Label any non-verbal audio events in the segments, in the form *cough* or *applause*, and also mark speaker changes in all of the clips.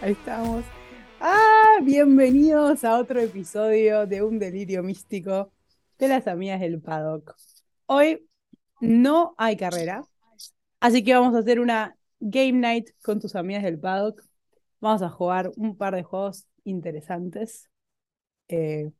Speaker 1: Ahí estamos. Ah, bienvenidos a otro episodio de Un Delirio Místico de las Amigas del Paddock. Hoy no hay carrera, así que vamos a hacer una game night con tus amigas del Paddock. Vamos a jugar un par de juegos interesantes. Eh,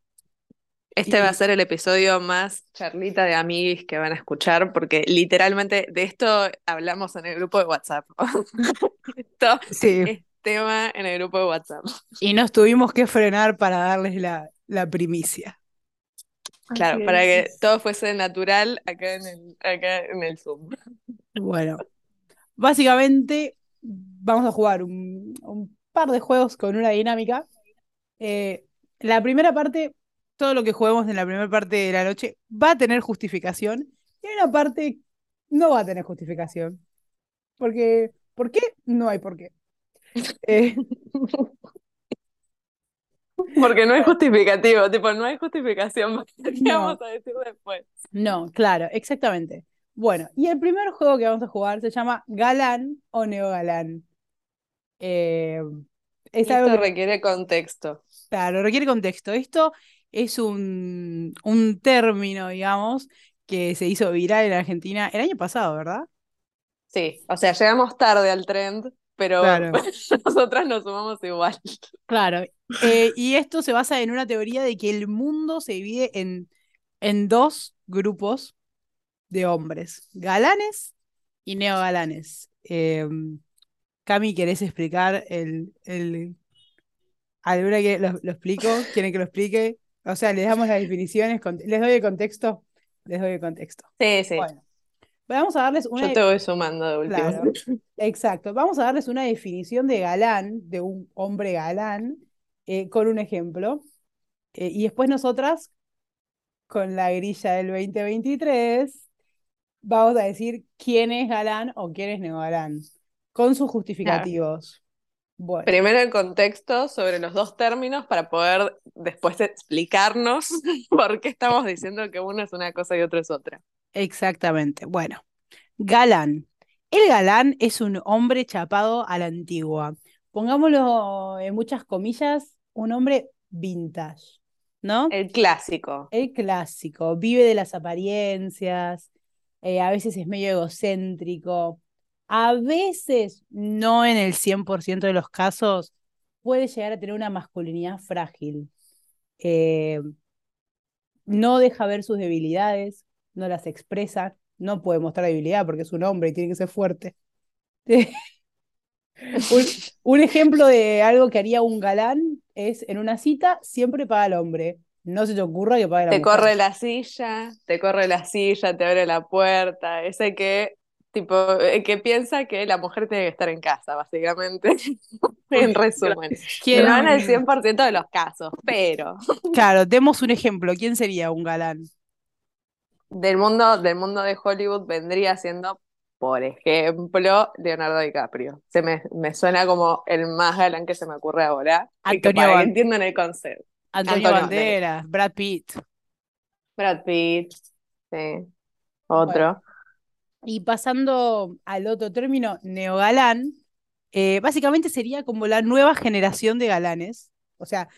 Speaker 2: Este va a
Speaker 1: Y-
Speaker 2: ser el episodio más charlita de amiguis que van a escuchar, porque literalmente de esto hablamos en el grupo de WhatsApp. *laughs* Esto
Speaker 1: sí.
Speaker 2: es tema en el grupo de WhatsApp.
Speaker 1: Y nos tuvimos que frenar para darles la, la primicia.
Speaker 2: Claro, para que todo fuese natural acá en el, acá en el Zoom.
Speaker 1: Bueno, básicamente vamos a jugar un, un par de juegos con una dinámica. Eh, la primera parte, todo lo que juguemos en la primera parte de la noche va a tener justificación y hay una parte no va a tener justificación. Porque, ¿por qué? No hay *laughs* por qué. Eh,
Speaker 2: *laughs* Porque no es justificativo, tipo, no hay justificación. ¿Qué
Speaker 1: No.
Speaker 2: vamos a decir después?
Speaker 1: No, claro, exactamente. Bueno, y el primer juego que vamos a jugar se llama Galán o Neogalán. Eh, es algo
Speaker 2: Esto
Speaker 1: que,
Speaker 2: requiere contexto.
Speaker 1: claro, requiere contexto. Esto es un, un término, digamos, que se hizo viral en Argentina el año pasado, ¿verdad?
Speaker 2: Sí, o sea, llegamos tarde al trend, pero
Speaker 1: Claro.
Speaker 2: *laughs* nosotras nos sumamos igual.
Speaker 1: Claro, eh, y esto se basa en una teoría de que el mundo se divide en, en dos grupos de hombres, galanes y neogalanes. Eh, Cami, ¿querés explicar el, el... ¿Alguna que lo, lo explico? ¿Quieren que lo explique? O sea, les damos las definiciones, cont- les doy el contexto, les doy el contexto.
Speaker 2: Sí, sí.
Speaker 1: Bueno, vamos a darles una...
Speaker 2: Yo te voy sumando de último.
Speaker 1: Claro. Exacto. Vamos a darles una definición de galán, de un hombre galán, eh, con un ejemplo. Eh, y después nosotras, con la grilla del 2023, vamos a decir quién es galán o quién es neogalán, con sus justificativos. Bueno,
Speaker 2: Primero el contexto sobre los dos términos para poder después explicarnos *laughs* por qué estamos diciendo que uno es una cosa y otro es otra.
Speaker 1: exactamente. Bueno, galán. El galán es un hombre chapado a la antigua. Pongámoslo en muchas comillas, un hombre vintage, ¿no?
Speaker 2: El clásico.
Speaker 1: El clásico, vive de las apariencias, eh, a veces es medio egocéntrico, a veces, no en el 100% de los casos, puede llegar a tener una masculinidad frágil. Eh, no deja ver sus debilidades, no las expresa, no puede mostrar debilidad porque es un hombre y tiene que ser fuerte. *laughs* Un- un ejemplo de algo que haría un galán es en una cita, siempre paga el hombre. No se te ocurra que pague la
Speaker 2: Te
Speaker 1: mujer.
Speaker 2: corre la silla, te corre la silla, te abre la puerta. Ese que, tipo, eh, que piensa que la mujer tiene que estar en casa, básicamente. *laughs* En resumen.
Speaker 1: ¿Quién-
Speaker 2: No en el 100% de los casos, pero
Speaker 1: Claro, demos un ejemplo. ¿Quién sería un galán?
Speaker 2: del mundo, del mundo de Hollywood vendría siendo, por ejemplo, Leonardo DiCaprio. Se me, me suena como el más galán que se me ocurre ahora. y que
Speaker 1: Antonio
Speaker 2: para que
Speaker 1: Ban-
Speaker 2: entiendan el concepto.
Speaker 1: Antonio
Speaker 2: Antonio
Speaker 1: Banderas, Brad Pitt.
Speaker 2: Brad Pitt, sí. Otro.
Speaker 1: Y pasando al otro término, neogalán, eh, básicamente sería como la nueva generación de galanes. O sea,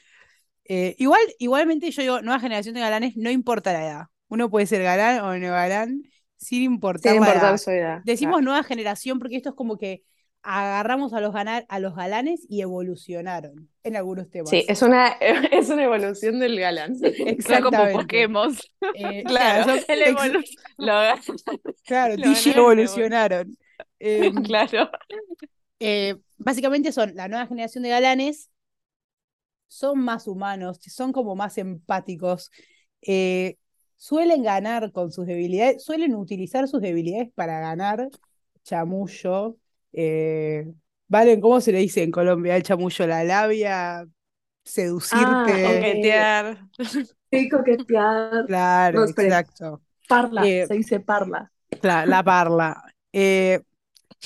Speaker 1: eh, igual, igualmente yo digo, nueva generación de galanes, no importa la edad. Uno puede ser galán o neogalán sin importar
Speaker 2: Sin
Speaker 1: la edad.
Speaker 2: importar su edad.
Speaker 1: Decimos nueva generación porque esto es como que agarramos a los, gana- a los galanes y evolucionaron en algunos temas.
Speaker 2: Ah, Sí, es una, *laughs* es una evolución del galán. *laughs*
Speaker 3: Son como
Speaker 1: Exactamente.
Speaker 3: Pokémon.
Speaker 1: Eh,
Speaker 2: Claro,
Speaker 1: son
Speaker 2: el
Speaker 1: ex-
Speaker 2: evolu- lo-
Speaker 1: claro,
Speaker 2: lo
Speaker 1: digi
Speaker 2: ganaron,
Speaker 1: evolucionaron.
Speaker 2: *laughs*
Speaker 1: Em, *laughs*
Speaker 2: *laughs* claro.
Speaker 1: eh, básicamente son la nueva generación de galanes, son más humanos, son como más empáticos, eh, suelen ganar con sus debilidades, suelen utilizar sus debilidades para ganar chamullo. eh, ¿valen? ¿Cómo se le dice en Colombia el chamullo? La labia, seducirte.
Speaker 2: Ah, Coquetear.
Speaker 4: Sí, coquetear,
Speaker 1: Claro,
Speaker 4: No, espera.
Speaker 1: exacto.
Speaker 4: parla,
Speaker 1: Eh,
Speaker 4: se dice parla.
Speaker 1: La, la parla. Eh,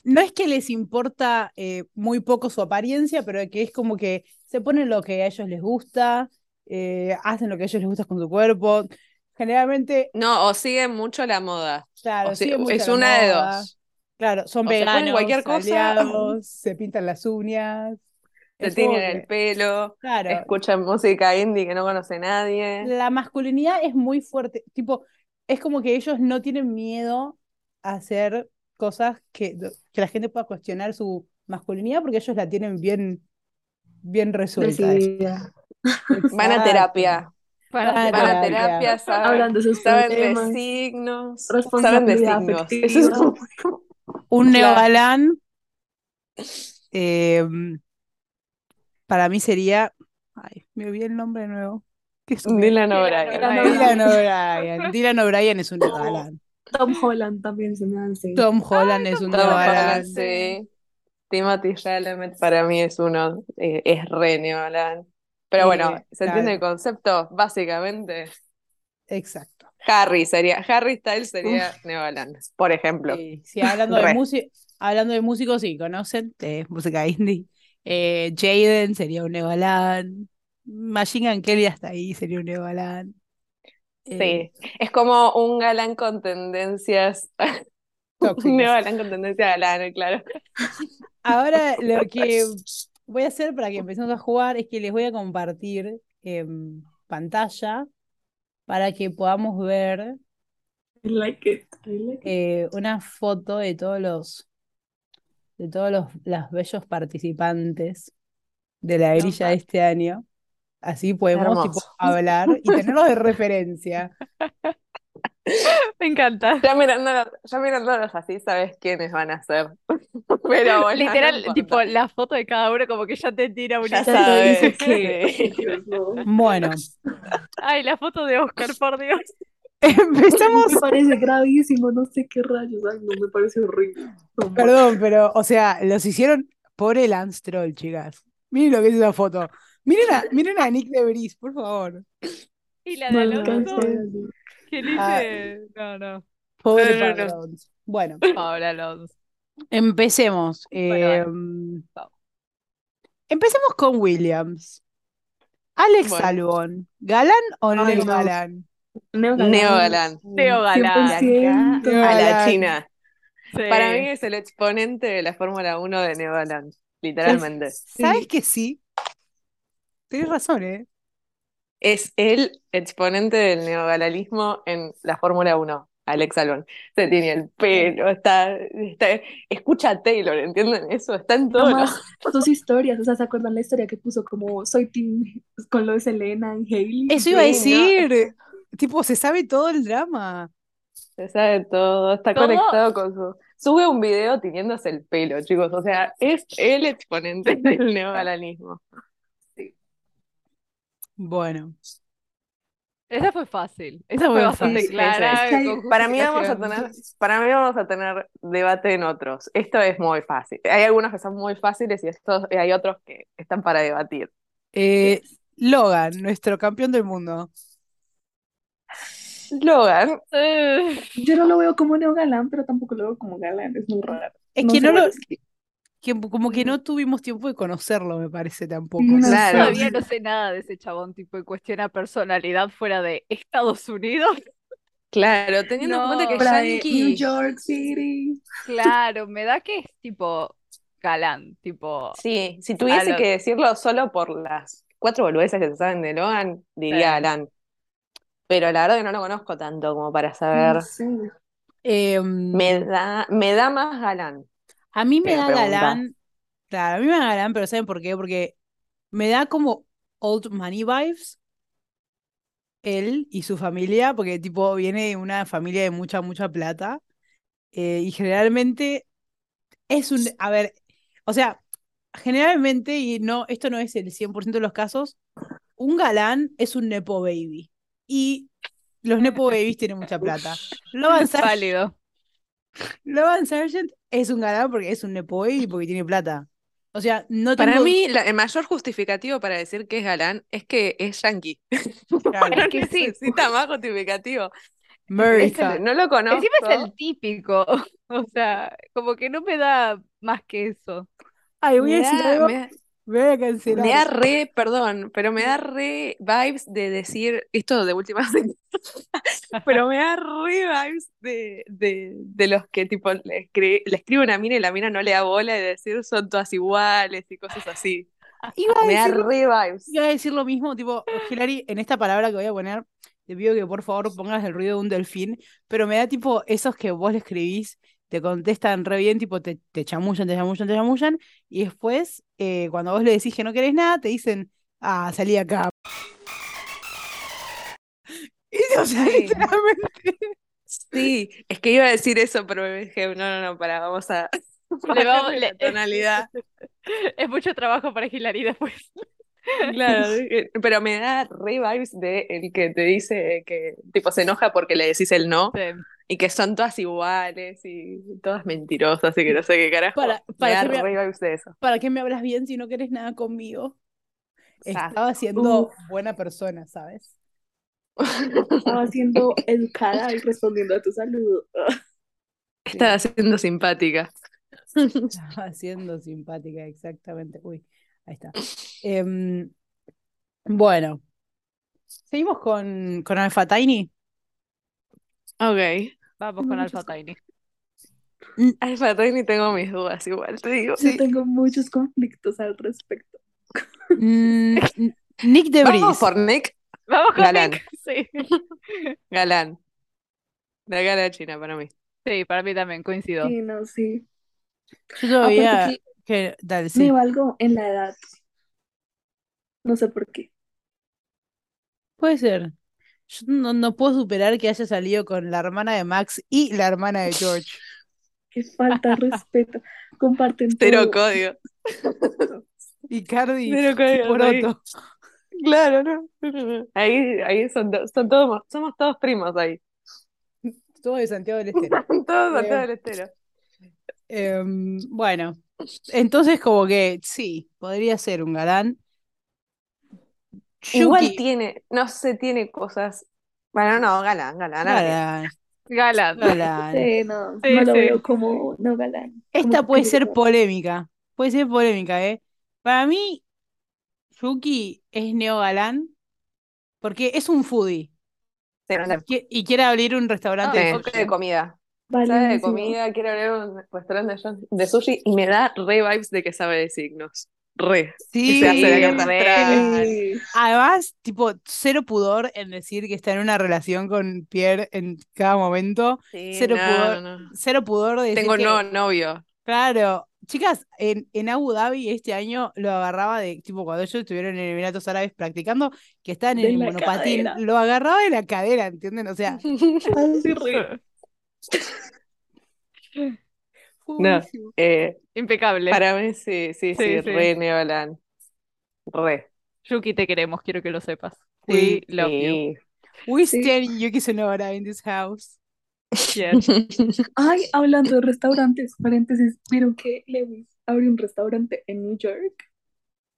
Speaker 1: no es que les importa eh, muy poco su apariencia, pero que es como que se ponen lo que a ellos les gusta, eh, hacen lo que a ellos les gusta con su cuerpo. Generalmente,
Speaker 2: No, o siguen mucho la moda.
Speaker 1: claro,
Speaker 2: O si-
Speaker 1: siguen mucho
Speaker 2: es
Speaker 1: la
Speaker 2: una de
Speaker 1: moda.
Speaker 2: dos.
Speaker 1: Claro, son
Speaker 2: O se ponen
Speaker 1: veganos,
Speaker 2: cualquier cosa.
Speaker 1: aliados, se pintan las uñas.
Speaker 2: se
Speaker 1: Es
Speaker 2: tiñen
Speaker 1: como
Speaker 2: el
Speaker 1: que-
Speaker 2: pelo,
Speaker 1: Claro.
Speaker 2: escuchan música indie que no conoce nadie.
Speaker 1: La masculinidad es muy fuerte. Tipo, es como que ellos no tienen miedo a hacer cosas que, que la gente pueda cuestionar su masculinidad porque ellos la tienen bien, bien resuelta.
Speaker 4: Decidida.
Speaker 2: Van a
Speaker 1: Exacto.
Speaker 2: terapia,
Speaker 1: Van a
Speaker 2: van a terapia, saben,
Speaker 4: Hablan de sus
Speaker 2: saben
Speaker 4: problemas,
Speaker 2: de signos, saben de
Speaker 4: responsabilidad
Speaker 2: signos.
Speaker 4: afectiva.
Speaker 2: Eso es *laughs* como-
Speaker 1: Un
Speaker 2: Claro.
Speaker 1: neogalán em, para mí sería. Ay, me olvidé el nombre de nuevo. ¿Qué es un
Speaker 2: Dylan
Speaker 4: Dylan
Speaker 2: O'Brien.
Speaker 4: O'Brien.
Speaker 1: Dylan O'Brien. Dylan O'Brien es un neogalán.
Speaker 4: Tom Holland también se me hace.
Speaker 1: Tom Holland es un
Speaker 2: Tom Holland,
Speaker 1: neogalán.
Speaker 2: sí. Timothy Chalamet para mí es uno, eh, es re neogalán. Pero
Speaker 1: Sí,
Speaker 2: bueno, ¿se entiende
Speaker 1: claro.
Speaker 2: el concepto? Básicamente,
Speaker 1: Exacto.
Speaker 2: Harry sería, Harry Styles sería neogalán, por ejemplo.
Speaker 1: Sí, sí, hablando de
Speaker 2: Re.
Speaker 1: música, hablando de músicos, sí, conocen eh, música *laughs* indie. Eh, Jaden sería un neogalán. Machine Gun Kelly hasta ahí sería un neogalán. Eh,
Speaker 2: Sí, *laughs* es como un galán con tendencias, *laughs*
Speaker 1: tóxicos.
Speaker 2: un neogalán con tendencias galán, claro.
Speaker 1: Ahora lo
Speaker 2: *laughs*
Speaker 1: que voy a hacer para que empecemos a jugar es que les voy a compartir em, pantalla para que podamos ver
Speaker 4: I like it. I like it.
Speaker 1: eh, una foto de todos los de todos los, las bellos participantes de la grilla de este año. Así podemos tipo,
Speaker 2: Hermoso.
Speaker 1: hablar y tenerlos de
Speaker 2: *laughs*
Speaker 1: referencia.
Speaker 3: Me encanta.
Speaker 2: Ya mirándolos, ya mirándolos así, sabes quiénes van a ser. *laughs* Pero
Speaker 3: *laughs*
Speaker 2: bueno, no
Speaker 3: Literal,
Speaker 2: importa.
Speaker 3: tipo, la foto de cada uno como que ya te tira una
Speaker 2: ya
Speaker 4: Ya te
Speaker 2: sabes.
Speaker 4: dice que-
Speaker 2: *laughs* Sí.
Speaker 4: Dios, no.
Speaker 2: *laughs*
Speaker 1: Bueno,
Speaker 3: Ay, la foto de Oscar, por Dios.
Speaker 1: empezamos.
Speaker 4: Me parece gravísimo, no sé qué rayos. Ay, no, me parece horrible.
Speaker 1: *laughs*
Speaker 4: No,
Speaker 1: Perdón, pero, o sea, los hicieron por el Lance Troll, chicas. Miren lo que es esa foto. Miren a, miren a Nick de Bris, por favor.
Speaker 3: Y la
Speaker 4: no
Speaker 3: de
Speaker 4: alcanzo
Speaker 3: Alonso,
Speaker 4: a decir.
Speaker 3: que
Speaker 1: Ah.
Speaker 3: dice. No, no.
Speaker 1: Pobre
Speaker 2: No, no, no.
Speaker 1: Perdón. Bueno,
Speaker 3: Ahora Alonso.
Speaker 1: empecemos.
Speaker 3: Bueno,
Speaker 1: Em,
Speaker 3: vamos.
Speaker 1: empecemos con Williams. Alex
Speaker 2: Bueno.
Speaker 1: Salvón, ¿galán o no
Speaker 4: Ay, no.
Speaker 1: galán?
Speaker 4: Neogalán.
Speaker 2: Neogalán.
Speaker 3: Teo Galán.
Speaker 4: 100%.
Speaker 1: De acá.
Speaker 2: A la
Speaker 1: Galán.
Speaker 2: China.
Speaker 3: Sí.
Speaker 2: Para mí es el exponente de la Fórmula 1 de Neverland, literalmente.
Speaker 1: ¿Sabes que sí? Tenés razón, ¿eh?
Speaker 2: Es el exponente del neogalanismo en la Fórmula 1, Alex Albon. Se tiene el pelo, está, está- escucha a Taylor, ¿entienden eso? Está en todo.
Speaker 4: Nomás sus historias, o sea, ¿se acuerdan la historia que puso como soy team con lo de Selena y Hailey?
Speaker 1: Eso iba a
Speaker 2: Sí, no.
Speaker 1: decir. *laughs* Tipo, se sabe todo el drama.
Speaker 2: Se sabe todo, está
Speaker 3: Todo-
Speaker 2: conectado con su... Sube un video tiñéndose el pelo, chicos. O sea, es el exponente *laughs* del neogalanismo.
Speaker 1: Bueno,
Speaker 3: Esa fue fácil.
Speaker 1: Esa
Speaker 3: Esa fue
Speaker 1: fue
Speaker 3: bastante
Speaker 2: fácil.
Speaker 3: clara.
Speaker 4: Sí, sí.
Speaker 3: con
Speaker 2: Para mí vamos a
Speaker 3: justificación.
Speaker 2: tener, para mí vamos a tener debate en otros. Esto es muy fácil. Hay algunos que son muy fáciles y estos, y hay otros que están para debatir.
Speaker 1: eh, Logan, nuestro campeón del mundo.
Speaker 2: Logan,
Speaker 3: *laughs* Eh,
Speaker 4: Yo no lo veo como neogalán, pero tampoco lo veo como galán, es muy raro.
Speaker 1: Es
Speaker 4: No
Speaker 1: que
Speaker 4: sé,
Speaker 1: no lo,
Speaker 4: es que-
Speaker 1: que como que no tuvimos tiempo de conocerlo, me parece tampoco.
Speaker 4: No
Speaker 2: Claro.
Speaker 4: sé.
Speaker 3: Todavía no sé nada de ese chabón, tipo, y cuestiona personalidad fuera de Estados Unidos.
Speaker 2: claro, teniendo en
Speaker 3: No.
Speaker 2: cuenta que
Speaker 4: Fuera de
Speaker 2: Yankee-
Speaker 4: New York City.
Speaker 3: *laughs* Claro, me da que es tipo galán, tipo.
Speaker 2: Sí, si tuviese
Speaker 3: lo-
Speaker 2: que decirlo solo por las cuatro boludeces que se saben de Logan, diría
Speaker 3: Sí.
Speaker 2: Alan. Pero la verdad que no lo conozco tanto como para
Speaker 4: No
Speaker 2: saber.
Speaker 4: sé.
Speaker 1: Eh,
Speaker 2: Me da, me da más Galán.
Speaker 1: a mí me
Speaker 2: me
Speaker 1: da
Speaker 2: pregunta.
Speaker 1: galán. Claro, a mí me da galán, pero ¿saben por qué? Porque me da como old money vibes. Él y su familia, porque tipo viene de una familia de mucha, mucha plata. eh, y generalmente es un, a ver, o sea, generalmente, y no, esto no es el 100% de los casos, un galán es un nepo baby. Y los nepo babies tienen mucha plata. Logan Sargent
Speaker 3: Válido.
Speaker 1: Logan Sargent es un galán porque es un nepo baby porque tiene plata. O sea, no
Speaker 2: Para
Speaker 1: tengo-
Speaker 2: mí, la- el mayor justificativo para decir que es Galán es que es Yankee.
Speaker 1: Claro.
Speaker 2: *laughs*
Speaker 3: Es que sí.
Speaker 2: Necesita más justificativo. Es
Speaker 1: América.
Speaker 2: el- no lo conozco.
Speaker 3: Encima es el típico. *laughs* O sea, como que no me da más que eso. *laughs*
Speaker 1: Ay, voy a
Speaker 2: Me
Speaker 1: decir
Speaker 2: da-
Speaker 1: algo,
Speaker 2: me da-
Speaker 1: me voy a
Speaker 2: me
Speaker 1: cancelar.
Speaker 2: da re, perdón, pero me da re vibes de decir esto de última *laughs* vez, pero me da re vibes de, de, de los que tipo le, escri- le escribe una mina y la mina no le da bola y decir son todas iguales y cosas así.
Speaker 1: Iba a
Speaker 2: Me da
Speaker 1: decir,
Speaker 2: re vibes.
Speaker 1: iba a decir lo mismo, tipo, Hilary, en esta palabra que voy a poner, te pido que por favor pongas el ruido de un delfín, pero me da tipo esos que vos le escribís, te contestan re bien, tipo, te, te chamullan, te chamullan, te chamullan, y después, eh, cuando vos le decís que no querés nada, te dicen, ah, salí acá. *laughs* Y, o sea,
Speaker 2: Sí.
Speaker 1: literalmente,
Speaker 2: Sí, es que iba a decir eso, pero me dije, no, no, no, para, vamos a
Speaker 3: Le vamos-
Speaker 2: bajarle
Speaker 3: le-
Speaker 2: la tonalidad.
Speaker 3: Es mucho trabajo para Hilary después. *laughs*
Speaker 2: Claro, dije, pero me da re vibes de el que te dice que tipo se enoja porque le decís el no
Speaker 3: Sí.
Speaker 2: y que son todas iguales y todas mentirosas y que no sé qué carajo.
Speaker 1: Para-
Speaker 2: Me
Speaker 1: para
Speaker 2: da
Speaker 1: que vea-
Speaker 2: re vibes de eso. *laughs*
Speaker 1: ¿para qué me hablas bien si no querés nada conmigo?
Speaker 2: Sa-
Speaker 1: Estaba siendo buena persona, *laughs* ¿sabes?
Speaker 4: Estaba siendo educada y respondiendo a tu saludo.
Speaker 2: Estaba siendo simpática.
Speaker 1: Estaba siendo simpática, exactamente. Uy, ahí está. Em, bueno, seguimos con, con Alpha Tiny.
Speaker 2: Ok.
Speaker 3: Vamos con Alpha Tiny. *laughs*
Speaker 2: Alfa Tiny tengo mis dudas igual, te digo.
Speaker 4: Yo tengo muchos conflictos al respecto.
Speaker 1: *laughs* Mm, n- Nick de
Speaker 2: Vamos por Nick
Speaker 3: Vamos con
Speaker 2: Galán.
Speaker 3: Nick. *laughs* Sí.
Speaker 2: Galán. La gala china para mí.
Speaker 3: Sí, para mí también coincido.
Speaker 4: Sí, no, sí.
Speaker 1: Yo todavía.
Speaker 4: Aparte
Speaker 1: que- dale,
Speaker 4: que me
Speaker 1: sí.
Speaker 4: valgo en la edad. No sé por qué.
Speaker 1: Puede ser. Yo no, no puedo superar que haya salido con la hermana de Max y la hermana de George.
Speaker 4: Qué falta de respeto. Comparten
Speaker 2: Cero
Speaker 4: todo.
Speaker 2: código.
Speaker 1: *laughs* Y Cardi
Speaker 2: Cero código. ahí.
Speaker 1: Poroto.
Speaker 2: Claro, no. Ahí, ahí son, to- son todos, somos todos primos ahí. *laughs*
Speaker 1: Todo de Santiago del Estero.
Speaker 2: Son todos
Speaker 1: Creo.
Speaker 2: Santiago del Estero.
Speaker 1: Em, bueno, entonces como que sí, podría ser un galán.
Speaker 2: Igual
Speaker 1: Yuki,
Speaker 2: tiene, no sé, tiene cosas. Bueno, no, galán, galán, galán. *laughs*
Speaker 1: galán,
Speaker 3: Galán.
Speaker 1: galán.
Speaker 4: Sí, no,
Speaker 3: Sí,
Speaker 4: no lo
Speaker 3: sí.
Speaker 4: veo como no galán.
Speaker 1: Esta
Speaker 4: Como
Speaker 1: puede ser
Speaker 4: que-
Speaker 1: polémica, puede ser polémica, ¿eh? Para mí, Yuki es neogalán porque es un foodie
Speaker 2: Pero no,
Speaker 1: y qui- y quiere abrir un restaurante de
Speaker 2: sí,
Speaker 1: sushi.
Speaker 2: de comida.
Speaker 4: Vale,
Speaker 2: Sabe de
Speaker 4: buenísimo.
Speaker 2: comida, quiere abrir un restaurante de yo- de sushi y me da re vibes de que sabe de signos. Re. Y se hace de
Speaker 1: Sí,
Speaker 2: carta astral.
Speaker 4: Sí.
Speaker 1: Además, tipo, cero pudor en decir que está en una relación con Pierre en cada momento. Cero
Speaker 2: no,
Speaker 1: pudor.
Speaker 2: no, no.
Speaker 1: Cero pudor de decir
Speaker 2: Tengo
Speaker 1: que-
Speaker 2: no novio.
Speaker 1: Claro, chicas, en, en Abu Dhabi este año lo agarraba de, tipo, cuando ellos estuvieron en Emiratos Árabes practicando, que estaban en
Speaker 4: De
Speaker 1: el
Speaker 4: la
Speaker 1: monopatín,
Speaker 4: cadera.
Speaker 1: lo agarraba de la cadera, ¿entienden? O
Speaker 4: *laughs*
Speaker 1: sea,
Speaker 4: Así re.
Speaker 1: fue
Speaker 2: No.
Speaker 1: buenísimo.
Speaker 2: Eh,
Speaker 3: *laughs* Impecable.
Speaker 2: para mí sí, sí, sí,
Speaker 3: Sí, sí.
Speaker 2: re neogalán. Re.
Speaker 3: Yuki, te queremos, quiero que lo sepas.
Speaker 1: Sí.
Speaker 3: We love you.
Speaker 2: Sí.
Speaker 1: We
Speaker 4: Sí.
Speaker 1: staring Yuki Sonora in this house.
Speaker 2: *laughs*
Speaker 3: Yes. *laughs*
Speaker 4: Ay, hablando de restaurantes, paréntesis, ¿vieron que Lewis abrió un restaurante en New York?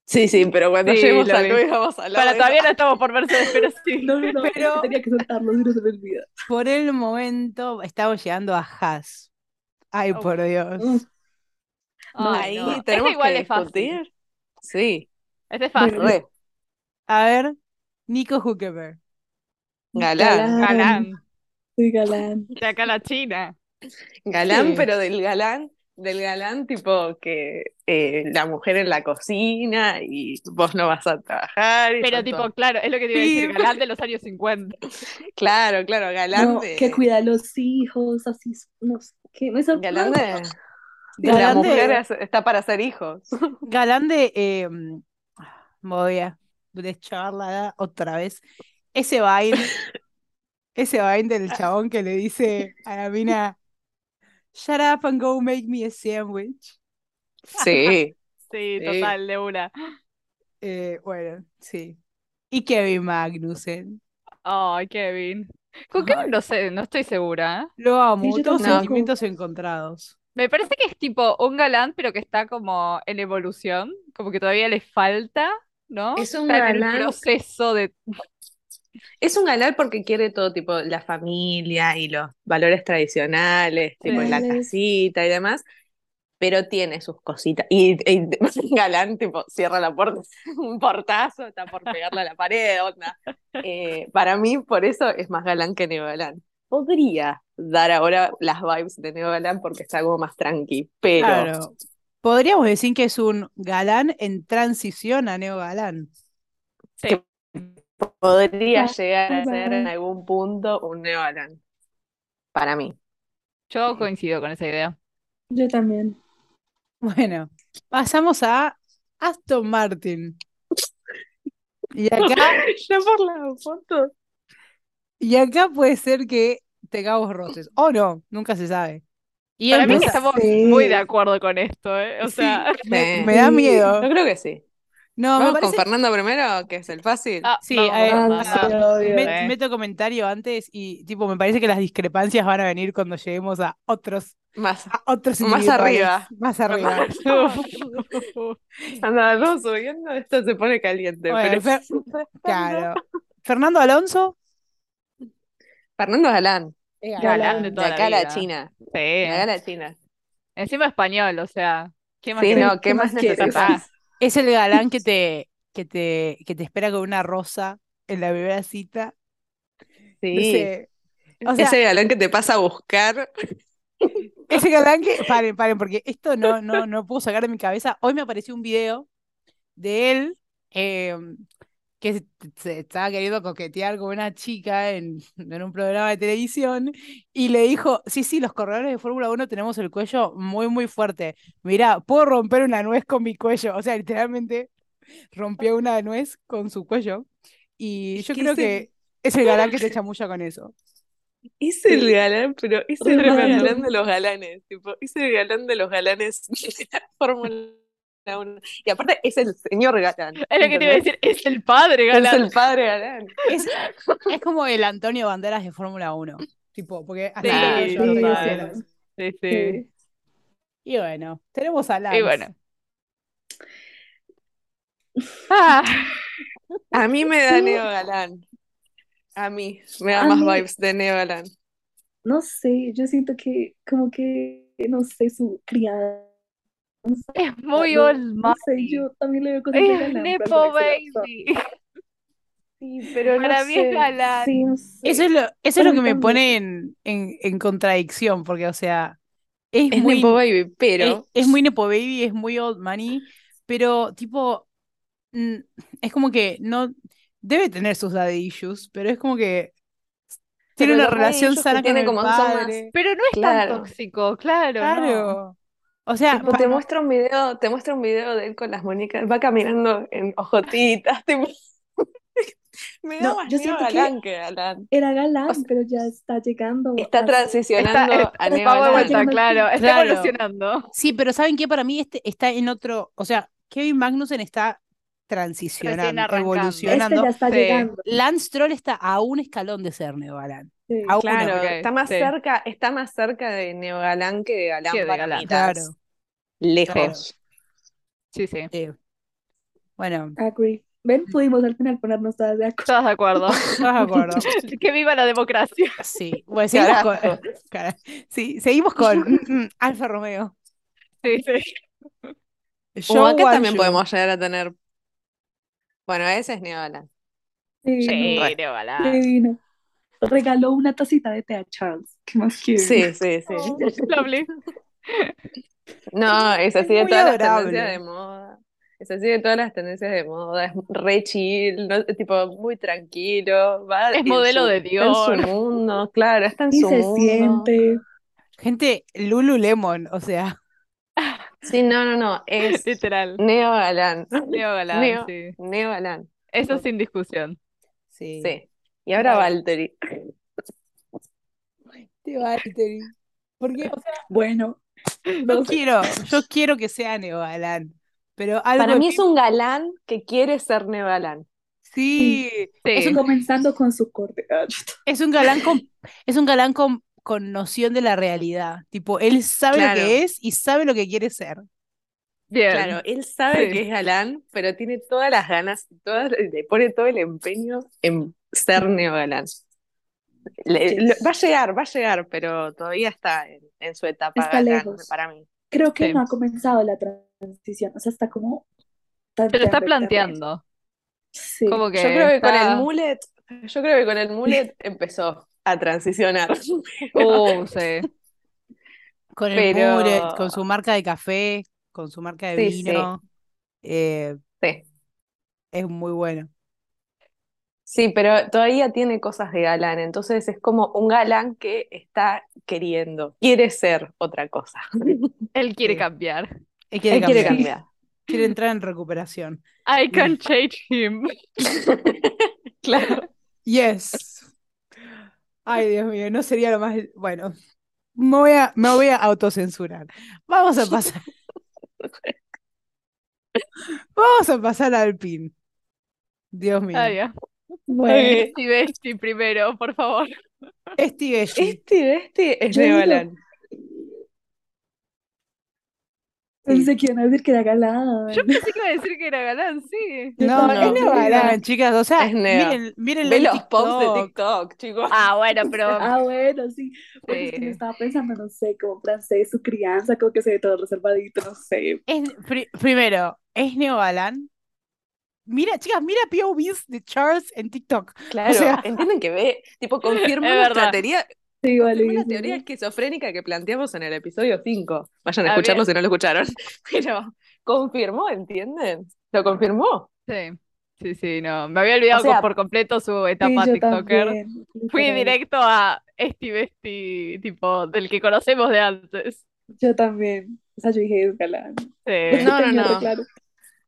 Speaker 2: Sí, sí, pero cuando
Speaker 3: Sí,
Speaker 2: lleguemos
Speaker 3: lo
Speaker 2: a
Speaker 3: vi.
Speaker 2: Luis vamos a hablar
Speaker 3: Para
Speaker 2: de
Speaker 3: todavía no estamos por Mercedes, pero sí.
Speaker 4: No, no, no,
Speaker 1: Pero-
Speaker 4: tenía que soltarlo si no se me olvida.
Speaker 1: Por el momento estamos llegando a Haas. Ay,
Speaker 3: Oh.
Speaker 1: por Dios.
Speaker 4: Mm,
Speaker 2: eso.
Speaker 4: no.
Speaker 2: Ahí
Speaker 3: no. Este
Speaker 2: tenemos
Speaker 3: igual
Speaker 2: que
Speaker 3: es fácil.
Speaker 2: discutir. Sí,
Speaker 3: Este es fácil.
Speaker 4: Bueno,
Speaker 2: re.
Speaker 1: A ver, Nico Huckeberg.
Speaker 2: Galán.
Speaker 3: Galán.
Speaker 4: Sí, galán.
Speaker 3: De acá a la China.
Speaker 2: Galán,
Speaker 1: Sí.
Speaker 2: pero del galán, del galán tipo que eh, la mujer en la cocina y vos no vas a trabajar. y
Speaker 3: Pero
Speaker 2: son
Speaker 3: tipo,
Speaker 2: todos-
Speaker 3: claro, es lo que te iba a
Speaker 1: Sí,
Speaker 3: decir,
Speaker 1: pero-
Speaker 3: galán de los años 50.
Speaker 2: Claro, claro, galán
Speaker 4: No,
Speaker 2: de-
Speaker 4: que cuida a los hijos, así, no sé qué, me sorprende.
Speaker 2: Galán de... de la
Speaker 1: Galán de-
Speaker 2: mujer es- está para ser hijos.
Speaker 1: Galán de. Eh, mm, me voy a descharla otra vez. Ese vain. ese vain del
Speaker 4: Ah.
Speaker 1: chabón que le dice a la mina: Shut up and go make me a sandwich.
Speaker 2: Sí,
Speaker 3: Sí,
Speaker 2: Sí.
Speaker 3: total, de una.
Speaker 1: Eh, bueno, sí. Y Kevin Magnussen.
Speaker 3: Ay, Kevin. ¿Con Kevin? No sé, no estoy segura. ¿eh?
Speaker 1: Lo amo,
Speaker 4: Sí, yo
Speaker 1: todos
Speaker 2: tampoco.
Speaker 1: sentimientos encontrados.
Speaker 3: Me parece que es tipo un galán, pero que está como en evolución, como que todavía le falta, ¿no?
Speaker 2: Es un
Speaker 3: Está en el
Speaker 2: galán.
Speaker 3: proceso de...
Speaker 2: es un galán porque quiere todo tipo la familia y los valores tradicionales, tipo en la
Speaker 4: Tradicionales.
Speaker 2: casita y demás, pero tiene sus cositas. Y, y *laughs* un galán tipo cierra la puerta, *laughs* un portazo, está por pegarle a la pared, onda. Eh, para mí por eso es más galán que neogalán. Podría dar ahora las vibes de neogalán porque está algo más tranqui, pero
Speaker 1: Claro. Podríamos decir que es un galán en transición a neogalán.
Speaker 2: Podría
Speaker 4: Ah,
Speaker 2: llegar a ser en
Speaker 4: bueno.
Speaker 2: algún punto un neogalán. Para mí.
Speaker 3: Yo coincido con esa idea.
Speaker 4: Yo también.
Speaker 1: Bueno, pasamos a Aston Martin. Y acá,
Speaker 2: *laughs* Ya por la foto.
Speaker 1: y acá puede ser que tengamos roces. O no, nunca se sabe. Y
Speaker 3: Para mí que
Speaker 1: empieza-
Speaker 3: estamos
Speaker 4: Sí.
Speaker 3: muy de acuerdo con esto, ¿eh? O sea,
Speaker 1: me,
Speaker 2: Sí.
Speaker 1: me da miedo.
Speaker 2: Yo creo que sí.
Speaker 1: No, me
Speaker 2: Vamos con
Speaker 1: parece.
Speaker 2: Fernando primero, que es el fácil.
Speaker 3: ah,
Speaker 1: Sí,
Speaker 3: vamos,
Speaker 1: eh,
Speaker 3: vamos,
Speaker 4: Ah,
Speaker 1: ah,
Speaker 4: sí,
Speaker 3: vamos.
Speaker 4: obvio.
Speaker 1: me-
Speaker 3: eh.
Speaker 1: meto comentario antes y tipo, me parece que las discrepancias van a venir cuando lleguemos a otros,
Speaker 2: Más.
Speaker 3: Ah,
Speaker 1: a otros
Speaker 2: Más
Speaker 1: individuales,
Speaker 2: arriba.
Speaker 1: Más arriba.
Speaker 3: *laughs*
Speaker 2: *laughs* Anda, vamos subiendo, esto se pone caliente.
Speaker 1: Bueno,
Speaker 2: pero- *laughs*
Speaker 1: Claro. Fernando Alonso.
Speaker 2: Fernando Galán,
Speaker 3: Galán de
Speaker 2: de
Speaker 3: toda la
Speaker 2: acá a la
Speaker 3: vida.
Speaker 2: China.
Speaker 3: Sí.
Speaker 2: De acá a la China.
Speaker 3: Encima español, o sea, ¿qué más
Speaker 2: Sí,
Speaker 3: querés? Ah,
Speaker 2: no, ¿qué más
Speaker 4: quieres?
Speaker 2: necesitas?
Speaker 1: Es el galán que te, que te, que te espera con una rosa en la primera cita. No
Speaker 2: Sí.
Speaker 1: sé. O sea,
Speaker 2: Ese galán que te pasa a buscar.
Speaker 1: Ese galán que, paren, paren, porque esto no, no, no puedo sacar de mi cabeza. Hoy me apareció un video de él eh, que se, se estaba queriendo coquetear con una chica en, en un programa de televisión y le dijo, sí, sí, los corredores de Fórmula 1 tenemos el cuello muy, muy fuerte. Mirá, puedo romper una nuez con mi cuello. O sea, literalmente rompió una nuez con su cuello. Y yo
Speaker 2: que
Speaker 1: creo
Speaker 2: ese-
Speaker 1: que es el galán que te chamulla con eso.
Speaker 2: Es el galán, pero es el
Speaker 4: Re malo.
Speaker 2: galán de los galanes. Tipo, es el galán de los galanes *laughs* de la Fórmula 1. Y aparte es el señor galán.
Speaker 3: Es lo que te iba a decir, es el padre,
Speaker 2: ¿entendés? Es
Speaker 3: galán.
Speaker 2: el padre galán.
Speaker 1: Es, es como el Antonio Banderas de Fórmula 1. Tipo, porque hasta
Speaker 3: Sí,
Speaker 1: ahí
Speaker 3: sí,
Speaker 1: yo no
Speaker 3: total.
Speaker 1: sabía eso.
Speaker 3: Sí, sí.
Speaker 4: Sí.
Speaker 1: Y bueno, tenemos a Lance.
Speaker 3: Y bueno. Ah,
Speaker 2: A mí me da neo galán. A mí me da
Speaker 4: A
Speaker 2: más
Speaker 4: mí-
Speaker 2: vibes de neo galán.
Speaker 4: No sé, yo siento que como que, no sé, su crianza.
Speaker 3: es *laughs* muy
Speaker 4: No-
Speaker 3: old
Speaker 4: No
Speaker 3: man.
Speaker 4: sé,
Speaker 3: *laughs*
Speaker 4: yo también le veo cosas de
Speaker 3: Es
Speaker 4: galán, pero
Speaker 3: Nepo
Speaker 4: por ese lado.
Speaker 3: Baby.
Speaker 4: Sí, pero
Speaker 3: Para
Speaker 4: no
Speaker 3: mí es
Speaker 4: sé.
Speaker 3: galán.
Speaker 4: Sí, no
Speaker 1: Eso
Speaker 4: sé.
Speaker 1: es lo, eso es lo que me
Speaker 4: Cuéntame.
Speaker 1: pone en, en, en contradicción, porque, o sea, es
Speaker 2: Es
Speaker 1: muy,
Speaker 2: Nepo Baby,
Speaker 1: es,
Speaker 2: pero
Speaker 1: es muy Nepo Baby, es muy Old Money, pero tipo, mm, es como que no, debe tener sus daddy issues, pero es como que tiene
Speaker 2: Pero
Speaker 1: una
Speaker 2: los daddy
Speaker 1: relación
Speaker 2: issues que
Speaker 1: sana con
Speaker 2: tiene
Speaker 1: el
Speaker 2: como son más-
Speaker 1: padre.
Speaker 3: *laughs* Pero no es
Speaker 2: Claro.
Speaker 3: tan tóxico, claro, no.
Speaker 1: Claro. O sea,
Speaker 2: tipo,
Speaker 1: pa-
Speaker 2: te muestra un video, te muestra un video de él con las muñecas, va caminando en ojotitas, *laughs* tipo. Me da
Speaker 4: No,
Speaker 2: más
Speaker 4: yo
Speaker 2: neo
Speaker 4: siento que-
Speaker 2: galán que galán.
Speaker 4: Era galán,
Speaker 2: O sea,
Speaker 4: pero ya está llegando
Speaker 2: Está
Speaker 4: a-
Speaker 2: transicionando
Speaker 3: Está-
Speaker 2: a neo
Speaker 3: Vamos de
Speaker 2: galán.
Speaker 3: vuelta, claro. Está
Speaker 1: Claro.
Speaker 3: evolucionando.
Speaker 1: Sí, pero ¿saben qué? Para mí este está en otro, o sea, Kevin Magnussen está transicionando,
Speaker 3: arrancando.
Speaker 4: Este
Speaker 1: evolucionando.
Speaker 4: ya está
Speaker 3: Sí.
Speaker 4: llegando.
Speaker 1: Lance Troll está a un escalón de ser neogalán.
Speaker 4: sí.
Speaker 1: A uno.
Speaker 2: Claro,
Speaker 3: Ok,
Speaker 2: está más
Speaker 3: sí.
Speaker 2: cerca, está más cerca de neogalán que de galán
Speaker 3: Que de galán.
Speaker 2: palomitas.
Speaker 1: Claro.
Speaker 2: Lejos.
Speaker 3: Sí, sí.
Speaker 1: sí. Bueno,
Speaker 4: Agree.
Speaker 3: Mm.
Speaker 4: ¿Ven? Pudimos al final ponernos todas de acuerdo.
Speaker 3: Todas de acuerdo.
Speaker 1: estás de
Speaker 2: *laughs*
Speaker 1: acuerdo.
Speaker 3: *laughs* Que viva la democracia. *laughs*
Speaker 1: Sí.
Speaker 2: Pues
Speaker 1: Bueno, seguimos con,
Speaker 2: Carajo.
Speaker 1: Cara- sí, seguimos
Speaker 2: *laughs*
Speaker 1: con mm, mm, Alfa Romeo.
Speaker 3: Sí, sí.
Speaker 2: O
Speaker 1: Zhou
Speaker 2: acá también
Speaker 1: Guanyu.
Speaker 2: podemos llegar a tener. Bueno, ese es neogalán.
Speaker 4: Sí,
Speaker 3: Sí,
Speaker 2: re.
Speaker 3: no, galán.
Speaker 4: no, divino. Regaló una tacita de té a Charles. ¿Qué más
Speaker 2: *laughs*
Speaker 4: quieres?
Speaker 2: Sí, sí, sí.
Speaker 3: *laughs* Lovely.
Speaker 2: No, es así
Speaker 1: Es
Speaker 2: de
Speaker 1: muy
Speaker 2: todas las
Speaker 1: adorable.
Speaker 2: tendencias de moda. Es así de todas las tendencias de moda. Es re chill, no- tipo muy tranquilo. Va
Speaker 3: Es
Speaker 2: en
Speaker 3: modelo
Speaker 2: su-
Speaker 3: de
Speaker 2: está en su
Speaker 3: Dior.
Speaker 2: mundo, claro, está en
Speaker 4: Y
Speaker 2: su
Speaker 4: se
Speaker 2: mundo.
Speaker 4: siente.
Speaker 1: Gente, Lululemon, o sea,
Speaker 2: Sí, no, no, no. Es
Speaker 3: *laughs* Literal.
Speaker 2: neogalán.
Speaker 3: Neo galán,
Speaker 2: Neo.
Speaker 3: sí.
Speaker 2: Neogalán.
Speaker 3: Eso sin discusión.
Speaker 1: sí.
Speaker 2: Sí. Y ahora
Speaker 1: Bueno.
Speaker 2: Valtteri.
Speaker 1: Te va, Valtteri. Porque, o sea,
Speaker 3: *laughs*
Speaker 4: Bueno,
Speaker 1: yo
Speaker 4: no *laughs* sé.
Speaker 1: quiero, yo quiero que sea neogalán, pero algo
Speaker 2: Para mí
Speaker 1: en
Speaker 2: es un galán que quiere ser neogalán.
Speaker 1: Sí,
Speaker 3: Sí.
Speaker 1: Es un,
Speaker 4: comenzando con su corte. Ah, yo
Speaker 1: es un galán con, es un galán con, con noción de la realidad. Tipo, él sabe lo
Speaker 2: Claro.
Speaker 1: que es y sabe lo que quiere ser.
Speaker 3: Bien.
Speaker 2: Claro, él sabe
Speaker 3: Sí.
Speaker 2: que es galán, pero tiene todas las ganas, todas, le pone todo el empeño en ser neogalán. Le-
Speaker 4: Sí.
Speaker 2: lo- va a llegar, va a llegar, pero todavía está en, en su etapa
Speaker 4: Está
Speaker 2: galán
Speaker 4: lejos.
Speaker 2: para mí.
Speaker 4: Creo que
Speaker 3: Sí.
Speaker 4: no ha comenzado la transición, o sea, está como
Speaker 3: Se lo está
Speaker 4: tanteando el terreno.
Speaker 3: planteando.
Speaker 4: Sí.
Speaker 3: Como que
Speaker 2: Yo creo que con
Speaker 3: está-
Speaker 2: el mullet, yo creo que con el mullet empezó a transicionar.
Speaker 3: Oh, sí.
Speaker 1: Con el
Speaker 2: Pero-
Speaker 1: mullet, con su marca de café, con su marca de
Speaker 2: Sí, sí.
Speaker 1: vino. eh,
Speaker 2: Sí.
Speaker 1: es muy bueno.
Speaker 2: Sí, pero todavía tiene cosas de galán, entonces es como un galán que está queriendo, quiere ser otra cosa.
Speaker 3: Él quiere
Speaker 1: Sí.
Speaker 3: cambiar.
Speaker 1: Él quiere
Speaker 2: Él quiere
Speaker 1: cambiar,
Speaker 2: cambiar.
Speaker 1: quiere entrar en recuperación.
Speaker 3: I can change him.
Speaker 2: Claro.
Speaker 1: Yes. Ay, Dios mío, no sería lo más. Bueno, me voy a, me voy a autocensurar. Vamos a
Speaker 2: *laughs*
Speaker 1: pasar. Vamos a pasar al pin. Dios mío.
Speaker 3: Ah, ya.
Speaker 4: Bueno,
Speaker 2: Pues,
Speaker 3: *laughs* Besti, Besti primero, por favor.
Speaker 1: Esti Belli.
Speaker 2: Este, este es
Speaker 4: Yo
Speaker 2: de
Speaker 4: digo-
Speaker 2: galán.
Speaker 4: pensé que iban a decir que era galán.
Speaker 3: Yo pensé que iba a decir que era galán, sí.
Speaker 1: No,
Speaker 2: No,
Speaker 1: es
Speaker 2: no.
Speaker 1: Neobalán, chicas. O sea,
Speaker 2: Es neo.
Speaker 1: miren, miren
Speaker 2: Ve los posts de
Speaker 1: TikTok.
Speaker 2: TikTok, chicos.
Speaker 3: Ah,
Speaker 2: *laughs*
Speaker 3: bueno, pero
Speaker 4: Ah, bueno, sí. Pero es que
Speaker 3: Sí.
Speaker 4: yo estaba pensando, no sé, como francés, su crianza, como que se ve todo reservadito, no sé.
Speaker 1: Es, pri- primero, es Neobalán. Mira, chicas, mira POVs de Charles en TikTok.
Speaker 2: Claro,
Speaker 1: o sea-
Speaker 2: entienden que ve, *laughs* tipo, confirmó
Speaker 3: Es
Speaker 2: nuestra *laughs*
Speaker 3: verdad.
Speaker 2: teoría,
Speaker 4: Sí, vale,
Speaker 2: confirmó la
Speaker 4: sí.
Speaker 2: teoría esquizofrénica que planteamos en el episodio 5. Vayan a
Speaker 3: Había-
Speaker 2: escucharlo si no lo escucharon. *laughs* Pero confirmó, ¿entienden? Lo confirmó.
Speaker 3: sí. Sí, sí, no. Me había olvidado
Speaker 2: O sea,
Speaker 3: por completo su
Speaker 4: Sí,
Speaker 3: etapa
Speaker 4: yo
Speaker 3: TikToker.
Speaker 4: también,
Speaker 3: Fui
Speaker 4: literal.
Speaker 3: directo a Esti Besti, tipo, del que conocemos de antes.
Speaker 4: Yo también. O sea, yo dije, es galán.
Speaker 3: Sí.
Speaker 4: *laughs*
Speaker 2: No, no,
Speaker 4: Tenía
Speaker 2: no.
Speaker 4: claro.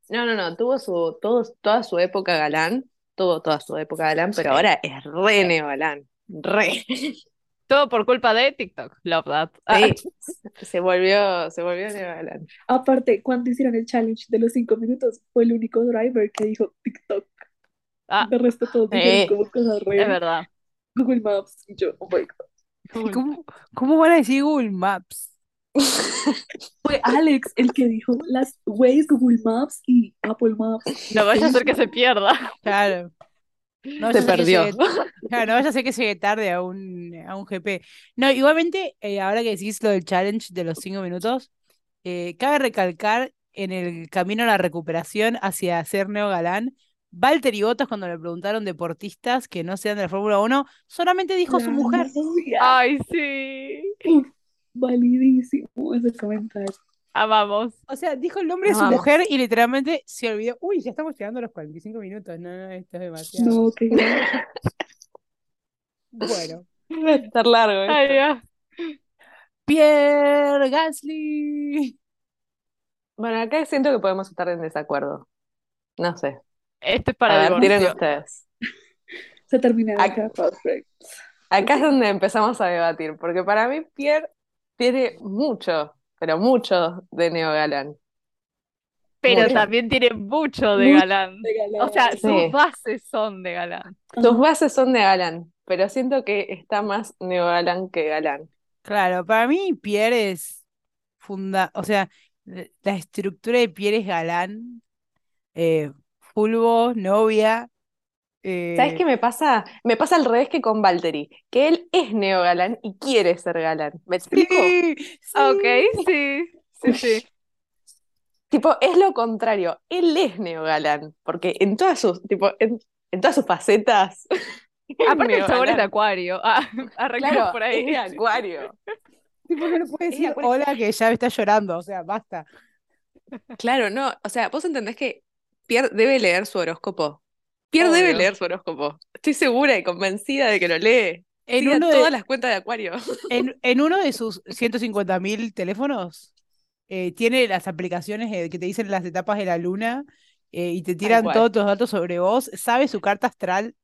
Speaker 2: No, no, no, tuvo su, todo, toda su época galán, tuvo toda su época galán, pero ahora es re neogalán, *laughs* re.
Speaker 3: Todo por culpa de TikTok. Love that. Ah,
Speaker 2: Sí, se volvió, se volvió neogalán.
Speaker 4: Aparte, cuando hicieron el challenge de los cinco minutos, fue el único driver que dijo TikTok.
Speaker 3: Ah.
Speaker 4: De resto, todos
Speaker 2: Sí.
Speaker 4: dijeron como cosas re
Speaker 3: es verdad.
Speaker 4: Google Maps. Y yo, oh my God.
Speaker 1: ¿Cómo, cómo van a decir Google Maps?
Speaker 4: Fue Alex el que dijo las Waze, Google Maps y Apple Maps.
Speaker 3: No vaya a ser que se
Speaker 2: *laughs*
Speaker 3: pierda.
Speaker 1: Claro. No vaya
Speaker 2: Se
Speaker 1: a ser que
Speaker 2: perdió.
Speaker 1: llegue- *laughs* claro, no vaya a ser que llegue tarde a un, a un GP. No, igualmente, eh, ahora que decís lo del challenge de los cinco minutos, eh, cabe recalcar en el camino a la recuperación hacia ser neogalán, Walter y Bottas, cuando le preguntaron deportistas que no sean de la Fórmula 1, solamente dijo su mujer.
Speaker 4: Claro.
Speaker 3: Ay, sí.
Speaker 4: Validísimo ese comentario.
Speaker 3: Amamos.
Speaker 1: O sea, dijo el nombre de su
Speaker 2: Vamos.
Speaker 1: mujer y literalmente se olvidó. Uy, ya estamos llegando a los 45 minutos. No, no, esto es demasiado.
Speaker 4: No, qué grave.
Speaker 1: Bueno.
Speaker 2: Va a estar largo ¿eh? esto.
Speaker 3: Ay, ya.
Speaker 1: Pierre Gasly.
Speaker 2: Bueno, acá siento que podemos estar en desacuerdo. No sé.
Speaker 3: Este es
Speaker 2: A
Speaker 3: para
Speaker 2: ver, tiren
Speaker 3: divorcio.
Speaker 2: ustedes.
Speaker 4: Se terminaron
Speaker 2: Ac-
Speaker 4: acá, perfecto.
Speaker 2: Acá es donde empezamos a debatir, porque para mí Pierre tiene mucho, pero mucho de neogalán.
Speaker 3: Pero
Speaker 2: Mucho.
Speaker 3: también tiene mucho de
Speaker 4: Mucho.
Speaker 3: galán. O sea,
Speaker 2: Sí.
Speaker 3: sus bases son de galán.
Speaker 2: Sus bases son de galán, pero siento que está más neogalán que galán.
Speaker 1: Claro, para mí Pierre es funda, o sea, l- la estructura de Pierre es galán, eh, fulvo, novia,
Speaker 2: ¿Sabes qué
Speaker 1: eh,
Speaker 2: me pasa? Me pasa al revés que con Valtteri, que él es neogalán y quiere ser galán. ¿Me Ah, explico?
Speaker 1: sí,
Speaker 3: Ah, Ok,
Speaker 1: sí.
Speaker 3: sí. Sí, *laughs* sí.
Speaker 2: Tipo, es lo contrario, él es neogalán, porque en todas sus, tipo, en, en todas sus facetas. *laughs* es
Speaker 3: Aparte, el sabor es de
Speaker 2: neogalán.
Speaker 3: acuario. Ah, *laughs* arrancamos
Speaker 2: Claro,
Speaker 3: por ahí.
Speaker 2: es de
Speaker 3: *laughs*
Speaker 2: acuario.
Speaker 1: Tipo que no puede
Speaker 2: Es
Speaker 1: decir
Speaker 2: acuerdo.
Speaker 1: hola que ya está llorando, o sea, basta.
Speaker 2: Claro, no, o sea, vos entendés que Pierre debe leer su horóscopo. Pierre debe
Speaker 3: Obvio.
Speaker 2: leer su horóscopo. Estoy segura y convencida de que lo lee.
Speaker 1: En
Speaker 2: Sigue
Speaker 1: uno de,
Speaker 2: todas las cuentas de acuario.
Speaker 4: *laughs*
Speaker 1: en, en uno de sus 150.000 teléfonos eh, tiene las aplicaciones eh, que te dicen las etapas de la luna eh, y te tiran
Speaker 2: cual.
Speaker 1: todos tus datos sobre vos, sabe su carta astral,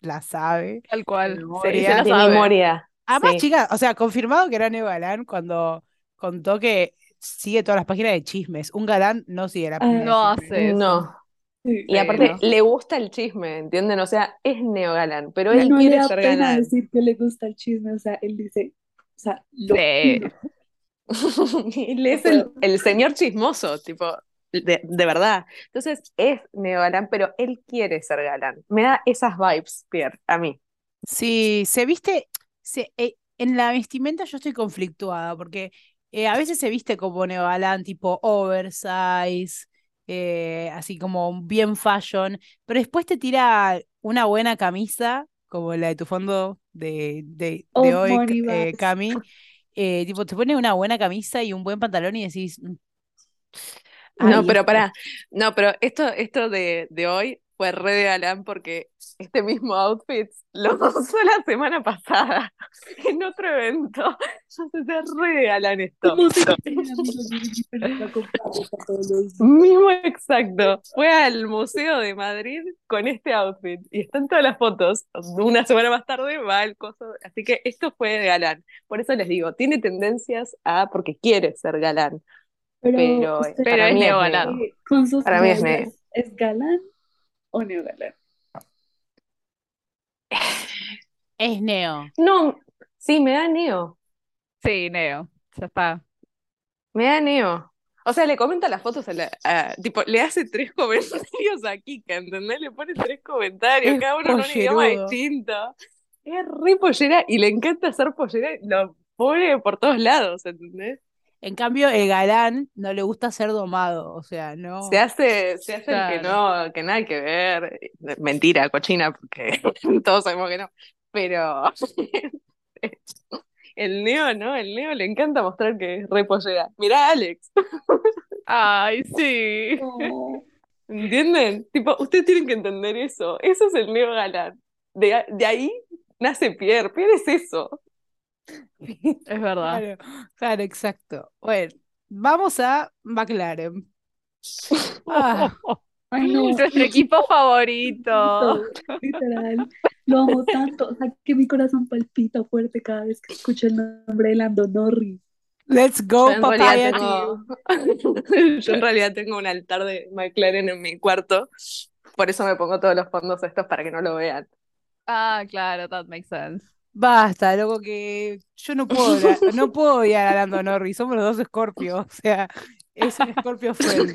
Speaker 1: la sabe.
Speaker 3: Tal cual.
Speaker 1: De
Speaker 3: Sí,
Speaker 1: memoria.
Speaker 3: se la
Speaker 2: De
Speaker 3: sabe.
Speaker 2: memoria.
Speaker 1: Además,
Speaker 2: Sí.
Speaker 1: chicas, o sea, confirmado que era Neo Galán cuando contó que sigue todas las páginas de chismes. Un galán no sigue la página de
Speaker 3: No
Speaker 1: chismes.
Speaker 3: hace eso.
Speaker 2: No.
Speaker 4: Sí.
Speaker 2: Y aparte,
Speaker 3: Pero-
Speaker 2: le gusta el chisme, ¿entienden? O sea, es neogalán, pero
Speaker 4: Ya
Speaker 2: él
Speaker 4: no le
Speaker 2: quiere
Speaker 4: da
Speaker 2: ser
Speaker 4: pena
Speaker 2: galán. *laughs*
Speaker 4: decir que le gusta el chisme, o sea, él dice, o sea, lo
Speaker 3: Sí.
Speaker 4: juro.
Speaker 2: Él es el, el señor chismoso, tipo, de, de verdad. Entonces es neogalán, pero él quiere ser galán. Me da esas vibes, Pierre, a mí.
Speaker 1: Sí, se viste, se, eh, en la vestimenta yo estoy conflictuada porque eh, a veces se viste como neogalán, tipo oversize, eh, así como bien fashion, pero después te tira una buena camisa, como la de tu fondo de, de,
Speaker 4: Oh,
Speaker 1: de hoy,
Speaker 4: Moni,
Speaker 1: eh,
Speaker 4: vas.
Speaker 1: Cami, eh, tipo te pone una buena camisa y un buen pantalón y decís, "Mm,
Speaker 2: No,
Speaker 1: Ay,
Speaker 2: pero pará. No, pero esto, esto de, de hoy fue re de Alan porque este mismo outfit lo *laughs* usó la semana pasada *laughs* en otro evento. Entonces es re de Alan esto.
Speaker 4: ¿Cómo se llama, amigo? Yo vi mi película con Pablo para todos los días.
Speaker 2: Mismo exacto. Fue al Museo de Madrid con este outfit y están todas las fotos. Una semana más tarde va el coso. Así que esto fue de Galán. Por eso les digo, tiene tendencias a porque quiere ser galán.
Speaker 4: Pero,
Speaker 2: Pero-
Speaker 4: usted,
Speaker 3: pero es
Speaker 2: mí es
Speaker 3: neogalán.
Speaker 2: negro.
Speaker 4: eh, con sus
Speaker 2: Para mí es
Speaker 4: medallas,
Speaker 2: negro.
Speaker 4: ¿es galán o
Speaker 2: *laughs*
Speaker 4: neogalán?
Speaker 1: Es neo.
Speaker 2: No, sí, me da neo.
Speaker 3: Sí, Neo. Ya está.
Speaker 2: Me da neo. O sea, le comenta las fotos a la. a- tipo, le hace tres *laughs* comentarios a Kika, ¿entendés? Le pone tres comentarios,
Speaker 1: Es
Speaker 2: cada uno en un idioma
Speaker 1: pollerudo.
Speaker 2: distinto. Es re pollera y le encanta hacer pollera y lo pone por todos lados, ¿entendés?
Speaker 1: En cambio, el galán no le gusta ser domado, o sea, no.
Speaker 2: Se hace, se hace el que
Speaker 3: Claro.
Speaker 2: no, que nada que ver. Mentira, cochina, porque *laughs* todos sabemos que no. Pero *laughs* el Neo, ¿no? El Neo le encanta mostrar que es re pollera. Mirá, a Alex,
Speaker 3: Ay, sí.
Speaker 4: No.
Speaker 2: ¿entienden? Tipo, ustedes tienen que entender eso. Eso es el Neo galán. De, a- de ahí nace Pierre. Pierre es eso.
Speaker 3: Es verdad.
Speaker 1: Claro, claro, exacto. Bueno, vamos a
Speaker 2: *laughs*
Speaker 1: McLaren. Ah,
Speaker 4: Ay, no,
Speaker 3: *laughs* Nuestro equipo *laughs* favorito.
Speaker 4: Todo, Literal. Lo amo tanto. O sea, que mi corazón palpita fuerte cada vez que escucho el nombre de Lando Norris.
Speaker 1: let's go,
Speaker 2: Yo en
Speaker 1: papaya.
Speaker 2: realidad tengo, *laughs* yo en realidad tengo un altar de McLaren en mi cuarto. Por eso me pongo todos los fondos estos para que no lo vean.
Speaker 3: Ah, claro, that makes sense.
Speaker 1: Basta, loco, que yo no puedo,
Speaker 2: *laughs*
Speaker 1: odiar- no puedo odiar a Lando Norris, somos los dos Scorpios, o sea, es un Scorpio
Speaker 2: *laughs*
Speaker 1: friend.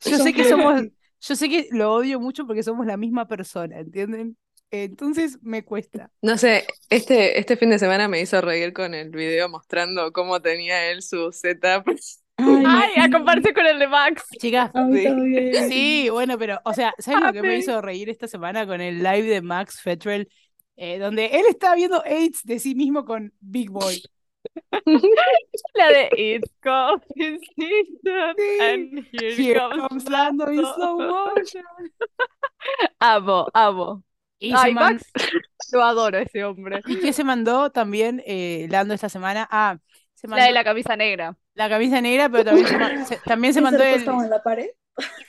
Speaker 1: Yo sé que somos, yo sé que lo odio mucho porque somos la misma persona, ¿entienden? Entonces me cuesta.
Speaker 2: No sé, este, este fin de semana me hizo reír con el video mostrando cómo tenía él su
Speaker 3: *laughs*
Speaker 2: setup.
Speaker 4: Ay,
Speaker 3: Ay, a
Speaker 4: sí.
Speaker 3: compararse con el de *laughs* Max.
Speaker 1: Chicas,
Speaker 4: A mí
Speaker 2: Sí.
Speaker 4: también.
Speaker 1: sí, bueno, pero, o sea, ¿saben lo que me
Speaker 3: Amé.
Speaker 1: hizo reír esta semana con el live de Max Fettrell? Eh, donde él está viendo AIDS de sí mismo con Big Boy.
Speaker 3: La de It's Coffee Season
Speaker 1: Sí.
Speaker 3: and here
Speaker 1: Here
Speaker 3: comes
Speaker 1: comes Lando in slow motion.
Speaker 3: *laughs* Amo, amo.
Speaker 1: Y
Speaker 3: Ay,
Speaker 1: se man-
Speaker 3: Max, lo adoro a ese hombre.
Speaker 1: ¿Y qué se mandó también eh, Lando esta semana? Ah, se
Speaker 3: La de
Speaker 1: mandó
Speaker 3: la camisa negra.
Speaker 1: la camisa negra, pero también se,
Speaker 3: *laughs*
Speaker 1: ma- se- también se
Speaker 4: ¿Ese
Speaker 1: mandó
Speaker 4: repuesto
Speaker 1: el
Speaker 4: estaba en la pared?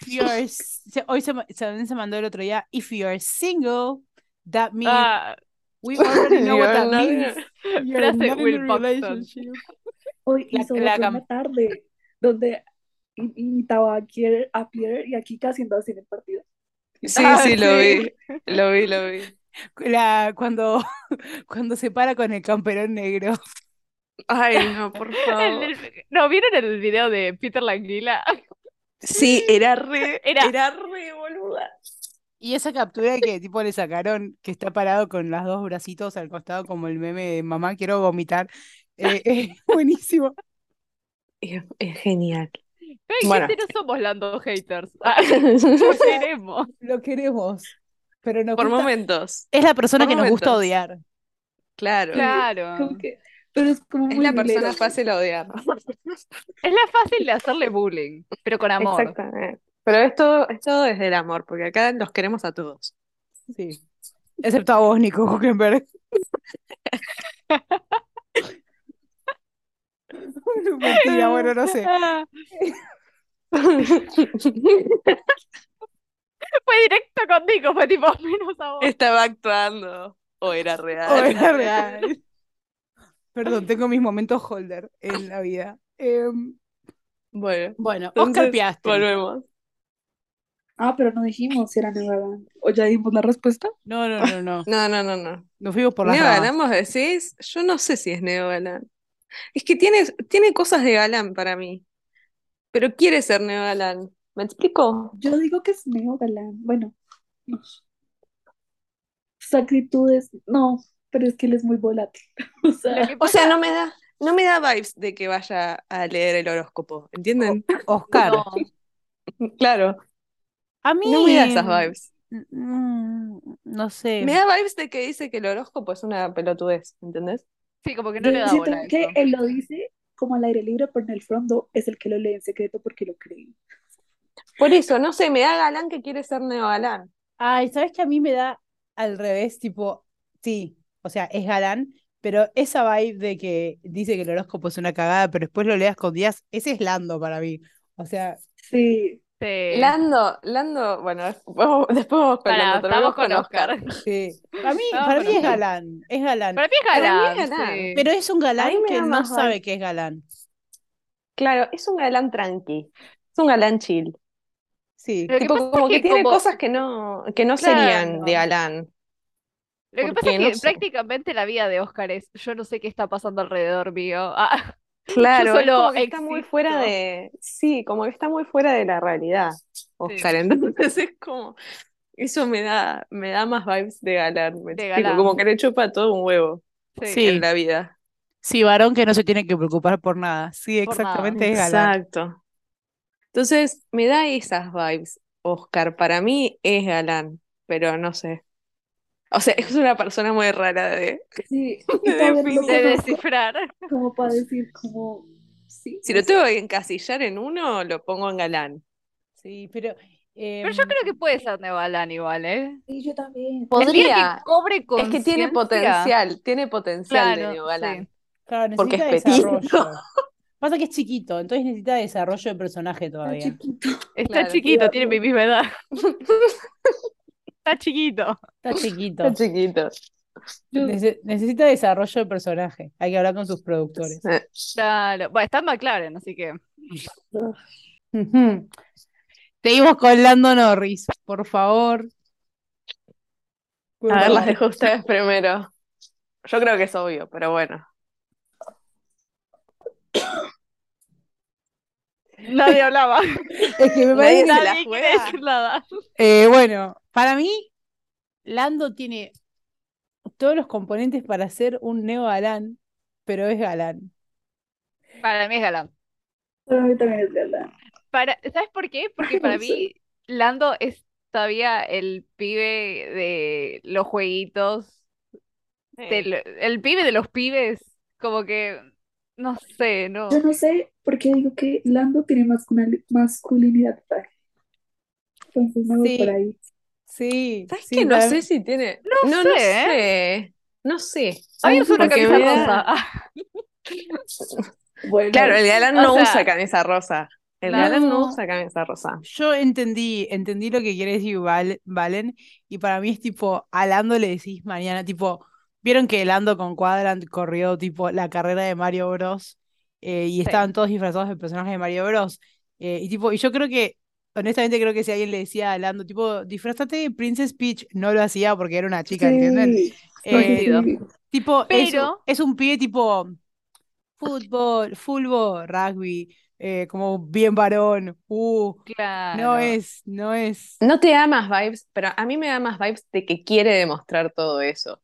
Speaker 1: If you're s- se- hoy se, ma- se- también se mandó el otro día If you're single, that means
Speaker 3: *laughs* Ah,
Speaker 1: we already know what
Speaker 2: You're
Speaker 3: *laughs*
Speaker 1: that
Speaker 2: not in
Speaker 1: means. You're
Speaker 3: Frase
Speaker 1: not in
Speaker 3: Will
Speaker 1: a
Speaker 3: Paxton.
Speaker 1: relationship.
Speaker 4: Hoy
Speaker 1: La-
Speaker 4: hizo
Speaker 1: la
Speaker 4: otro en
Speaker 1: cam-
Speaker 4: la tarde, donde im- imitaba a Kier- a Pierre y a Kika haciendo así en el partido.
Speaker 2: Sí,
Speaker 3: Ah,
Speaker 2: sí, lo
Speaker 3: sí.
Speaker 2: vi, lo vi, lo vi.
Speaker 1: La- cuando, *laughs* cuando se para con el camperón negro.
Speaker 2: Ay, no, por
Speaker 3: *laughs* *laughs* el
Speaker 2: favor.
Speaker 3: del- ¿no vieron el video de Peter Languila? *laughs*
Speaker 2: Sí, era re,
Speaker 3: Era-
Speaker 2: re boluda.
Speaker 1: Y esa captura que tipo le sacaron, que está parado con los dos bracitos al costado como el meme de mamá, quiero vomitar. *laughs* Eh, eh, buenísimo.
Speaker 2: Es, es genial. *laughs*
Speaker 3: ¿Ven
Speaker 2: Bueno.
Speaker 3: que si no somos Lando haters? Ah, lo
Speaker 1: *laughs*
Speaker 3: queremos.
Speaker 1: Lo queremos. Pero nos
Speaker 2: Por
Speaker 1: gusta-
Speaker 2: momentos,
Speaker 1: Es la persona
Speaker 2: por
Speaker 1: que nos gusta
Speaker 2: momentos.
Speaker 1: odiar.
Speaker 2: claro.
Speaker 3: Claro.
Speaker 4: Como que, pero es como
Speaker 2: Es
Speaker 4: muy
Speaker 2: la persona
Speaker 4: milero.
Speaker 2: fácil a *laughs* odiar.
Speaker 3: Es la fácil de hacerle bullying, pero con amor.
Speaker 2: Exactamente. Pero es todo, es todo desde el amor, porque acá los queremos a todos.
Speaker 1: Sí. Excepto a vos, Nico Huckenberg. *laughs* Mentira, bueno, no sé.
Speaker 3: Ah, *laughs* Fue directo contigo, fue tipo menos a vos.
Speaker 2: Estaba actuando. O era real.
Speaker 1: O *laughs* era real. Perdón, tengo mis momentos holder en la vida. Em,
Speaker 2: Bueno,
Speaker 1: bueno, Oscar
Speaker 2: Entonces,
Speaker 1: Piastri.
Speaker 2: volvemos.
Speaker 4: Ah, pero no dijimos si era neogalán. ¿O ya dimos la respuesta?
Speaker 1: No, no, no, no.
Speaker 2: No, no, no, no.
Speaker 1: Nos fuimos por las
Speaker 2: Neo
Speaker 1: ramas.
Speaker 2: Galán, vos decís, yo no sé si es Neo Galán. Es que tiene, tiene cosas de Galán para mí, pero quiere ser Neo Galán. ¿Me explico?
Speaker 4: Yo digo que es neogalán. Bueno, no. Sus actitudes, no, pero es que él es muy volátil. *laughs* O sea,
Speaker 3: Lo que
Speaker 2: O
Speaker 3: pasa-
Speaker 2: sea, no me da, no me da vibes de que vaya a leer el horóscopo, ¿entienden?
Speaker 1: Oscar.
Speaker 3: no.
Speaker 2: Claro,
Speaker 1: A mí.
Speaker 2: no me da esas vibes.
Speaker 1: mm, No sé.
Speaker 2: Me da vibes de que dice que el horóscopo es una pelotudez, ¿entendés?
Speaker 3: Sí, como que no
Speaker 4: yo
Speaker 3: le da
Speaker 4: siento
Speaker 3: bola a
Speaker 4: que
Speaker 3: eso.
Speaker 4: él lo dice como al aire libre, pero en el fondo es el que lo lee en secreto porque lo cree.
Speaker 2: Por eso, no sé, me da galán que quiere ser neogalán.
Speaker 1: Ay, ¿sabes que a mí me da al revés? Tipo, sí, o sea, es galán, pero esa vibe de que dice que el horóscopo es una cagada, pero después lo leas con días, ese es Lando para mí. O sea,
Speaker 4: Sí,
Speaker 3: Sí.
Speaker 2: Lando, Lando, bueno, después, después vamos *laughs* con
Speaker 3: Eh. Pará,
Speaker 2: Lando, terminamos
Speaker 3: estamos con Oscar.
Speaker 2: *laughs*
Speaker 1: sí. Para mí,
Speaker 3: No,
Speaker 1: para mí
Speaker 3: pero-
Speaker 1: es galán, es galán.
Speaker 3: Para mí es
Speaker 2: Para mí es
Speaker 3: galán.
Speaker 2: galán.
Speaker 3: sí.
Speaker 1: Pero es un galán
Speaker 2: Ahí me
Speaker 1: que
Speaker 2: da
Speaker 1: no
Speaker 2: más vibe.
Speaker 1: sabe que es galán.
Speaker 2: Claro, es un galán tranqui, es un galán chill.
Speaker 1: Sí.
Speaker 3: Lo que
Speaker 2: Tipo,
Speaker 3: pasa es
Speaker 2: como que
Speaker 3: que
Speaker 2: tiene
Speaker 3: como-
Speaker 2: cosas que no, que no serían de
Speaker 1: Claro.
Speaker 2: galán.
Speaker 3: Lo que
Speaker 2: Porque
Speaker 3: pasa es
Speaker 2: no
Speaker 3: que
Speaker 2: sé.
Speaker 3: prácticamente la vida de Oscar es, yo no sé qué está pasando alrededor mío. *laughs* Ah,
Speaker 2: Claro, es
Speaker 3: solo
Speaker 2: como que está muy fuera
Speaker 3: existo.
Speaker 2: de, sí, como que está muy fuera de la realidad, Oscar. *laughs* Entonces es como, eso me da, me da más vibes de galán, me
Speaker 3: De
Speaker 2: explico,
Speaker 3: galán.
Speaker 2: como que le chupa todo un huevo
Speaker 1: Sí.
Speaker 2: en la vida.
Speaker 1: Sí, varón que no se tiene que preocupar por nada. Sí,
Speaker 3: Por nada.
Speaker 1: exactamente es galán.
Speaker 2: Exacto. Entonces, me da esas vibes, Oscar. Para mí es galán, pero no sé. O sea, es una persona muy rara de... *laughs*
Speaker 4: sí. Y
Speaker 2: De
Speaker 4: todavía no
Speaker 2: definir.
Speaker 4: lo
Speaker 3: *laughs* de
Speaker 4: conozco
Speaker 3: descifrar.
Speaker 4: *laughs* como para decir, como, sí,
Speaker 2: Si lo
Speaker 4: no sé.
Speaker 2: tengo que encasillar en uno, lo pongo en galán.
Speaker 1: Sí, pero,
Speaker 3: Pero yo
Speaker 1: em,
Speaker 3: creo que puede ser Neobalán igual, ¿eh?
Speaker 4: Sí, yo también.
Speaker 3: El día
Speaker 2: Podría.
Speaker 3: que cobre
Speaker 2: Es que tiene
Speaker 3: conciencia,
Speaker 2: potencial, tiene potencial de
Speaker 3: Claro,
Speaker 2: neogalán.
Speaker 3: sí.
Speaker 1: claro,
Speaker 2: porque es
Speaker 1: necesita
Speaker 2: petito.
Speaker 1: desarrollo. Pasa que es chiquito, entonces necesita desarrollo de personaje
Speaker 4: Tan
Speaker 1: todavía.
Speaker 4: chiquito. *laughs*
Speaker 3: Está
Speaker 2: Claro.
Speaker 3: chiquito, tiene mi
Speaker 2: *laughs*
Speaker 3: misma edad. Está chiquito.
Speaker 1: Está chiquito.
Speaker 2: Está chiquito.
Speaker 4: Yo-
Speaker 1: Nece- necesita desarrollo de personaje. Hay que hablar con sus productores.
Speaker 2: Eh,
Speaker 3: Claro. Bueno, está en McLaren,
Speaker 2: *laughs*
Speaker 3: así que.
Speaker 1: Ujú. Seguimos con Lando Norris, por favor.
Speaker 2: A ver, las dejo a ustedes primero. Yo creo que es obvio, pero bueno.
Speaker 3: Nadie hablaba.
Speaker 1: Es que me
Speaker 2: Nadie
Speaker 1: parece-
Speaker 2: se la
Speaker 3: Nadie quiere
Speaker 2: juega.
Speaker 3: decir nada.
Speaker 1: Eh, bueno, para mí, Lando tiene todos los componentes para ser un neo galán, pero es galán.
Speaker 3: Para mí es galán.
Speaker 4: Para mí también es galán.
Speaker 3: Para, ¿sabes por qué? Porque para mí Lando es todavía el pibe de los jueguitos, del- el pibe de los pibes, como que, no sé, no.
Speaker 1: Oh.
Speaker 4: Yo no sé por qué digo que Lando tiene masculin- masculinidad frágil. Entonces me voy
Speaker 1: Sí.
Speaker 4: por ahí.
Speaker 1: Sí,
Speaker 2: ¿Sabes
Speaker 1: sí,
Speaker 2: qué? No
Speaker 1: para
Speaker 2: sé
Speaker 1: mí-
Speaker 2: si tiene.
Speaker 3: No
Speaker 2: No, no
Speaker 3: sé, ¿eh?
Speaker 2: sé. No sé.
Speaker 3: Ay, usa una
Speaker 2: Porque
Speaker 3: camisa
Speaker 2: me da- *laughs*
Speaker 3: rosa. Ah,
Speaker 4: Bueno,
Speaker 2: Claro, el galán
Speaker 3: O
Speaker 2: no
Speaker 3: sea,
Speaker 2: usa camisa rosa. El galán no
Speaker 1: no.
Speaker 2: usa camisa rosa.
Speaker 1: Yo entendí, entendí lo que quiere decir Val- Valen, y para mí es tipo, a Lando le decís mañana, tipo, vieron que Lando con Quadrant corrió tipo la carrera de Mario Bros. Eh, y estaban todos disfrazados de personajes de Mario Bros. Eh, y tipo, y yo creo que, honestamente creo que si alguien le decía a Lando, tipo, disfrazate de Princess Peach, no lo hacía porque era una chica, ¿entienden?
Speaker 4: sí,
Speaker 1: Eh,
Speaker 3: Coincido.
Speaker 1: Tipo, es, un-
Speaker 3: Pero-
Speaker 1: es un pibe tipo fútbol, fútbol, rugby, eh, como bien varón. Uh,
Speaker 3: claro.
Speaker 1: no es, no es.
Speaker 2: No te da más vibes, pero a mí me da más vibes de que quiere demostrar todo eso.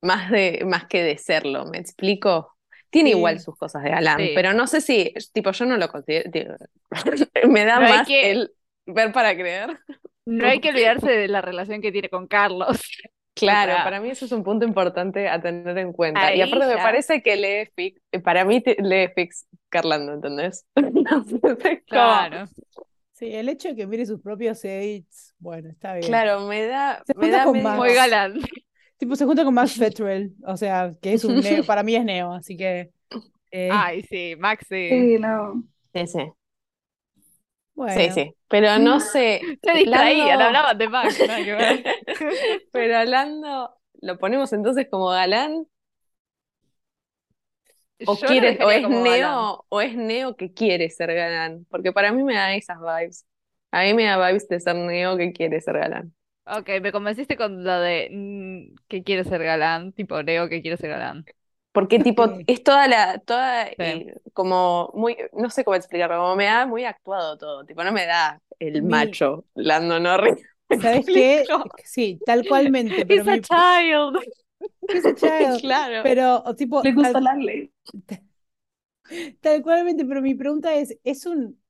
Speaker 2: Más de, más que de serlo, ¿me explico? Tiene
Speaker 1: Sí.
Speaker 2: igual sus cosas de galán,
Speaker 3: Sí.
Speaker 2: pero no sé si, tipo, yo no lo considero. digo, *laughs* me da
Speaker 3: Pero hay
Speaker 2: más
Speaker 3: que-
Speaker 2: el ver para creer.
Speaker 3: No hay que olvidarse de la relación que tiene con Carlos. *laughs*
Speaker 2: Claro,
Speaker 3: sea,
Speaker 2: para mí eso es un punto importante a tener en cuenta. Y
Speaker 3: ahí
Speaker 2: aparte me
Speaker 3: ya.
Speaker 2: parece que lee fix, para mí te- lee fix Carlando, ¿entendés? *laughs* Entonces, es como-
Speaker 3: Claro.
Speaker 1: Sí, el hecho de que mire sus propios edits, bueno, está bien.
Speaker 2: claro, me da,
Speaker 1: Se
Speaker 2: me
Speaker 1: junta
Speaker 2: da
Speaker 1: con
Speaker 2: medio-
Speaker 1: Max.
Speaker 3: Muy galán.
Speaker 1: Tipo, se junta con Max Petrel, o sea, que es un neo, para mí es neo, así que. eh,
Speaker 3: Ay, sí, Maxi.
Speaker 4: Sí, no.
Speaker 2: Sí, sí, sí, *laughs*
Speaker 1: bueno.
Speaker 2: sí. Pero no sé,
Speaker 3: Se distraían,
Speaker 2: Lando-
Speaker 3: hablaban de Max. nada *laughs* que ver.
Speaker 2: pero hablando, ¿lo ponemos entonces como galán? ¿O
Speaker 3: Yo lo
Speaker 2: quiere- o
Speaker 3: dejaría
Speaker 2: es
Speaker 3: como galán.
Speaker 2: neo, o es neo que quiere ser galán? Porque para mí me da esas vibes. A mí me da vibes de ser neo que quiere ser galán.
Speaker 3: Ok, me convenciste con lo de mm, que quiere ser galán, tipo Leo que quiere ser galán.
Speaker 2: Porque
Speaker 3: *laughs*
Speaker 2: tipo,
Speaker 1: Sí.
Speaker 2: es toda la, toda eh, como muy, no sé cómo explicarlo, como me da muy actuado todo, tipo, no me da el
Speaker 1: Mi-
Speaker 2: macho Lando *laughs* Norris.
Speaker 1: ¿Sabes qué?
Speaker 3: explico.
Speaker 1: Sí, tal cualmente, pero
Speaker 3: He's a
Speaker 1: mi- *laughs*
Speaker 3: child. *laughs*
Speaker 1: he's a child.
Speaker 2: *laughs* Claro.
Speaker 1: Pero, tipo,
Speaker 4: Le gusta
Speaker 1: tal-
Speaker 4: la ley.
Speaker 1: Tal cualmente, pero mi pregunta es, ¿es un,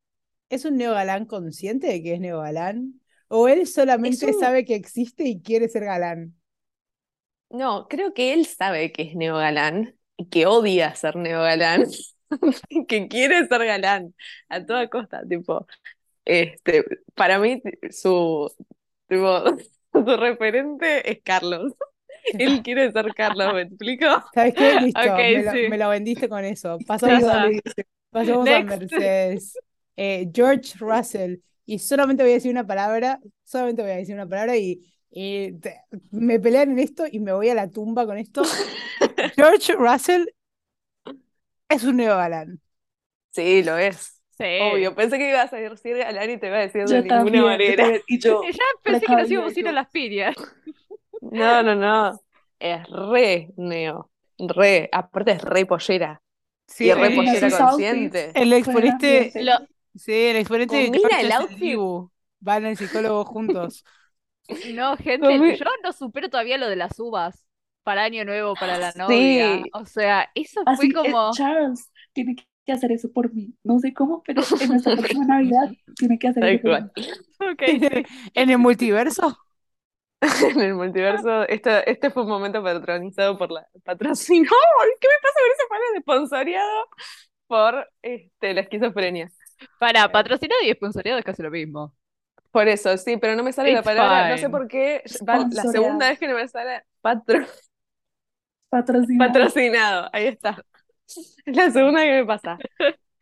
Speaker 1: es un neogalán consciente de que es neogalán? ¿O él solamente
Speaker 2: Es un-
Speaker 1: sabe que existe y quiere ser galán?
Speaker 2: No, creo que él sabe que es neogalán *laughs* y que odia ser neogalán. que quiere ser galán a toda costa, tipo, este, para mí su, tipo, *laughs* su referente es Carlos. Él quiere ser Carlos, ¿me explico?
Speaker 1: ¿Sabes qué? Listo,
Speaker 2: Ok,
Speaker 1: me, lo,
Speaker 2: sí.
Speaker 1: me lo vendiste con eso.
Speaker 4: Ahí
Speaker 1: Pasamos,
Speaker 4: va,
Speaker 1: a,
Speaker 4: le dice.
Speaker 1: pasamos a
Speaker 2: Next.
Speaker 1: Mercedes. Eh, George Russell. Y solamente voy a decir una palabra, solamente voy a decir una palabra y, y te- me pelean en esto y me voy a la tumba con *laughs* esto. George Russell es un nuevo galán.
Speaker 2: Sí, lo es.
Speaker 3: Sí.
Speaker 2: Obvio, pensé que ibas a decir galán y te iba a decir
Speaker 4: Yo
Speaker 2: de ninguna
Speaker 4: también, yo
Speaker 2: manera.
Speaker 4: también,
Speaker 2: *laughs*
Speaker 4: Y yo,
Speaker 3: Ya pensé que nos
Speaker 4: Precavido
Speaker 3: íbamos a ir a
Speaker 4: yo.
Speaker 3: las pirias.
Speaker 2: No, no, no. Es re neo. Re. Aparte es re pollera.
Speaker 1: Sí,
Speaker 2: y es
Speaker 1: el,
Speaker 2: re
Speaker 4: sí.
Speaker 2: pollera
Speaker 4: Esos outfits.
Speaker 2: consciente.
Speaker 1: el exponente,
Speaker 4: Fuera,
Speaker 3: Lo-
Speaker 1: sí, el exponente de
Speaker 2: Combina
Speaker 1: George
Speaker 2: el
Speaker 1: es
Speaker 2: outfit.
Speaker 1: Dibu. Van al psicólogo *laughs* juntos.
Speaker 3: No, gente,
Speaker 2: Come-
Speaker 3: yo no supero todavía lo de las uvas para Año Nuevo, para la novia.
Speaker 2: Sí.
Speaker 3: O sea, eso
Speaker 4: así
Speaker 3: fue
Speaker 4: es,
Speaker 3: como.
Speaker 4: Charles tiene que hacer eso por mí. No sé cómo, pero
Speaker 2: *laughs*
Speaker 4: en nuestra próxima Navidad tiene que hacer
Speaker 2: Tal
Speaker 4: eso por
Speaker 2: cual.
Speaker 4: mí.
Speaker 1: *laughs*
Speaker 3: *laughs* Ok,
Speaker 1: En el multiverso.
Speaker 2: *laughs* En el multiverso, este, este fue un momento patronizado por la patrocinó. *laughs* ¿Qué me pasa con esa palabra? Esponsoreado por este, la esquizofrenia.
Speaker 3: Para patrocinado y esponsoreado es casi lo mismo.
Speaker 2: Por eso, sí, pero no me sale la
Speaker 3: It's
Speaker 2: palabra. No sé
Speaker 3: fine.
Speaker 2: por qué. va- la
Speaker 4: Sponsoreado.
Speaker 2: segunda vez que no me sale patro- *laughs*
Speaker 4: Patrocinado.
Speaker 2: patrocinado. Ahí está. *laughs* Es la segunda que me pasa.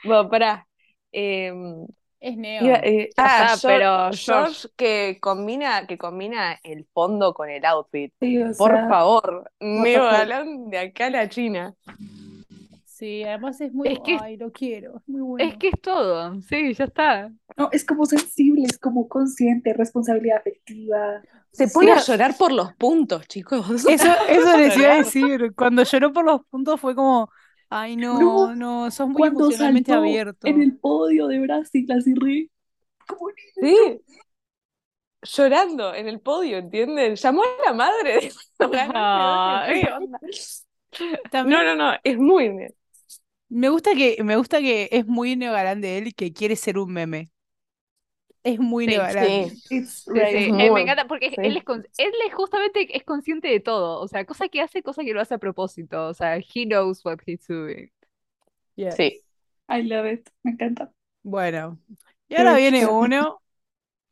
Speaker 2: Bueno, pará. Em,
Speaker 1: Es neo.
Speaker 2: Iba- eh,
Speaker 3: Ya
Speaker 2: ah,
Speaker 3: está,
Speaker 2: George,
Speaker 3: pero
Speaker 2: George que combina, que combina el fondo con el outfit.
Speaker 4: Sí, o
Speaker 2: Por
Speaker 4: sea,
Speaker 2: favor, *laughs* neo
Speaker 4: favor.
Speaker 2: galán de acá a la China.
Speaker 1: Sí, además es muy.
Speaker 3: Es que-
Speaker 1: Ay, lo quiero. es muy
Speaker 3: Es
Speaker 1: bueno.
Speaker 3: que es todo. Sí, ya está.
Speaker 4: no, es como sensible, es como consciente, responsabilidad afectiva.
Speaker 2: Se pone a llorar por los puntos, chicos.
Speaker 1: Eso, eso les iba a
Speaker 2: ¿Verdad?
Speaker 1: decir. Cuando lloró por los puntos fue como, ay, no,
Speaker 4: No,
Speaker 1: no, sos muy
Speaker 4: Cuando
Speaker 1: emocionalmente
Speaker 4: saltó
Speaker 1: abierto.
Speaker 4: en el podio de Brasil, así re, como un
Speaker 2: *laughs* Sí. Llorando en el podio, ¿entienden? Llamó a la madre de *laughs* los ganadores,
Speaker 3: Ay.
Speaker 2: ¿qué onda?
Speaker 1: También
Speaker 2: No, no, no, es muy neo.
Speaker 1: me gusta que, me gusta que es muy neogalán de él y que quiere ser un meme. Es muy
Speaker 3: Sí,
Speaker 1: neogalán.
Speaker 4: It's
Speaker 3: Sí,
Speaker 4: right.
Speaker 3: sí,
Speaker 2: Es
Speaker 3: eh, me
Speaker 2: muy-
Speaker 3: encanta porque
Speaker 2: sí.
Speaker 3: él es, con- él es justamente es consciente de todo, o sea, cosa que hace, cosa que lo hace a propósito, o sea, he knows what he's doing.
Speaker 1: Yes.
Speaker 2: Sí.
Speaker 4: I love it. Me encanta.
Speaker 1: Bueno, y ahora
Speaker 4: Pero-
Speaker 1: viene uno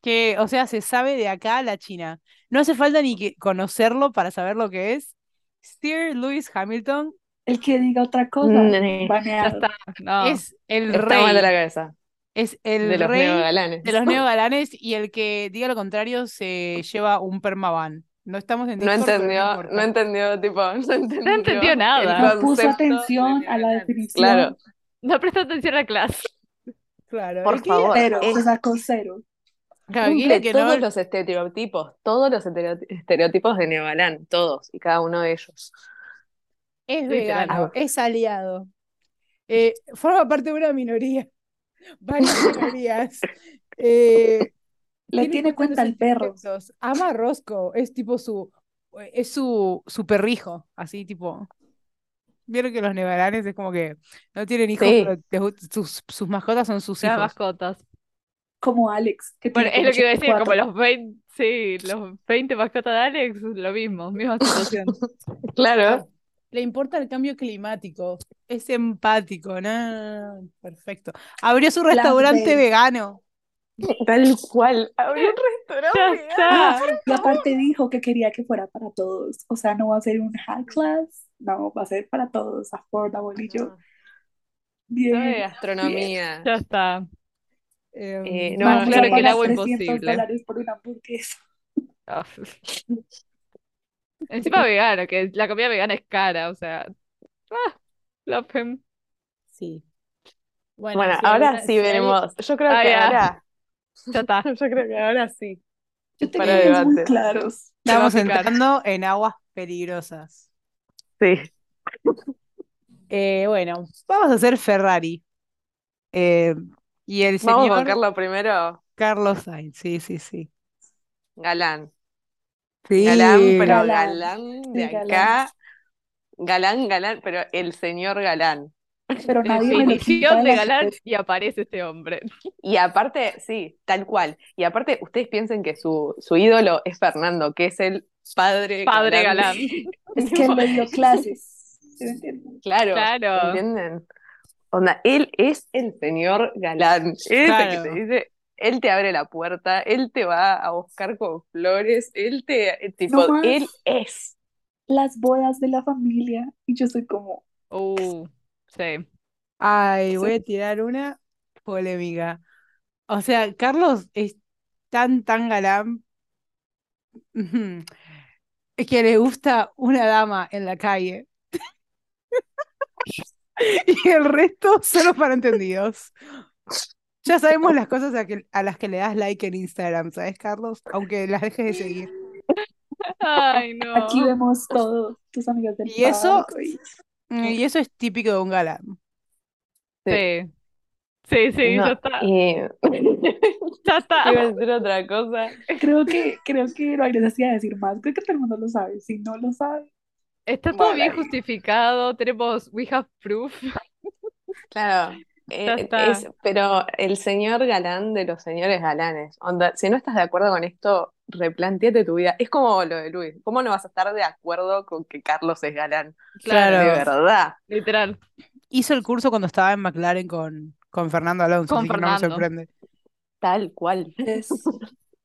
Speaker 1: que, o sea, se sabe de acá a la China. No hace falta ni que conocerlo para saber lo que es. Sir Lewis Hamilton
Speaker 4: El que diga otra cosa,
Speaker 2: Ne-
Speaker 3: Ya
Speaker 4: baneado.
Speaker 3: está, no.
Speaker 1: es el
Speaker 2: Está
Speaker 1: rey,
Speaker 2: mal de la cabeza.
Speaker 1: es el
Speaker 2: De los
Speaker 1: rey
Speaker 2: neogalanes.
Speaker 1: de los neogalanes y el que diga lo contrario se lleva un permaban. No estamos en
Speaker 2: *laughs* No
Speaker 1: Discord, pero no
Speaker 2: entendió,
Speaker 1: importa.
Speaker 2: no entendió, tipo, no entendió,
Speaker 3: entendió
Speaker 2: el
Speaker 3: nada.
Speaker 4: No puso
Speaker 2: concepto de
Speaker 4: atención a la
Speaker 2: neogalán.
Speaker 4: definición.
Speaker 2: Claro,
Speaker 3: No presta atención a la clase.
Speaker 1: Claro,
Speaker 2: por
Speaker 1: el que-
Speaker 2: favor.
Speaker 4: Cero,
Speaker 3: Eh,
Speaker 2: Es-
Speaker 4: se sacó cero.
Speaker 1: claro, el que diga
Speaker 2: cumple
Speaker 1: que no-
Speaker 2: todos los estereotipos, todos los estereo- estereotipos de Neogalán, todos y cada uno de ellos.
Speaker 1: es
Speaker 3: literal.
Speaker 2: Ah,
Speaker 1: vegano, es aliado. eh, forma parte de una minoría, *laughs* varias minorías. eh,
Speaker 4: *laughs* Le tiene
Speaker 1: cuestión de
Speaker 4: cuenta al perro.
Speaker 1: sentimientos, Ama a Rosco, es tipo su, es su, su perrijo, así tipo. Vieron que los nevalanes es como que no tienen hijos,
Speaker 2: Sí.
Speaker 1: pero les gust- sus, sus mascotas son sus
Speaker 3: Las
Speaker 1: hijos.
Speaker 3: mascotas.
Speaker 4: Como Alex, que
Speaker 3: Bueno, es
Speaker 4: tiene
Speaker 3: lo que iba a decir,
Speaker 4: como
Speaker 3: como los 20, sí, los 20 mascotas de Alex, lo mismo, misma situación.
Speaker 2: Claro,
Speaker 1: Le importa el cambio climático, es empático, no, perfecto. Abrió su restaurante
Speaker 4: Plant-based.
Speaker 1: vegano.
Speaker 2: tal cual. Abrió un
Speaker 3: Ya
Speaker 2: restaurante. Ah,
Speaker 3: está.
Speaker 4: Ah, Y aparte dijo que quería que fuera para todos. O sea, no va a ser un high class, no, va a ser para todos, affordable. Y yo,
Speaker 2: Sabe de
Speaker 4: bien.
Speaker 2: astronomía.
Speaker 3: Ya está.
Speaker 1: Em,
Speaker 2: Eh, no,
Speaker 4: Vamos a
Speaker 2: claro que el
Speaker 4: pagar
Speaker 3: agua
Speaker 4: 300
Speaker 3: imposible.
Speaker 4: dólares por una hamburguesa.
Speaker 3: Ah. Encima vegano, que la comida vegana es cara, o sea. Ah, love him.
Speaker 1: sí.
Speaker 2: Bueno,
Speaker 1: si
Speaker 2: ahora
Speaker 1: alguna-
Speaker 2: sí
Speaker 1: si alguien-
Speaker 2: veremos. Yo creo
Speaker 3: Ah,
Speaker 2: que
Speaker 3: ya.
Speaker 2: ahora,
Speaker 3: Ya está.
Speaker 2: *laughs* yo creo que ahora sí.
Speaker 4: Yo tengo
Speaker 2: Para
Speaker 4: unos muy
Speaker 2: debate.
Speaker 4: claros.
Speaker 3: Te va a
Speaker 1: Estamos
Speaker 3: picar.
Speaker 1: entrando en aguas peligrosas.
Speaker 2: Sí.
Speaker 1: Eh, bueno, vamos a hacer Ferrari. Eh, y el
Speaker 2: Vamos
Speaker 1: señor
Speaker 2: con Carlos primero,
Speaker 1: Carlos Sainz, sí, sí, sí.
Speaker 2: galán.
Speaker 1: Sí.
Speaker 2: Galán, pero
Speaker 4: Galán.
Speaker 2: galán de
Speaker 4: Sí, galán.
Speaker 2: acá. Galán, galán, pero el señor galán.
Speaker 4: Pero nadie me lo quita
Speaker 3: Definición
Speaker 4: de
Speaker 3: de
Speaker 4: la
Speaker 2: *laughs*
Speaker 3: galán
Speaker 4: cabeza.
Speaker 3: y aparece este hombre.
Speaker 2: Y aparte, sí, tal cual. Y aparte, ustedes piensen que su, su ídolo es Fernando, que es el padre
Speaker 3: Padre
Speaker 2: galán. *laughs*
Speaker 3: galán.
Speaker 4: Es que él me dio clases. ¿Sí me entiendes?
Speaker 2: Claro,
Speaker 3: Claro.
Speaker 2: ¿entienden? Onda, él es el señor galán. Él es el
Speaker 1: Claro.
Speaker 2: que te dice, él te abre la puerta, él te va a buscar con flores, él te, eh, tipo,
Speaker 4: No más.
Speaker 2: él es.
Speaker 4: Las bodas de la familia. Y yo soy como,
Speaker 3: Uh, sí.
Speaker 1: Ay, voy a tirar una polémica. O sea, Carlos es tan, tan galán ujú, que le gusta una dama en la calle. *laughs* Y el resto solo para entendidos. Ya sabemos las cosas a, que- a las que le das like en Instagram, ¿sabes, Carlos? Aunque las dejes de seguir.
Speaker 3: Ay, no.
Speaker 4: aquí vemos todo, tus amigas del
Speaker 1: Y eso-
Speaker 4: banco y-
Speaker 1: Mm, Y eso es típico de un galán.
Speaker 3: Sí. Sí, sí,
Speaker 2: No,
Speaker 3: ya está.
Speaker 2: *laughs* eh,
Speaker 3: Ya está.
Speaker 2: iba a decir otra cosa.
Speaker 4: Creo que, creo que no hay necesidad de decir más. Creo que todo el mundo lo sabe. Si no lo sabe,
Speaker 3: Está todo bien
Speaker 2: Bueno.
Speaker 3: justificado. Tenemos, we have proof.
Speaker 2: *laughs* Claro. eh,
Speaker 3: Ya está.
Speaker 2: es- pero el señor galán de los señores galanes. Onda, si no estás de acuerdo con esto, replanteate tu vida. Es como lo de Luis. ¿Cómo no vas a estar de acuerdo con que Carlos es galán? De
Speaker 1: Claro.
Speaker 2: verdad.
Speaker 3: Literal.
Speaker 1: Hizo el curso cuando estaba en McLaren con, con Fernando Alonso,
Speaker 3: Con
Speaker 1: así que no me
Speaker 3: Fernando.
Speaker 1: sorprende.
Speaker 2: Tal cual. *laughs*
Speaker 4: es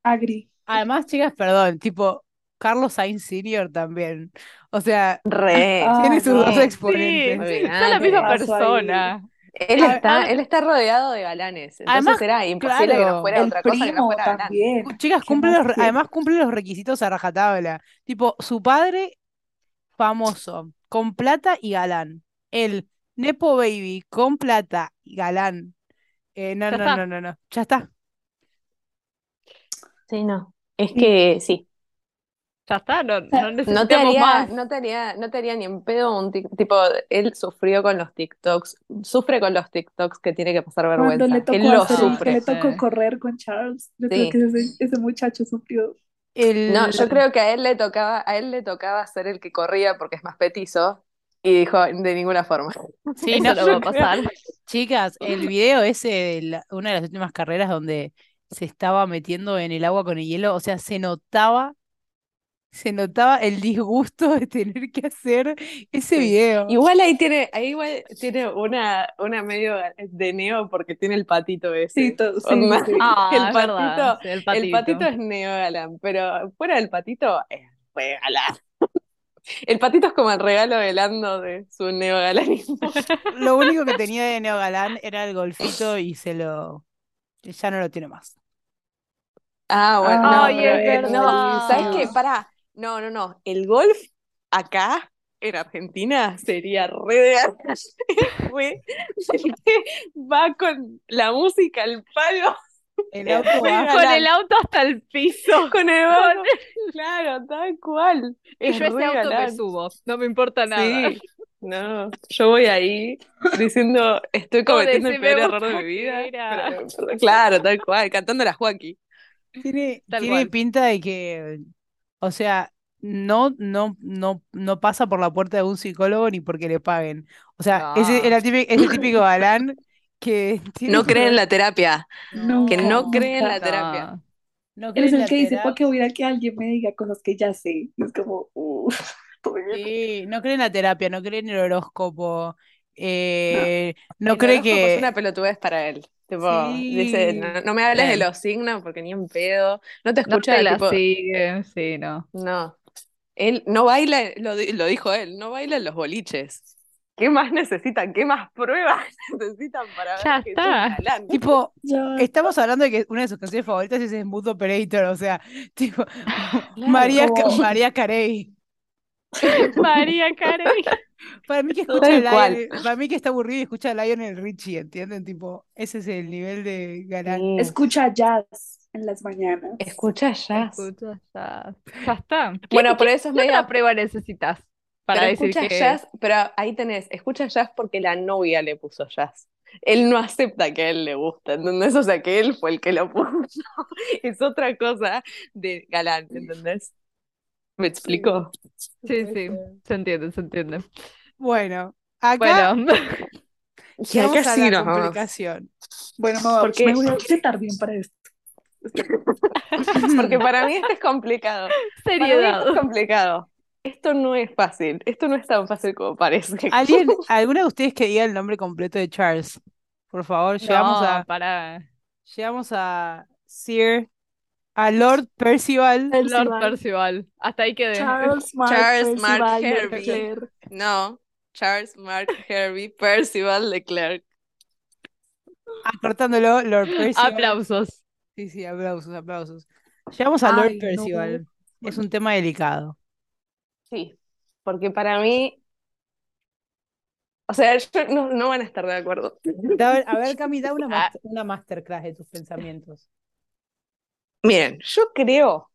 Speaker 4: agri.
Speaker 1: Además, chicas, perdón, tipo, Carlos Sainz Senior también. O sea,
Speaker 2: Re.
Speaker 4: Ah,
Speaker 1: tiene sus
Speaker 2: no.
Speaker 1: dos
Speaker 2: Sí.
Speaker 1: exponentes.
Speaker 3: Sí, son la
Speaker 2: Olvidate.
Speaker 3: misma
Speaker 4: Paso ahí.
Speaker 3: persona.
Speaker 2: Él
Speaker 1: A-
Speaker 2: está,
Speaker 1: a-
Speaker 2: él está rodeado de galanes. Entonces
Speaker 1: Además,
Speaker 2: era imposible que no
Speaker 1: claro,
Speaker 2: fuera
Speaker 4: El
Speaker 2: otra cosa que no
Speaker 4: primo
Speaker 2: fuera galán.
Speaker 4: también.
Speaker 1: Cu- Chicas,
Speaker 4: ¿Qué
Speaker 1: cumple
Speaker 4: más
Speaker 1: los, re-
Speaker 4: quieres?
Speaker 1: además cumple los requisitos a rajatabla. Tipo, su padre, famoso, con plata y galán. Él, Nepo Baby, con plata y galán. Eh, no,
Speaker 3: Ya
Speaker 1: no,
Speaker 3: está.
Speaker 1: no, no, no. Ya está.
Speaker 2: Sí, no. Es que sí.
Speaker 3: Ya está, no, no
Speaker 2: No te
Speaker 3: necesitamos
Speaker 2: haría,
Speaker 3: más.
Speaker 2: no te haría, no te haría ni en pedo un tic- tipo, él sufrió con los TikToks, sufre con los TikToks que tiene que pasar
Speaker 4: Cuando le
Speaker 2: vergüenza. Él
Speaker 4: tocó
Speaker 2: lo
Speaker 4: hacer- que
Speaker 2: sufre.
Speaker 4: le
Speaker 3: sufre,
Speaker 4: tocó
Speaker 3: sí.
Speaker 4: correr con Charles, yo creo
Speaker 2: Sí.
Speaker 4: que ese, ese muchacho sufrió.
Speaker 1: El-
Speaker 2: No, yo creo que a él le tocaba, a él le tocaba ser el que corría porque es más petizo y dijo de ninguna forma. *laughs*
Speaker 1: Sí,
Speaker 3: Eso
Speaker 1: no,
Speaker 3: no
Speaker 1: yo
Speaker 3: va a pasar.
Speaker 1: Chicas, el video ese de la- una de las últimas carreras donde se estaba metiendo en el agua con el hielo, o sea, se notaba, se notaba el disgusto de tener que hacer ese
Speaker 2: Sí.
Speaker 1: video.
Speaker 2: Igual ahí tiene, ahí igual tiene una, una medio de neo porque tiene el patito ese.
Speaker 4: Sí, todo, sí,
Speaker 2: Onda,
Speaker 4: sí.
Speaker 3: Ah,
Speaker 2: *laughs* El
Speaker 3: es verdad,
Speaker 2: patito-
Speaker 3: sí, el
Speaker 2: El patito
Speaker 3: patito.
Speaker 2: es neo galán, pero fuera del patito es re galán. *laughs* El patito es como el regalo de Lando de su neo galanismo.
Speaker 1: Lo único *laughs* que tenía de Neo Galán era el golfito y se lo, ya no lo tiene más.
Speaker 2: *laughs* Ah, bueno, no,
Speaker 4: Ay,
Speaker 2: pero,
Speaker 4: es
Speaker 2: eh, no,
Speaker 4: verdad.
Speaker 2: ¿sabes qué? Pará, no, no, no. El golf acá en Argentina sería re de *laughs* ganas. Re- Va con la música al palo,
Speaker 1: El auto
Speaker 2: Fue
Speaker 1: va-
Speaker 2: galán.
Speaker 3: Con el auto hasta el piso.
Speaker 2: *laughs* con el
Speaker 3: Con-
Speaker 2: barro. Claro, tal cual.
Speaker 3: Y yo
Speaker 2: Es
Speaker 3: ese
Speaker 2: re
Speaker 3: auto me
Speaker 2: galán.
Speaker 3: subo. No me importa nada.
Speaker 2: Sí, no, yo voy ahí diciendo, estoy cometiendo el
Speaker 3: decime
Speaker 2: peor
Speaker 3: vos
Speaker 2: error de mi
Speaker 3: qué
Speaker 2: vida.
Speaker 3: era.
Speaker 2: *laughs* pero- pero claro, tal cual, cantando la Joaquín.
Speaker 1: Tiene,
Speaker 3: Tal
Speaker 1: tiene
Speaker 3: cual.
Speaker 1: pinta de que, o sea, no, no, no, no pasa por la puerta de un psicólogo ni porque le paguen. O sea, ese
Speaker 3: No.
Speaker 1: era típico, ese
Speaker 2: *laughs*
Speaker 1: típico galán que tiene
Speaker 2: Ah. No cree en la terapia,
Speaker 4: No,
Speaker 2: que no
Speaker 4: No,
Speaker 2: cree en la
Speaker 4: nunca.
Speaker 2: terapia.
Speaker 3: No.
Speaker 1: no cree
Speaker 4: Él es
Speaker 1: en
Speaker 4: el
Speaker 1: la
Speaker 4: que dice, para
Speaker 1: terapia.
Speaker 4: que hubiera que alguien me diga cosas que ya sé. Y es como, "Uh, *laughs* uff,
Speaker 1: Sí, no cree en la terapia, no cree en el horóscopo, eh, no
Speaker 2: El
Speaker 1: cree
Speaker 2: horóscopo es
Speaker 1: que
Speaker 2: una pelotudez para él. Tipo,
Speaker 1: Sí.
Speaker 2: dice, no, no me hables de
Speaker 3: Sí.
Speaker 2: los signos porque ni en pedo. No te
Speaker 3: No
Speaker 2: escucha,
Speaker 3: te la
Speaker 2: tipo,
Speaker 3: sigue,
Speaker 2: *laughs*
Speaker 3: sí, no.
Speaker 2: no. Él no baila, lo, di- lo dijo él, no baila en los boliches. ¿Qué más necesitan? ¿Qué más pruebas *laughs* necesitan para ver
Speaker 3: Ya
Speaker 2: que es un
Speaker 3: está.
Speaker 2: galán?
Speaker 1: tipo,
Speaker 4: ya.
Speaker 1: estamos hablando de que una de sus canciones favoritas es el Mood Operator, o sea, *laughs* tipo
Speaker 2: Claro,
Speaker 1: María, Ca-
Speaker 2: *laughs*
Speaker 4: como-
Speaker 1: María Carey.
Speaker 3: María Carey.
Speaker 1: Para mí que
Speaker 3: Tal
Speaker 1: escucha a Lion-
Speaker 2: cual.
Speaker 1: para mí que está aburrido y escucha a Lionel Richie, ¿entienden? Tipo, ese es el nivel de galán.
Speaker 2: Sí.
Speaker 4: Escucha jazz en las mañanas.
Speaker 2: Escucha jazz.
Speaker 3: Escucha, ya. Ya está. ¿Qué-
Speaker 2: Bueno, por
Speaker 3: qué-
Speaker 2: eso es
Speaker 3: qué
Speaker 2: medio.
Speaker 3: otra prueba necesitas para
Speaker 2: pero
Speaker 3: decir
Speaker 2: escucha
Speaker 3: que
Speaker 2: jazz, pero ahí tenés, escucha jazz porque la novia le puso jazz. Él no acepta que a él le gusta, ¿entendés? O sea, que él fue el que lo *laughs* puso. Es otra cosa de galán, ¿entendés? ¿Me explico?
Speaker 3: Sí, sí, se entiende, se entiende.
Speaker 1: Bueno, acá
Speaker 3: Bueno,
Speaker 1: llegamos
Speaker 2: acá
Speaker 1: a
Speaker 2: sí
Speaker 1: la
Speaker 2: nos vamos.
Speaker 1: complicación.
Speaker 4: Bueno, me, voy a-
Speaker 2: Porque-
Speaker 4: me voy a sentar bien para esto.
Speaker 2: *laughs* Porque para mí esto es complicado. Para mí esto
Speaker 3: seriedad.
Speaker 2: es complicado. Esto no es fácil, esto no es tan fácil como parece.
Speaker 1: ¿Alguien, alguna de ustedes que diga el nombre completo de Charles? Por favor, *laughs* llegamos
Speaker 3: No,
Speaker 1: a,
Speaker 3: para
Speaker 1: llegamos a Sir, a Lord Percival.
Speaker 3: Lord
Speaker 4: Percival.
Speaker 3: Percival. Hasta ahí quedé.
Speaker 4: Charles Mark,
Speaker 2: Charles Mark
Speaker 4: Percival
Speaker 2: Hervey.
Speaker 4: Leclerc.
Speaker 2: No, Charles Mark Hervey Percival Leclerc.
Speaker 1: Acortándolo, Lord Percival.
Speaker 3: *laughs* Aplausos.
Speaker 1: Sí, sí, aplausos, aplausos. Llegamos a Lord
Speaker 4: Ay, no.
Speaker 1: Percival. Es un tema delicado.
Speaker 2: Sí, porque para mí, o sea, *laughs* yo- no, no van a estar de acuerdo.
Speaker 1: Da- a ver, Cami, da una,
Speaker 3: Ah.
Speaker 1: mas- una masterclass de tus pensamientos.
Speaker 2: Miren, yo creo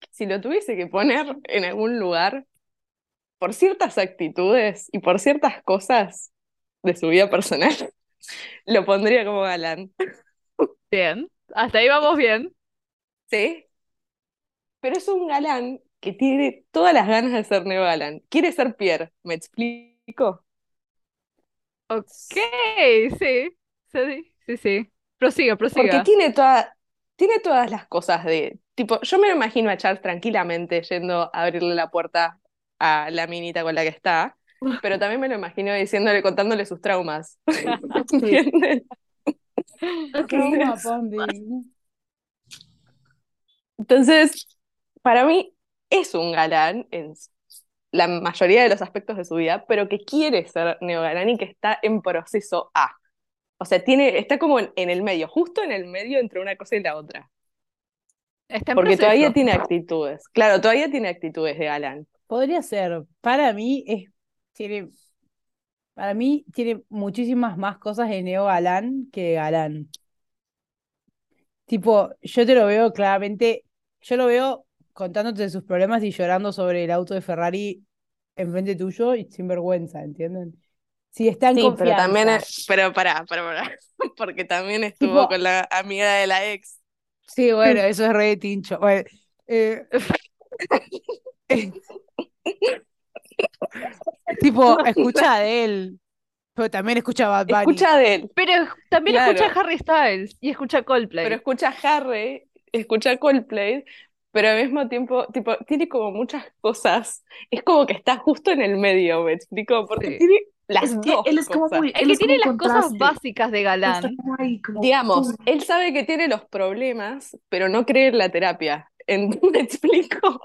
Speaker 2: que si lo tuviese que poner en algún lugar, por ciertas actitudes y por ciertas cosas de su vida personal, *laughs* lo pondría como galán.
Speaker 3: Bien. Hasta ahí vamos bien.
Speaker 2: ¿Sí? Pero es un galán que tiene todas las ganas de ser Neo Galán. Quiere ser Pierre, ¿me explico?
Speaker 3: Ok, sí. Sí, sí, sí. Prosiga,
Speaker 2: Porque
Speaker 3: prosiga.
Speaker 2: tiene toda, tiene todas las cosas de, tipo, yo me lo imagino a Charles tranquilamente yendo a abrirle la puerta a la minita con la que está, pero también me lo imagino diciéndole, contándole sus traumas. *laughs* ¿Entiendes? *laughs*
Speaker 1: Trauma bonding.
Speaker 2: Entonces, para mí es un galán en la mayoría de los aspectos de su vida, pero que quiere ser neogalán y que está en proceso A. O sea, tiene, está como en, en el medio, justo en el medio entre una cosa y la otra.
Speaker 3: Está en
Speaker 2: Porque
Speaker 3: proceso.
Speaker 2: todavía tiene actitudes. Claro, todavía tiene actitudes de galán.
Speaker 1: Podría ser. Para mí es, tiene, para mí tiene muchísimas más cosas de neo galán que de galán. Tipo, yo te lo veo claramente, yo lo veo contándote sus problemas y llorando sobre el auto de Ferrari enfrente tuyo y sin vergüenza, ¿entienden? Si está en
Speaker 2: Sí, pero
Speaker 1: confianza.
Speaker 2: también, es- pero pará, pará, pará. *laughs* Porque también estuvo
Speaker 1: Tipo-
Speaker 2: con la amiga de la ex.
Speaker 1: Sí, bueno, eso es re de tincho. Bueno, eh, *laughs* eh, tipo, escucha de él, pero también escucha a Bad Bunny.
Speaker 2: Escucha de él,
Speaker 3: Pero también
Speaker 2: Claro.
Speaker 3: escucha Harry Styles y escucha Coldplay.
Speaker 2: pero escucha a Harry, escucha a Coldplay, pero al mismo tiempo, tipo, tiene como muchas cosas. Es como que está justo en el medio, ¿me explico? Porque
Speaker 3: Sí.
Speaker 2: tiene las
Speaker 4: Es que
Speaker 2: dos
Speaker 4: él es como
Speaker 2: cosas.
Speaker 4: muy,
Speaker 3: Es
Speaker 4: él
Speaker 3: que
Speaker 4: es
Speaker 3: tiene
Speaker 4: como
Speaker 3: las
Speaker 4: un
Speaker 3: cosas
Speaker 4: contraste.
Speaker 3: básicas de
Speaker 4: Está
Speaker 3: galán.
Speaker 4: como ahí, como,
Speaker 2: Digamos,
Speaker 4: pum.
Speaker 2: él sabe que tiene los problemas, pero no cree en la terapia. *laughs* En- ¿Me explico?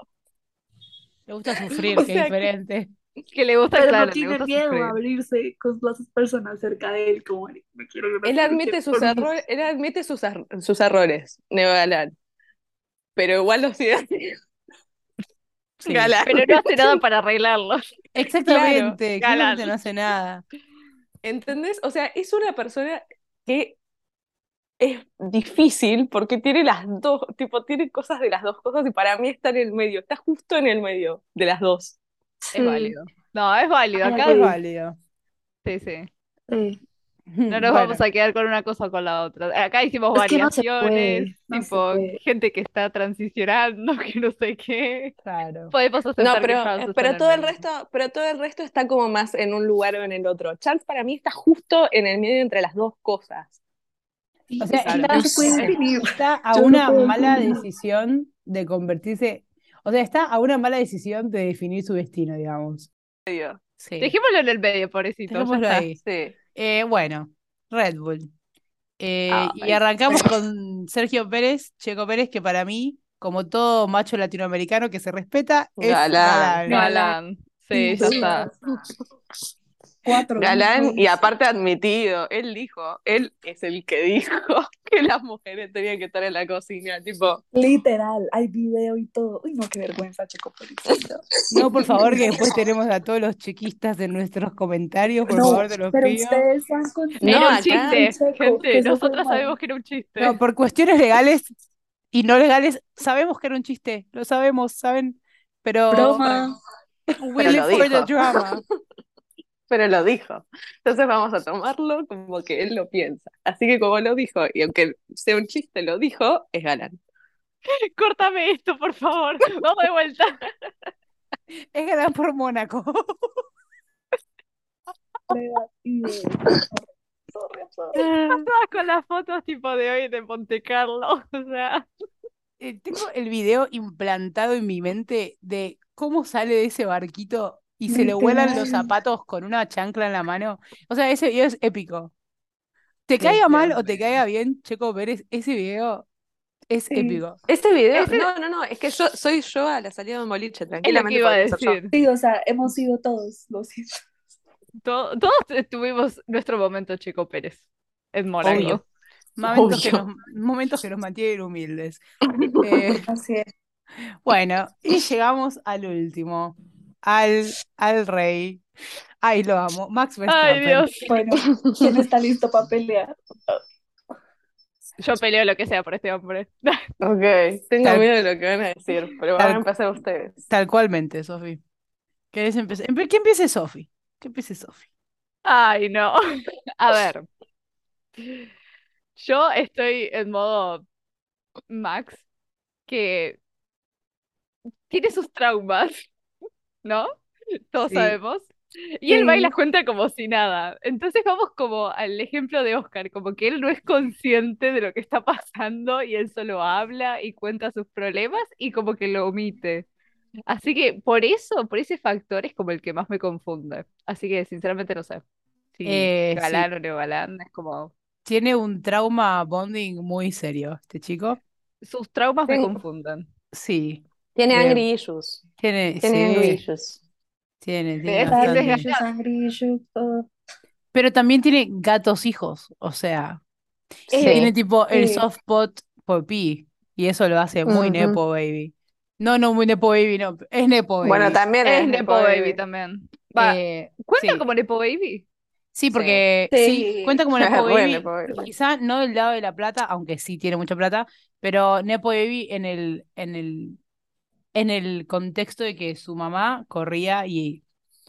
Speaker 1: Le gusta sufrir,
Speaker 2: O
Speaker 1: que
Speaker 2: sea
Speaker 1: es
Speaker 2: que-
Speaker 1: diferente.
Speaker 3: Que le gusta,
Speaker 4: Pero
Speaker 3: claro,
Speaker 4: no
Speaker 3: le
Speaker 4: tiene
Speaker 3: gusta
Speaker 4: miedo
Speaker 3: sufrir.
Speaker 4: a abrirse con las personas cerca de él, como "Ay, me quiero
Speaker 2: Él
Speaker 4: abrazar, me
Speaker 2: admite
Speaker 4: quiero
Speaker 2: sus
Speaker 4: dormir".
Speaker 2: errores, él admite sus, er- sus errores, Neo Galán. Pero igual los sigue *laughs*
Speaker 1: Sí.
Speaker 2: Galán.
Speaker 3: Pero no hace nada para arreglarlo.
Speaker 1: Exactamente,
Speaker 3: Claro, galán.
Speaker 1: claramente no hace *laughs* nada.
Speaker 2: ¿Entendés? O sea, es una persona que es difícil porque tiene las dos, tipo, tiene cosas de las dos cosas y para mí está en el medio, está justo en el medio de las dos.
Speaker 3: Es válido. No, es válido.
Speaker 4: Mm. Ay,
Speaker 3: Acá
Speaker 1: Es
Speaker 4: Sí.
Speaker 1: válido.
Speaker 3: sí, sí.
Speaker 4: Sí.
Speaker 3: No nos vamos a quedar con una cosa o con la otra. Acá hicimos
Speaker 4: Es que no se puede,
Speaker 3: variaciones,
Speaker 4: no se
Speaker 3: tipo,
Speaker 4: puede.
Speaker 3: gente que está transicionando, *laughs* que no sé qué.
Speaker 1: Claro.
Speaker 3: Podemos
Speaker 2: No,
Speaker 3: aceptar que
Speaker 2: pero, eh,
Speaker 3: Charles está en
Speaker 2: pero todo el
Speaker 3: medio.
Speaker 2: resto, pero todo el resto está como más en un lugar o en el otro. Charles para mí está justo en el medio entre las dos cosas.
Speaker 4: Sí,
Speaker 1: O sea,
Speaker 4: es que
Speaker 1: está-
Speaker 4: no se puede definir.
Speaker 1: Está a
Speaker 4: Yo no
Speaker 1: una
Speaker 4: puedo
Speaker 1: mala
Speaker 4: opinar.
Speaker 1: decisión de convertirse, o sea, está a una mala decisión de definir su destino, digamos.
Speaker 2: Medio.
Speaker 1: Sí.
Speaker 3: Dejémoslo en el medio, pobrecito. ya
Speaker 1: Dejémoslo
Speaker 3: está.
Speaker 1: ahí.
Speaker 2: Sí.
Speaker 1: Eh, bueno, Red Bull. Eh, y
Speaker 2: Ay. *laughs*
Speaker 1: arrancamos con Sergio Pérez, Checo Pérez, que para mí, como todo macho latinoamericano que se respeta, es galán.
Speaker 2: Galán.
Speaker 3: Galán. Sí, ya está.
Speaker 4: Cuatro.
Speaker 2: Galán
Speaker 4: cinco,
Speaker 2: y aparte admitido, él dijo, él es el que dijo *laughs* que las mujeres tenían que estar en la cocina, tipo,
Speaker 4: Literal, hay video y todo. Uy, no, qué vergüenza, Checo
Speaker 2: *laughs*
Speaker 4: Pérez.
Speaker 1: No, por favor, que después tenemos a todos los chequistas en nuestros comentarios, por
Speaker 4: No,
Speaker 1: favor, te los
Speaker 4: Pero
Speaker 1: pido.
Speaker 4: ustedes han
Speaker 2: No,
Speaker 3: Era un
Speaker 2: acá-
Speaker 3: chiste,
Speaker 4: Checo,
Speaker 3: gente.
Speaker 4: que eso fue
Speaker 3: Nosotras
Speaker 4: mal.
Speaker 3: sabemos que era un chiste.
Speaker 1: No, por cuestiones legales y no legales, sabemos que era un chiste, lo sabemos, ¿saben? Pero
Speaker 4: Broma.
Speaker 1: we
Speaker 2: Pero
Speaker 1: live
Speaker 2: lo
Speaker 1: for the
Speaker 2: dijo.
Speaker 1: drama.
Speaker 2: pero lo dijo. Entonces vamos a tomarlo como que él lo piensa. Así que como lo dijo, y aunque sea un chiste, lo dijo, es galán.
Speaker 3: *laughs* Córtame esto, por favor. Vamos de vuelta.
Speaker 1: Es galán por Mónaco.
Speaker 4: Y- Ah.
Speaker 3: *laughs* Todas con las fotos tipo de hoy de Monte Carlo. *laughs* O sea,
Speaker 1: Eh, Tengo el video implantado en mi mente de cómo sale de ese barquito y se le
Speaker 4: Literal.
Speaker 1: vuelan los zapatos con una chancla en la mano. O sea, ese video es épico. Te caiga mal o te
Speaker 2: Literalmente.
Speaker 1: caiga bien, Checo Pérez, ese video es
Speaker 4: Sí.
Speaker 1: épico.
Speaker 2: Este video,
Speaker 3: Ese-
Speaker 2: no, no, no, es que yo soy yo a la salida de un boliche,
Speaker 3: Es lo que
Speaker 2: tranquilamente
Speaker 3: iba a
Speaker 2: podría ser yo.
Speaker 3: decir.
Speaker 4: Sí, o sea, hemos sido todos, lo siento.
Speaker 3: To- todos tuvimos nuestro momento, Chico Pérez. Es Morago.
Speaker 2: Obvio.
Speaker 1: Momentos que
Speaker 2: Obvio.
Speaker 1: nos, momentos que nos mantienen humildes. Eh,
Speaker 4: Así es.
Speaker 1: bueno, y llegamos al último, al, al rey. Ay, lo amo. Max
Speaker 3: Ay,
Speaker 1: Verstappen.
Speaker 3: Dios.
Speaker 4: Bueno, ¿quién está listo para
Speaker 2: *laughs*
Speaker 4: pelear?
Speaker 3: Yo peleo lo que sea por este hombre. *laughs*
Speaker 2: Ok, tengo
Speaker 1: Tal-
Speaker 2: miedo de lo que van a decir, pero van
Speaker 1: Tal-
Speaker 2: a empezar ustedes.
Speaker 1: Tal cualmente, Sofi. ¿Querés empezar? Empe- Que empiece Sofi. Que empiece Sofi.
Speaker 3: Ay, no. A ver. Yo estoy en modo Max, que tiene sus traumas, ¿no? Todos
Speaker 1: Sí.
Speaker 3: sabemos. Y él va y
Speaker 4: Sí.
Speaker 3: las cuenta como si nada. Entonces vamos como al ejemplo de Oscar, como que él no es consciente de lo que está pasando y él solo habla y cuenta sus problemas y como que lo omite. Así que por eso, por ese factor es como el que más me confunde. Así que sinceramente no sé si
Speaker 1: Eh, sí.
Speaker 3: galán o no galán, es como
Speaker 1: Tiene un trauma bonding muy serio, este chico.
Speaker 3: sus traumas me
Speaker 1: Eh,
Speaker 2: Sí.
Speaker 3: confunden.
Speaker 1: Sí,
Speaker 2: Tiene
Speaker 1: Bien.
Speaker 2: angry issues.
Speaker 1: tiene,
Speaker 2: Tiene
Speaker 1: sí,
Speaker 2: angry issues.
Speaker 1: tiene, tiene
Speaker 3: Es- es
Speaker 4: Sangre,
Speaker 1: bastante.
Speaker 3: desgastante.
Speaker 4: sangre, todo.
Speaker 1: Pero también tiene gatos hijos, o sea,
Speaker 2: Sí.
Speaker 1: tiene tipo el
Speaker 4: Sí.
Speaker 1: soft pot popí y eso lo hace muy
Speaker 2: Ujú.
Speaker 1: nepo baby. No, no, muy nepo baby, no, es nepo
Speaker 2: Bueno,
Speaker 1: baby.
Speaker 2: también
Speaker 3: Es
Speaker 2: es
Speaker 3: Nepo Baby también. Va,
Speaker 1: Eh,
Speaker 3: ¿cuenta
Speaker 1: sí.
Speaker 3: como Nepo Baby?
Speaker 1: Sí, porque
Speaker 4: Sí.
Speaker 1: sí, cuenta
Speaker 2: *laughs*
Speaker 1: como Nepo
Speaker 2: Re
Speaker 1: Baby,
Speaker 2: Nepo Baby.
Speaker 1: quizá no del lado de la plata, aunque sí tiene mucha plata, pero Nepo Baby en el, en el, en el contexto de que su mamá corría y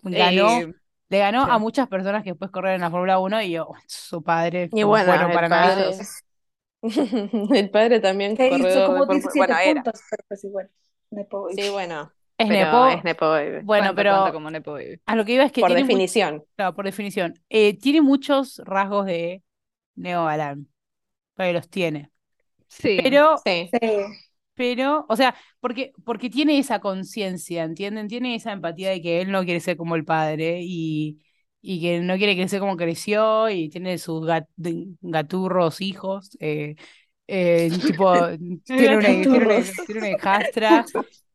Speaker 1: ganó,
Speaker 3: Eh,
Speaker 1: le ganó a
Speaker 3: sí.
Speaker 1: muchas personas que después corrieron en la Fórmula 1 y oh, su padre
Speaker 2: Y
Speaker 1: como
Speaker 2: bueno,
Speaker 1: bueno
Speaker 2: el
Speaker 1: para nada.
Speaker 2: padre. *laughs* El padre también
Speaker 4: Que hizo
Speaker 2: corredor de
Speaker 4: como
Speaker 2: cuerpo-
Speaker 4: 17
Speaker 2: Bueno, era.
Speaker 4: puntos, pero pues igual. me puedo ir.
Speaker 2: Sí, bueno,
Speaker 1: Es
Speaker 2: pero
Speaker 1: Nepo,
Speaker 2: es Nepo Baby.
Speaker 1: bueno,
Speaker 3: cuenta,
Speaker 1: pero
Speaker 3: cuenta como Nepo Baby.
Speaker 1: a lo que iba es que
Speaker 2: Por
Speaker 1: tiene mu-
Speaker 2: definición.
Speaker 1: claro, por definición, eh, tiene muchos rasgos de Neo Galán, porque los tiene,
Speaker 3: Sí.
Speaker 1: pero
Speaker 2: Sí.
Speaker 4: Sí.
Speaker 1: Pero, o sea, porque, porque tiene esa conciencia, ¿entienden? Tiene esa empatía de que él no quiere ser como el padre y, y que no quiere crecer como creció y tiene sus gat- de- gaturros hijos, eh, eh, tipo, tiene una, tiene una-
Speaker 4: Gaturros.
Speaker 1: tiene una hijastra,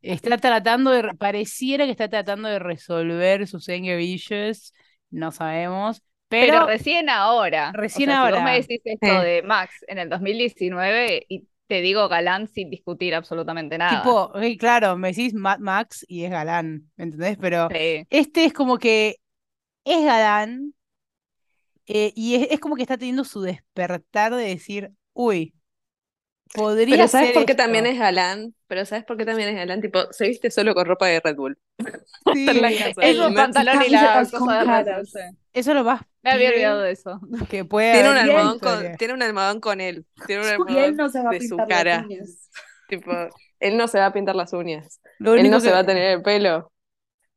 Speaker 1: está tratando de, re- pareciera que está tratando de resolver sus anger issues, no sabemos,
Speaker 3: Pero
Speaker 1: pero,
Speaker 3: recién ahora, o
Speaker 1: recién
Speaker 3: sea, si vos me
Speaker 1: ahora. eh.
Speaker 3: decís esto de Max en el 2019 y te digo galán sin discutir absolutamente nada.
Speaker 1: tipo, ok, claro, me decís Mad Max y es galán, ¿entendés? Pero...
Speaker 3: Sí.
Speaker 1: Este es como que es galán eh, y es, es como que está teniendo su despertar de decir, uy, podría
Speaker 2: Pero ¿sabes
Speaker 1: ser
Speaker 2: por qué
Speaker 1: esto".
Speaker 2: también es galán? Pero ¿sabes por qué también es galán? Tipo, se viste solo con ropa de Red Bull.
Speaker 1: Sí,
Speaker 2: en la casa.
Speaker 1: eso,
Speaker 3: Eso,
Speaker 2: Max-
Speaker 3: pantalón y la
Speaker 4: camisetas con
Speaker 3: cosa de Red Bull,
Speaker 4: caras.
Speaker 3: sí.
Speaker 1: eso es lo más
Speaker 3: Me había
Speaker 1: pibe
Speaker 3: olvidado de eso.
Speaker 1: que puede
Speaker 2: Tiene un
Speaker 1: haber en la
Speaker 2: almohadón con,
Speaker 1: historia.
Speaker 2: tiene un almohadón con él.
Speaker 1: *laughs*
Speaker 2: Tiene un
Speaker 4: *laughs* Y él
Speaker 2: almohadón
Speaker 4: no se va a
Speaker 2: de su
Speaker 4: pintar las
Speaker 2: cara.
Speaker 4: uñas.
Speaker 2: Tipo, él no se va a pintar las uñas.
Speaker 1: Lo
Speaker 2: Él
Speaker 1: único
Speaker 2: no se
Speaker 1: que,
Speaker 2: va a tener el pelo.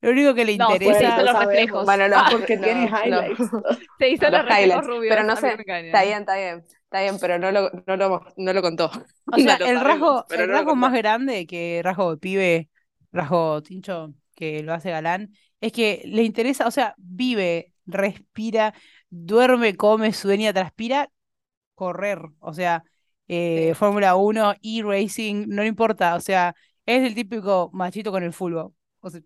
Speaker 1: lo único que le
Speaker 3: No, sí,
Speaker 1: interesa,
Speaker 3: sí,
Speaker 4: Bueno,
Speaker 3: los
Speaker 4: sabemos.
Speaker 3: reflejos.
Speaker 2: Bueno, los-
Speaker 3: Ah,
Speaker 4: Porque
Speaker 2: los-
Speaker 4: tiene
Speaker 1: *laughs*
Speaker 2: los-
Speaker 4: highlights.
Speaker 3: se hizo
Speaker 2: los
Speaker 3: los reflejos
Speaker 2: highlights,
Speaker 3: rubios,
Speaker 2: pero no
Speaker 3: a mí
Speaker 2: sé,
Speaker 3: me engañan.
Speaker 2: Está bien, está bien, está bien, pero no lo, no lo, *laughs* no lo contó.
Speaker 1: o sea,
Speaker 2: lo
Speaker 1: el
Speaker 2: sabemos,
Speaker 1: rasgo,
Speaker 2: pero
Speaker 1: el
Speaker 2: no lo
Speaker 1: rasgo más
Speaker 2: contó.
Speaker 1: grande que rasgo de pibe, rasgo tincho que lo hace galán, es que le interesa, o sea, vive, respira, duerme, come, sueña, transpira correr, o sea, eh, Fórmula 1, e-racing, no le importa, o sea, es el típico machito con el fulbo. O sea,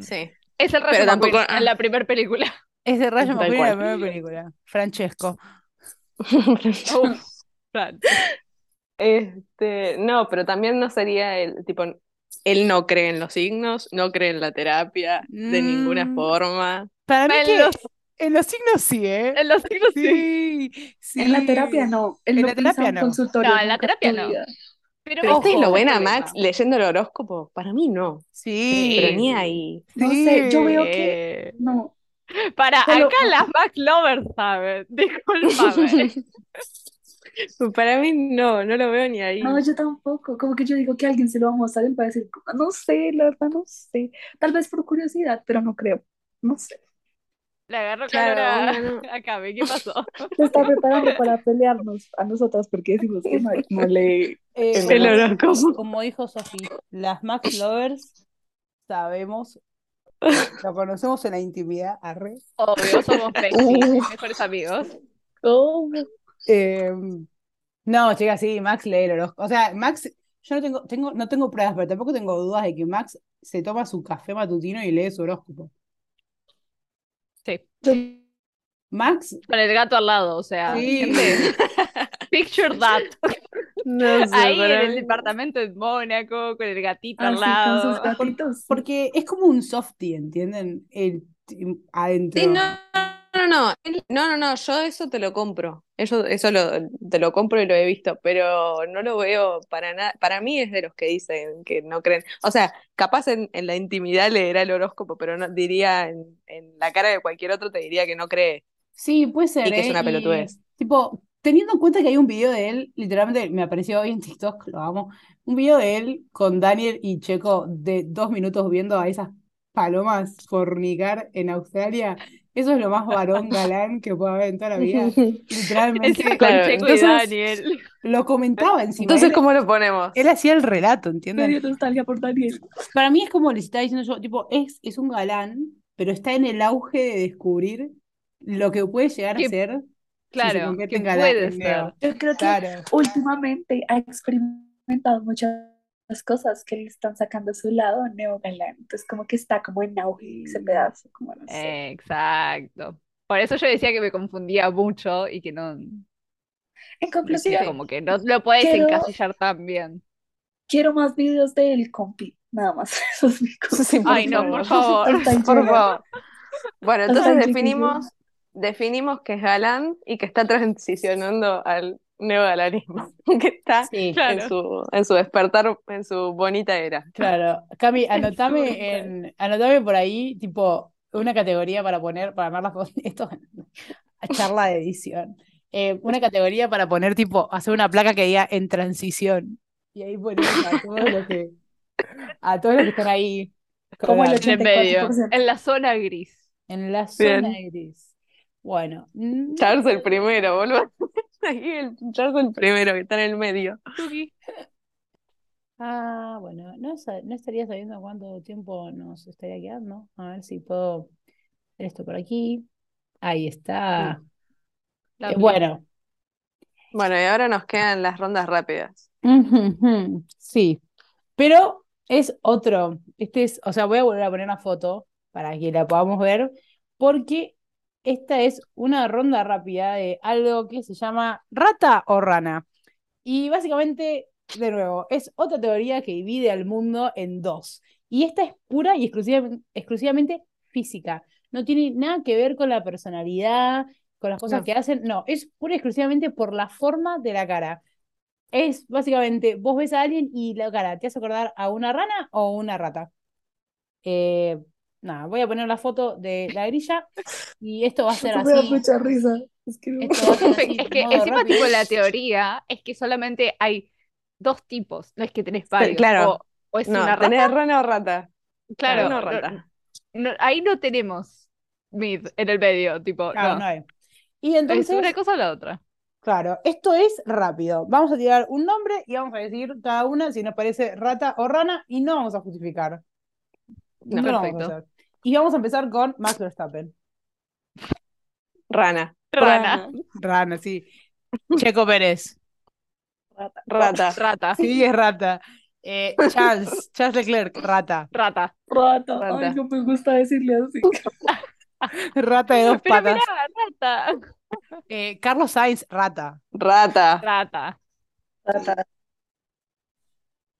Speaker 2: Sí.
Speaker 3: Es el rayo
Speaker 2: Pero tampoco- ah.
Speaker 3: McQueen en la primera película.
Speaker 2: *laughs*
Speaker 1: es el Rayo
Speaker 2: Tal
Speaker 1: McQueen en la
Speaker 2: cual.
Speaker 1: primera película, Francesco.
Speaker 3: Uf, Fran.
Speaker 2: *laughs* Este, no, pero también no sería el tipo, él no cree en los signos, no cree en la terapia de ninguna
Speaker 1: Mm.
Speaker 2: forma.
Speaker 1: Para mí
Speaker 3: En
Speaker 1: que
Speaker 3: los-
Speaker 1: en los signos sí, ¿eh?
Speaker 3: En los siglos sí.
Speaker 1: Sí, sí.
Speaker 4: En la terapia no. Él
Speaker 1: En
Speaker 4: no
Speaker 1: la
Speaker 4: pisa un
Speaker 1: terapia no.
Speaker 4: consultorio
Speaker 3: No, en la
Speaker 4: nunca
Speaker 3: terapia
Speaker 4: su
Speaker 3: no.
Speaker 4: vida.
Speaker 3: Pero
Speaker 2: Pero ustedes
Speaker 3: ojo,
Speaker 2: lo ven a
Speaker 3: problema.
Speaker 2: Max leyendo el horóscopo, para mí no, pero
Speaker 1: Sí,
Speaker 2: ni ahí. *laughs*
Speaker 4: No sé, yo
Speaker 1: sí.
Speaker 4: veo que
Speaker 3: Eh,
Speaker 4: no.
Speaker 3: para
Speaker 4: Te lo-
Speaker 3: acá las Mac Lovers saben. *laughs* Disculpame.
Speaker 2: *laughs* Para mí no, no lo veo ni ahí.
Speaker 4: No, yo tampoco. Como que yo digo que alguien se lo va a mostrar y va a decir, no sé, la verdad no sé. Tal vez por curiosidad, pero no creo. No sé.
Speaker 3: Le agarro calor
Speaker 2: Claro,
Speaker 3: a,
Speaker 2: uno
Speaker 3: *laughs*
Speaker 2: no.
Speaker 3: a Cami, ¿Qué pasó?
Speaker 4: Se está preparando para pelearnos a nosotras porque decimos que no, no le...
Speaker 1: Eh, *laughs*
Speaker 4: El
Speaker 1: como-
Speaker 2: El horóscopo.
Speaker 1: como dijo Sofi, las Max Lovers sabemos, lo conocemos en la intimidad, arre.
Speaker 3: Obvio, *laughs* somos besties, mejores amigos.
Speaker 1: Eh, no, chica, sí, Max lee el horóscopo. O sea, Max, yo no tengo, tengo, no tengo pruebas, pero tampoco tengo dudas de que Max se toma su café matutino y lee su horóscopo.
Speaker 3: Sí,
Speaker 1: Max,
Speaker 3: con el gato al lado, o sea,
Speaker 1: Sí.
Speaker 2: *laughs*
Speaker 3: gente, picture that.
Speaker 2: No sé,
Speaker 3: Ahí en
Speaker 2: para
Speaker 3: el
Speaker 2: mí-
Speaker 3: departamento de Mónaco, con el gatito
Speaker 4: Ah,
Speaker 3: al
Speaker 4: sí,
Speaker 3: lado.
Speaker 4: con sus gatitos. *laughs*
Speaker 1: porque es como un softie, ¿entienden? El, adentro.
Speaker 2: Sí, no, no, no, él- no, no, no, yo eso te lo compro. Eso, eso lo, te lo compro y lo he visto, pero no lo veo para nada. Para mí es de los que dicen que no creen. O sea, capaz en, en la intimidad leerá el horóscopo, pero no diría en, en la cara de cualquier otro te diría que no cree.
Speaker 1: Sí, puede ser,
Speaker 2: Y que es
Speaker 1: ¿eh?
Speaker 2: una
Speaker 1: Y,
Speaker 2: pelotudez.
Speaker 1: tipo, teniendo en cuenta que hay un video de él, literalmente me apareció hoy en TikTok, lo amo, un video de él con Daniel y Checo de dos minutos viendo a esas palomas fornicar en Australia. Eso es lo más varón galán que pueda haber en toda la
Speaker 2: *laughs*
Speaker 1: vida.
Speaker 3: Ese
Speaker 1: Literalmente
Speaker 3: con
Speaker 2: Claro,
Speaker 3: Checo y
Speaker 1: entonces-
Speaker 3: Daniel.
Speaker 1: lo comentaba encima.
Speaker 2: Entonces,
Speaker 1: él,
Speaker 2: ¿cómo lo ponemos?
Speaker 1: él hacía el relato,
Speaker 4: Me
Speaker 1: ¿entienden?
Speaker 4: dio nostalgia por Daniel.
Speaker 1: Para mí es como le estaba diciendo yo, tipo, es, es un galán, pero está en el auge de descubrir lo que puede llegar a
Speaker 3: Que-
Speaker 1: ser si se
Speaker 3: Claro,
Speaker 1: convierte
Speaker 3: que
Speaker 1: en galán,
Speaker 3: puede
Speaker 1: en
Speaker 3: ser.
Speaker 1: neo.
Speaker 4: Yo creo que
Speaker 1: Claro.
Speaker 4: últimamente ha experimentado muchas cosas que le están sacando a su lado neogalán. Entonces, como que está como en auge ese pedazo, como no sé.
Speaker 3: eh, Exacto. Por eso yo decía que me confundía mucho y que no,
Speaker 4: En
Speaker 3: que
Speaker 4: conclusión,
Speaker 3: como que no lo puedes
Speaker 4: Quiero-
Speaker 3: encasillar tan bien.
Speaker 4: quiero más videos del compi. Nada más, *laughs* eso es mi cosa.
Speaker 2: Sí,
Speaker 4: *laughs*
Speaker 3: Ay, no, por favor.
Speaker 4: Hasta ahí
Speaker 2: Por
Speaker 4: llega.
Speaker 2: favor. Bueno,
Speaker 4: Hasta
Speaker 2: entonces
Speaker 4: ahí
Speaker 2: definimos, definimos que es galán y que está transicionando al neogalanismo, *laughs* que está
Speaker 1: Sí.
Speaker 2: en
Speaker 3: Claro.
Speaker 2: su, en su despertar, en su bonita era.
Speaker 1: Claro, Cami,
Speaker 4: sur,
Speaker 1: anotame
Speaker 4: claro.
Speaker 1: en, anotame por ahí, tipo, una categoría para poner, para armar las fotos, *laughs* esto, charla de edición, Eh, una categoría para poner, tipo, hacer una placa que diga en transición, y ahí ponemos a todos los que, a todos los que están ahí,
Speaker 4: Como el
Speaker 1: colgados,
Speaker 3: En el medio,
Speaker 4: 84%.
Speaker 3: en la zona gris.
Speaker 1: en la zona
Speaker 2: Bien.
Speaker 1: gris. Bueno, mm,
Speaker 2: Charles el primero, boludo. *laughs* Ahí el Charles el primero, que está en el medio.
Speaker 3: Tuki.
Speaker 1: ah, bueno, no, sa- no estaría sabiendo cuánto tiempo nos estaría quedando, a ver si puedo hacer esto por aquí, ahí está.
Speaker 3: La
Speaker 1: Eh,
Speaker 3: pli-
Speaker 1: bueno, *laughs*
Speaker 2: Bueno, y ahora nos quedan las rondas rápidas.
Speaker 1: Ujú, ujú, sí, pero es otro. Este es, o sea, voy a volver a poner una foto para que la podamos ver, porque esta es una ronda rápida de algo que se llama rata o rana. Y básicamente, de nuevo, es otra teoría que divide al mundo en dos. Y esta es pura y exclusiva- exclusivamente física. No tiene nada que ver con la personalidad, con las cosas
Speaker 2: No.
Speaker 1: que hacen. No, es pura y exclusivamente por la forma de la cara. Es básicamente, vos ves a alguien y la cara, ¿te hace acordar a una rana o una rata? Eh, nada, voy a poner la foto de la grilla y esto va a ser
Speaker 4: Eso me da
Speaker 1: así.
Speaker 4: mucha risa. Es que no-
Speaker 1: Esto va a ser así,
Speaker 3: Es que
Speaker 1: modo
Speaker 3: encima
Speaker 1: rápido.
Speaker 3: tipo la teoría es que solamente hay dos tipos, no es que tenés varios.
Speaker 2: claro.
Speaker 3: O, o es
Speaker 2: No,
Speaker 3: una rata,
Speaker 2: ¿tenés rana o rata?
Speaker 3: claro.
Speaker 2: Rana o
Speaker 3: no-
Speaker 2: rata.
Speaker 3: no- ahí no tenemos mid en el medio, tipo,
Speaker 1: Claro,
Speaker 3: no.
Speaker 1: no hay. Y
Speaker 3: Es
Speaker 1: entonces,
Speaker 3: una cosa o la otra.
Speaker 1: claro, esto es rápido. Vamos a tirar un nombre y vamos a decir cada una si nos parece rata o rana y no vamos a justificar. No
Speaker 2: No,
Speaker 1: lo vamos a
Speaker 3: perfecto.
Speaker 1: hacer. Y vamos a empezar con Max Verstappen.
Speaker 2: Rana,
Speaker 3: Rana,
Speaker 1: Rana, sí. Checo Pérez.
Speaker 4: Rata.
Speaker 2: rata.
Speaker 3: rata,
Speaker 1: *laughs* Sí, es rata. Eh, *laughs* Charles, Charles Leclerc, rata.
Speaker 3: rata.
Speaker 4: Rata.
Speaker 2: Rata.
Speaker 4: Ay, no me gusta decirle así.
Speaker 1: Rata de dos
Speaker 3: Pero
Speaker 1: patas.
Speaker 3: mirá, rata,
Speaker 1: Eh, Carlos Sainz, rata.
Speaker 2: Rata.
Speaker 3: rata.
Speaker 4: Rata.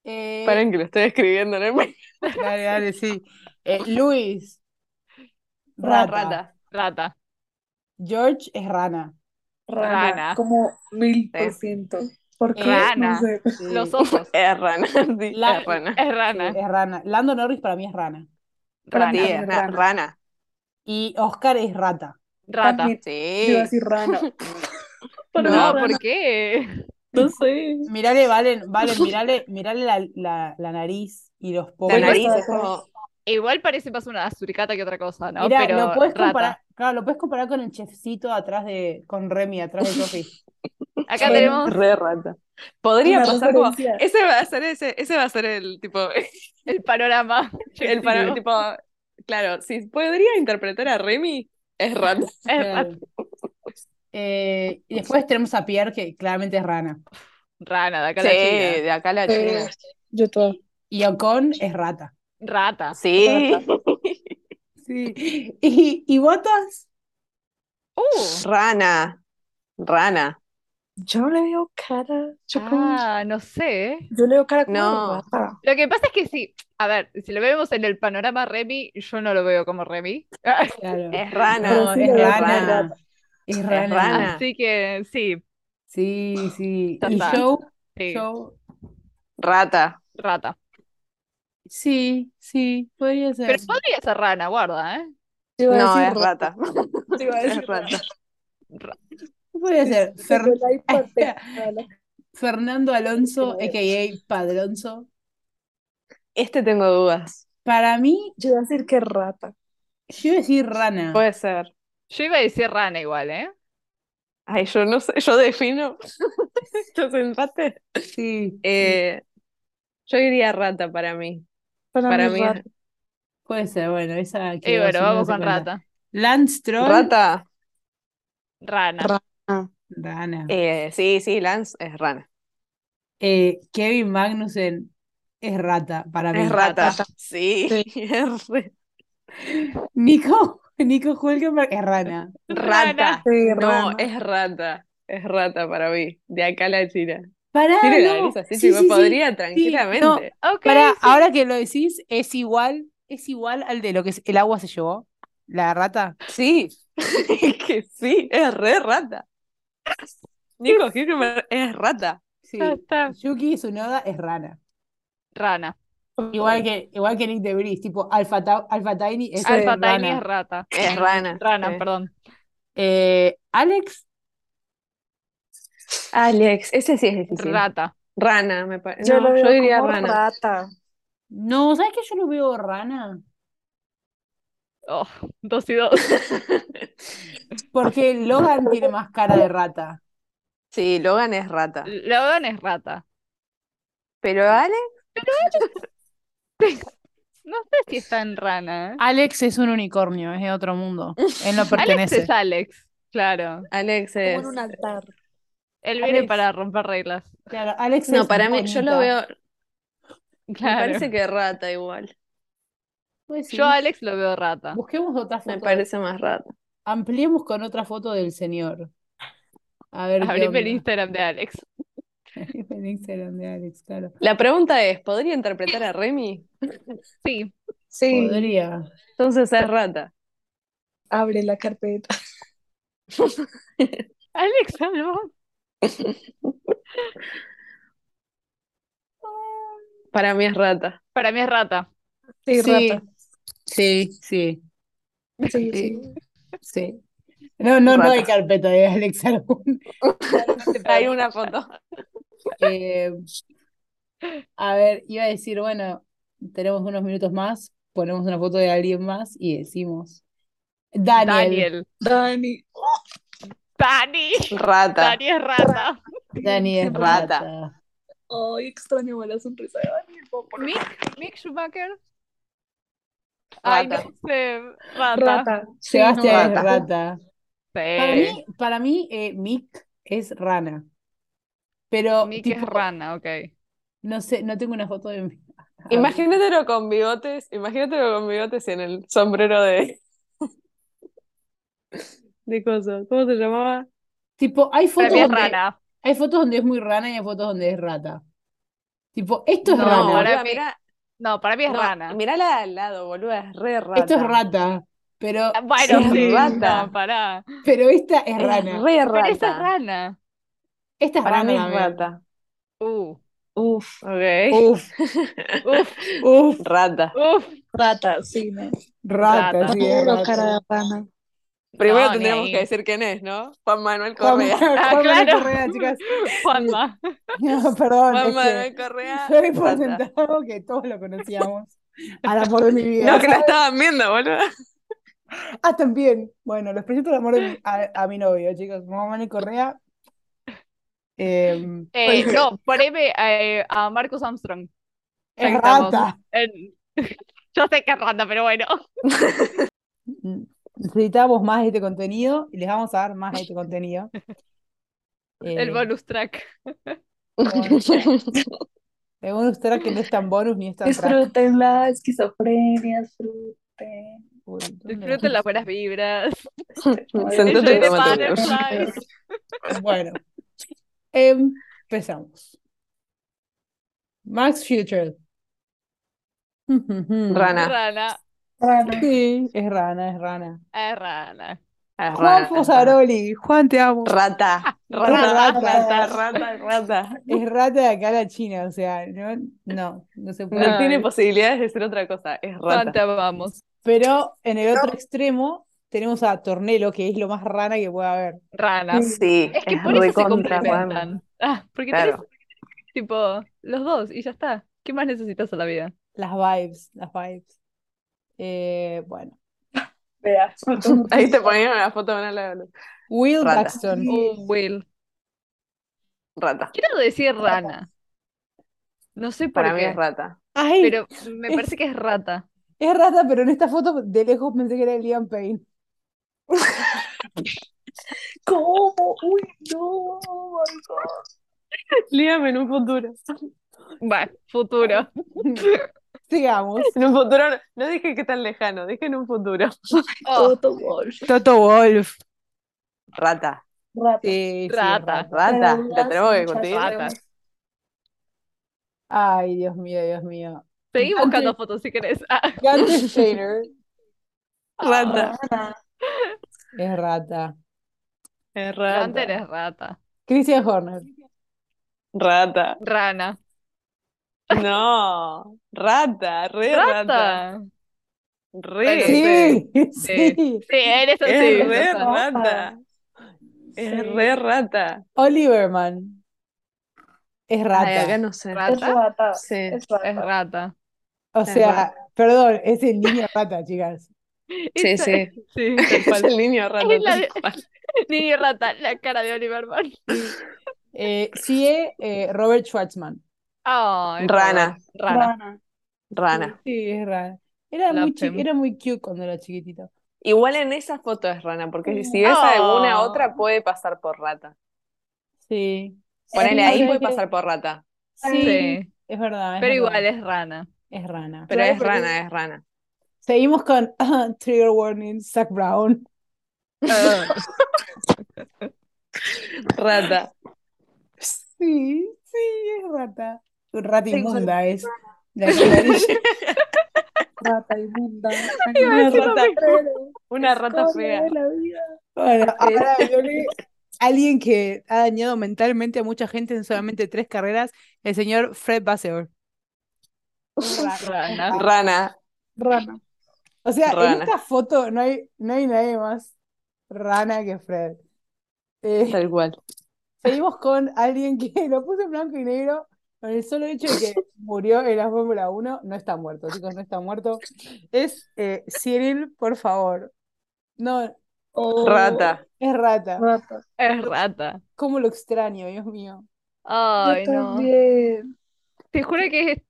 Speaker 1: Eh,
Speaker 2: Esperen que lo estoy escribiendo *laughs* en el medio.
Speaker 1: dale, dale, sí. *laughs* Eh, Luis,
Speaker 4: Ra-
Speaker 1: rata.
Speaker 2: Rata.
Speaker 3: Rata,
Speaker 1: George es rana.
Speaker 4: Rana.
Speaker 3: Rana.
Speaker 4: Como mil por ciento. Porque no
Speaker 3: Rana.
Speaker 4: sé.
Speaker 1: Sí.
Speaker 3: los ojos,
Speaker 2: Es rana, *laughs* sí,
Speaker 1: La-
Speaker 2: es rana.
Speaker 3: es
Speaker 1: Sí,
Speaker 3: rana,
Speaker 1: es rana. Lando Norris para mí es rana.
Speaker 2: Para
Speaker 3: rana,
Speaker 2: ti
Speaker 4: Rana.
Speaker 2: es na- rana.
Speaker 1: Y Oscar es rata.
Speaker 3: rata.
Speaker 4: También
Speaker 2: Sí.
Speaker 4: yo así rana. *laughs* Para
Speaker 2: No,
Speaker 4: mí
Speaker 3: No,
Speaker 4: rana,
Speaker 3: ¿por qué?
Speaker 2: *laughs*
Speaker 4: no sé.
Speaker 1: Mirale, Valen, Valen, mirale, mirale la, la- la nariz y los
Speaker 2: La
Speaker 1: pómulos.
Speaker 4: Bueno,
Speaker 2: nariz
Speaker 4: está
Speaker 2: es como.
Speaker 3: Igual parece más una suricata que otra cosa, ¿no?
Speaker 1: Mirá,
Speaker 3: Pero
Speaker 1: lo puedes
Speaker 3: rata.
Speaker 1: comparar, claro, lo puedes comparar con el chefcito atrás de, con Remy, atrás de Sophie.
Speaker 3: Acá
Speaker 4: Bueno,
Speaker 3: tenemos
Speaker 2: Re rata. Podría
Speaker 4: Una
Speaker 2: pasar como.
Speaker 4: referencia.
Speaker 2: Ese va a ser ese, ese va a ser el tipo.
Speaker 3: el panorama.
Speaker 2: El para- tipo. Claro, si podría interpretar a Remy, es rata.
Speaker 3: Es
Speaker 1: Claro. Eh, y después tenemos a Pierre, que claramente es rana.
Speaker 3: Rana, de acá
Speaker 2: Sí,
Speaker 3: la China.
Speaker 2: de acá a la
Speaker 4: Eh,
Speaker 2: China.
Speaker 4: yo todo.
Speaker 1: Y Ocon es rata.
Speaker 3: Rata.
Speaker 2: *laughs* Sí.
Speaker 1: Sí. *laughs* ¿Y, y Botas?
Speaker 3: Uh,
Speaker 2: Rana. Rana.
Speaker 4: Yo no le veo cara. Yo, como-
Speaker 3: ah, no sé. ¿eh?
Speaker 4: yo le veo cara como
Speaker 2: No.
Speaker 4: rata.
Speaker 3: Lo que pasa es que sí, a ver, si lo vemos en el panorama Remy, yo no lo veo como Remy.
Speaker 1: Ah. Claro.
Speaker 2: Es rana.
Speaker 1: No,
Speaker 4: sí
Speaker 1: es
Speaker 4: le veo
Speaker 1: rana.
Speaker 4: rana.
Speaker 1: Es
Speaker 2: rana.
Speaker 1: rana.
Speaker 3: *laughs* Así que sí,
Speaker 1: Sí, sí.
Speaker 3: Ya
Speaker 1: Y
Speaker 3: está.
Speaker 1: Joe,
Speaker 3: sí,
Speaker 1: Joe,
Speaker 2: Rata.
Speaker 3: rata.
Speaker 1: sí, sí, podría ser.
Speaker 3: Pero podría ser rana, guarda, ¿eh?
Speaker 4: Yo iba a
Speaker 2: No,
Speaker 4: decir
Speaker 2: es rata.
Speaker 4: Yo iba a
Speaker 2: Es
Speaker 4: decir
Speaker 2: rata.
Speaker 1: Podría ser.
Speaker 4: Se
Speaker 1: Fer-
Speaker 4: fue
Speaker 2: *laughs*
Speaker 4: la hipoteca.
Speaker 1: Fernando Alonso,
Speaker 4: Sí.
Speaker 1: a.k.a. Padronzo.
Speaker 2: Este tengo dudas.
Speaker 1: Para mí,
Speaker 4: Yo iba a decir que rata.
Speaker 1: yo iba a decir rana.
Speaker 2: Puede ser.
Speaker 3: Yo iba a decir rana igual, ¿eh?
Speaker 2: Ay, yo no sé. Yo defino. *laughs* Estos empates.
Speaker 1: Sí,
Speaker 2: Eh, yo diría rata para mí.
Speaker 4: Para,
Speaker 2: Para
Speaker 4: mí,
Speaker 2: mí,
Speaker 4: rata.
Speaker 1: puede ser. Bueno, esa
Speaker 3: Y
Speaker 1: quedó,
Speaker 3: Eh, bueno,
Speaker 1: si no, no
Speaker 3: vamos
Speaker 1: se
Speaker 3: con
Speaker 1: cuenta.
Speaker 3: rata.
Speaker 1: Lance Troll,
Speaker 2: rata.
Speaker 3: Rana.
Speaker 4: Ra-
Speaker 1: rana.
Speaker 2: Eh, sí, sí, Lance es rana.
Speaker 1: Eh, Kevin Magnussen es rata para mí.
Speaker 2: Es rata.
Speaker 3: Rata.
Speaker 2: Sí, *laughs* es re-
Speaker 1: Nico, *laughs* Nico Hülkenberg es rana.
Speaker 2: rata.
Speaker 4: Sí,
Speaker 2: No,
Speaker 4: rana.
Speaker 2: es rata. Es rata para mí. De acá a la China.
Speaker 1: Pará,
Speaker 2: Tiene la
Speaker 1: no.
Speaker 2: nariz así,
Speaker 1: Sí,
Speaker 2: tipo,
Speaker 1: sí, sí.
Speaker 2: podría tranquilamente.
Speaker 1: no.
Speaker 3: Ok,
Speaker 1: Pará,
Speaker 3: sí.
Speaker 1: ahora que lo decís, es igual, es igual al de lo que es- el agua se llevó, la rata.
Speaker 3: Ah,
Speaker 2: Sí, *laughs* es que sí, es re rata. Nico Hülkenberg es rata.
Speaker 1: Sí.
Speaker 3: Ya está.
Speaker 1: Yuki Tsunoda es rana.
Speaker 3: Rana.
Speaker 1: Igual que, igual que Nick de Vries, tipo Alpha, Tau- Alpha Tiny es
Speaker 3: Alpha
Speaker 1: rana.
Speaker 3: Tiny es rata.
Speaker 2: Es rana.
Speaker 3: Rana,
Speaker 2: sí.
Speaker 3: perdón.
Speaker 1: Eh, Alex,
Speaker 2: Alex, ese sí es difícil.
Speaker 3: Rata.
Speaker 2: Rana, me parece.
Speaker 4: Yo lo veo
Speaker 2: diría
Speaker 4: como
Speaker 2: rana.
Speaker 4: rata.
Speaker 1: no, ¿sabes que yo lo veo rana?
Speaker 3: Oh, dos y dos.
Speaker 1: Porque Logan tiene más cara de rata.
Speaker 2: Sí, Logan es rata.
Speaker 3: Logan es rata.
Speaker 2: Pero Alex,
Speaker 3: No sé si es tan rana, ¿eh?
Speaker 1: Alex es un unicornio, es de otro mundo. Él no
Speaker 3: Alex
Speaker 1: pertenece.
Speaker 3: es Alex, claro.
Speaker 2: Alex
Speaker 4: Como
Speaker 2: es.
Speaker 4: en un altar.
Speaker 3: Él viene
Speaker 1: Alex.
Speaker 3: para romper reglas.
Speaker 1: Claro, Alex
Speaker 2: No,
Speaker 1: es
Speaker 2: para mí, yo lo
Speaker 1: bonita.
Speaker 2: veo. Me
Speaker 3: Claro.
Speaker 2: parece que rata igual.
Speaker 1: Pues sí.
Speaker 3: Yo a Alex lo veo rata.
Speaker 1: Busquemos otra
Speaker 2: Me
Speaker 1: foto.
Speaker 2: parece más rata.
Speaker 1: Ampliemos con otra foto del señor. A ver qué
Speaker 3: Abrime el
Speaker 1: *laughs* onda.
Speaker 3: Instagram de Alex.
Speaker 1: El Instagram de Alex, claro.
Speaker 2: La pregunta es: ¿podría interpretar a Remy?
Speaker 3: Sí,
Speaker 4: Sí,
Speaker 1: Podría.
Speaker 2: Entonces es rata.
Speaker 4: abre la carpeta. *laughs*
Speaker 3: Alex Salmón.
Speaker 2: Para mí es rata.
Speaker 3: Para mí es rata.
Speaker 4: Sí,
Speaker 1: Sí,
Speaker 4: rata.
Speaker 1: sí, sí,
Speaker 4: Sí,
Speaker 2: Sí.
Speaker 4: sí.
Speaker 1: sí. No, no, no
Speaker 2: Rata.
Speaker 1: hay carpeta de Alex Aragón.
Speaker 2: Hay una foto.
Speaker 1: Eh, a ver, iba a decir, bueno, tenemos unos minutos más, ponemos una foto de alguien más y decimos. Daniel,
Speaker 3: Daniel.
Speaker 4: Dani.
Speaker 3: Dani.
Speaker 2: Rata.
Speaker 3: Dani es rata.
Speaker 1: Daniel
Speaker 2: Rata.
Speaker 1: Rata.
Speaker 4: Ay, extraño la sonrisa de Dani.
Speaker 3: Mick, Mick Schumacher. Ay, no
Speaker 2: Rata.
Speaker 3: sé. Rata.
Speaker 4: Rata. Sí,
Speaker 1: Sebastián es
Speaker 2: rata.
Speaker 1: rata. Para
Speaker 3: Sí.
Speaker 1: mí, para mí eh, Mick es rana. Pero
Speaker 3: Mick es
Speaker 1: tipo,
Speaker 3: rana, ok.
Speaker 1: no sé, no tengo una foto de Mick. A ver.
Speaker 2: Imagínatelo con bigotes, imagínatelo con bigotes y en el sombrero de. *laughs* de coso. ¿Cómo se llamaba?
Speaker 1: Tipo, hay
Speaker 3: Para
Speaker 1: fotos
Speaker 3: mí es
Speaker 1: donde,
Speaker 3: rana.
Speaker 1: hay fotos donde es muy rana y hay fotos donde es rata. Tipo, esto es
Speaker 3: No,
Speaker 1: rana,
Speaker 3: para
Speaker 2: boluda,
Speaker 3: mí-
Speaker 2: mirá,
Speaker 3: No, para mí es
Speaker 2: no,
Speaker 3: rana.
Speaker 2: mirala de al lado, boluda, es re
Speaker 1: esto es
Speaker 2: rata.
Speaker 1: rata, pero,
Speaker 3: Ah, Bueno,
Speaker 2: Es
Speaker 3: sí.
Speaker 2: rata.
Speaker 3: No, pará.
Speaker 1: pero esta es
Speaker 2: Es
Speaker 1: rana.
Speaker 2: re
Speaker 3: Pero esa es
Speaker 2: rata.
Speaker 3: rana.
Speaker 1: Esta es
Speaker 2: Para
Speaker 1: rana
Speaker 2: mí es
Speaker 1: también.
Speaker 2: rata.
Speaker 3: Uh,
Speaker 2: Uf, ok.
Speaker 1: Uf,
Speaker 3: uf,
Speaker 1: uf,
Speaker 2: Rata.
Speaker 3: uf.
Speaker 4: Rata, sí, no.
Speaker 1: rata,
Speaker 3: Rata.
Speaker 1: sí, es
Speaker 4: Puro
Speaker 1: rata.
Speaker 4: cara de rana.
Speaker 2: Primero
Speaker 3: No, ni
Speaker 2: tendríamos que
Speaker 3: ahí.
Speaker 2: decir quién es, ¿no? Juan Manuel
Speaker 1: Juan
Speaker 2: Correa.
Speaker 1: Manuel-
Speaker 3: Ah,
Speaker 1: Juan Manuel
Speaker 3: claro.
Speaker 1: Correa, chicas.
Speaker 3: Juanma.
Speaker 1: No, perdón,
Speaker 2: *laughs*
Speaker 1: es
Speaker 2: Juan
Speaker 1: que
Speaker 2: Manuel Correa.
Speaker 1: yo doy por
Speaker 2: rata.
Speaker 1: sentado que todos lo conocíamos. Al amor de mi vida.
Speaker 2: *laughs* No, que la estaban viendo, boluda.
Speaker 1: Ah, también. Bueno, les presento el amor de mi- a, a mi novio, chicos. Juan Manuel Correa Em,
Speaker 3: Eh, no, poneme eh, a Marcus Armstrong. Ya
Speaker 1: es
Speaker 3: que estamos
Speaker 1: rata.
Speaker 3: en- *laughs* Yo sé que es rata, pero bueno.
Speaker 1: Mm, Necesitamos más de este contenido y les vamos a dar más de este contenido.
Speaker 3: El
Speaker 1: Eh,
Speaker 3: bonus track.
Speaker 1: el bonus track que no es tan bonus ni es tan track.
Speaker 4: Disfruten la esquizofrenia, disfruten.
Speaker 1: Uy, ¿dónde la
Speaker 3: Disfruten las buenas vibras.
Speaker 2: *laughs* Sentate
Speaker 3: Enjoy
Speaker 2: y
Speaker 3: the
Speaker 2: tómate un
Speaker 3: butterflies. pues.
Speaker 1: Bueno, empezamos. Max Future.
Speaker 2: *laughs* Rana.
Speaker 3: Rana.
Speaker 4: Rana.
Speaker 1: Sí, es rana, es rana.
Speaker 3: Es rana.
Speaker 2: Ah,
Speaker 1: Juan
Speaker 2: rata,
Speaker 1: Fosaroli, Juan, te amo.
Speaker 2: Rata, rata,
Speaker 1: Rata.
Speaker 2: rata, rata, rata.
Speaker 1: Es rata de acá a la China, o sea, no, no, no se puede.
Speaker 2: No tiene
Speaker 3: Ay.
Speaker 2: posibilidades de ser otra cosa, es rata.
Speaker 3: Tanta vamos.
Speaker 1: Pero en el otro extremo tenemos a Tornelo, que es lo más rana que puede haber.
Speaker 3: Rana.
Speaker 2: Sí,
Speaker 3: Es que
Speaker 2: es
Speaker 3: por eso se
Speaker 2: recontra rana.
Speaker 3: complementan. Ah, porque tenés,
Speaker 2: Claro.
Speaker 3: tipo, los dos y ya está. ¿Qué más necesitas a la vida?
Speaker 1: Las vibes, las vibes. Eh, bueno.
Speaker 4: Vea.
Speaker 2: *laughs* Ahí te ponían una foto de una lana.
Speaker 1: Will
Speaker 2: Rata.
Speaker 1: Daxton.
Speaker 3: Oh, Will.
Speaker 2: Rata.
Speaker 3: Quiero decir rana. No sé por
Speaker 2: Para mí
Speaker 3: qué,
Speaker 2: es rata.
Speaker 1: Ay,
Speaker 2: *laughs*
Speaker 3: pero me
Speaker 1: es-
Speaker 3: parece que es rata.
Speaker 1: es rata, pero en esta foto de lejos pensé que era Liam Payne. *laughs*
Speaker 4: ¿Cómo? Uy, no. ay, no.
Speaker 2: Líame en un futuro.
Speaker 3: Bueno, *laughs* futuro.
Speaker 2: *laughs*
Speaker 1: Sigamos.
Speaker 2: En un futuro, no, no dije que tan lejano, dije en un futuro.
Speaker 3: Oh,
Speaker 4: Toto Wolff.
Speaker 1: Toto Wolf.
Speaker 2: Rata,
Speaker 4: Rata.
Speaker 1: Sí, sí, es
Speaker 2: rata,
Speaker 3: Rata.
Speaker 4: Pero
Speaker 2: la tenemos que
Speaker 4: muchas
Speaker 2: conseguir.
Speaker 3: rata.
Speaker 1: Ay, Dios mío, Dios mío.
Speaker 3: seguí buscando
Speaker 4: Antes-
Speaker 3: fotos si querés. Ah,
Speaker 2: *laughs*
Speaker 1: Gante Shader
Speaker 2: Rata,
Speaker 4: Rana.
Speaker 1: es rata.
Speaker 2: es
Speaker 3: Hunter
Speaker 2: rata.
Speaker 3: es rata.
Speaker 1: Christian Horner.
Speaker 2: Rata.
Speaker 3: Rana.
Speaker 2: No, rata, re rata.
Speaker 3: Rata.
Speaker 2: Re.
Speaker 1: Sí,
Speaker 3: Sí.
Speaker 1: sí.
Speaker 3: Sí, eres
Speaker 2: Es
Speaker 3: así.
Speaker 2: re
Speaker 3: rata.
Speaker 2: rata. Es
Speaker 1: Sí.
Speaker 2: re rata.
Speaker 1: Oliverman. Es
Speaker 2: Ay,
Speaker 1: rata.
Speaker 2: acá no sé.
Speaker 3: Rata.
Speaker 4: Es rata.
Speaker 2: Sí.
Speaker 4: Es
Speaker 3: Es
Speaker 4: rata.
Speaker 3: rata.
Speaker 1: O
Speaker 2: Es
Speaker 1: sea,
Speaker 2: rata.
Speaker 1: perdón, es en línea rata, chicas.
Speaker 2: Sí,
Speaker 3: Esa-
Speaker 2: sí.
Speaker 3: *laughs* Sí, tal
Speaker 2: *laughs* Es
Speaker 3: cual.
Speaker 2: el niño rata.
Speaker 3: Es la de-
Speaker 2: tal cual.
Speaker 3: Niño rata, la cara de Oliver
Speaker 2: *laughs*
Speaker 3: Mann.
Speaker 1: Eh, CIE, eh, Robert Schwartzman.
Speaker 3: Ay,
Speaker 2: Rana.
Speaker 3: Rana.
Speaker 2: Rana.
Speaker 1: Sí, es rara. Era
Speaker 3: La
Speaker 1: muy, chi-
Speaker 3: fem.
Speaker 1: era muy cute cuando era chiquitito.
Speaker 2: Igual en esa foto es rana, porque si ves a alguna
Speaker 3: Oh.
Speaker 2: otra puede pasar por rata.
Speaker 1: Sí.
Speaker 2: Ponele
Speaker 4: Sí,
Speaker 2: ahí,
Speaker 4: sí,
Speaker 2: puede
Speaker 1: sí.
Speaker 2: pasar por rata.
Speaker 1: Sí,
Speaker 3: Sí,
Speaker 1: es verdad. es verdad.
Speaker 3: pero igual es rana.
Speaker 1: Es rana.
Speaker 2: Pero
Speaker 4: Claro,
Speaker 2: es
Speaker 4: porque-
Speaker 2: rana, es rana.
Speaker 1: Seguimos con ah, Trigger Warning, Zac Brown.
Speaker 3: Ah, *laughs*
Speaker 2: Rata.
Speaker 1: Sí, sí, es rata. Un rata inmunda es. La cucharilla.
Speaker 4: Rata inmunda.
Speaker 2: *laughs* Una
Speaker 4: animal
Speaker 2: rata,
Speaker 4: rastrero,
Speaker 2: una rata
Speaker 4: escoria
Speaker 2: fea.
Speaker 4: de la vida.
Speaker 1: Bueno, ahora viene alguien que ha dañado mentalmente a mucha gente en solamente tres carreras, el señor Fred Vasseur.
Speaker 3: Rana.
Speaker 2: Rana.
Speaker 4: Rana.
Speaker 1: O sea, en
Speaker 2: Rana.
Speaker 1: esta foto no hay, no hay nadie más rana que Fred. Eh,
Speaker 2: Tal cual.
Speaker 1: seguimos con alguien que *laughs* lo puso en blanco y negro con el solo hecho de que
Speaker 2: *laughs*
Speaker 1: murió en la Fórmula 1. No está muerto, chicos, no está muerto. Es eh, Cyril, por favor. No,
Speaker 4: Oh,
Speaker 2: Rata.
Speaker 1: es rata.
Speaker 4: Rata.
Speaker 3: Es rata.
Speaker 1: ¿Cómo lo extraño, Dios mío?
Speaker 3: Ay,
Speaker 4: Yo
Speaker 3: no.
Speaker 4: también.
Speaker 3: Te juro que es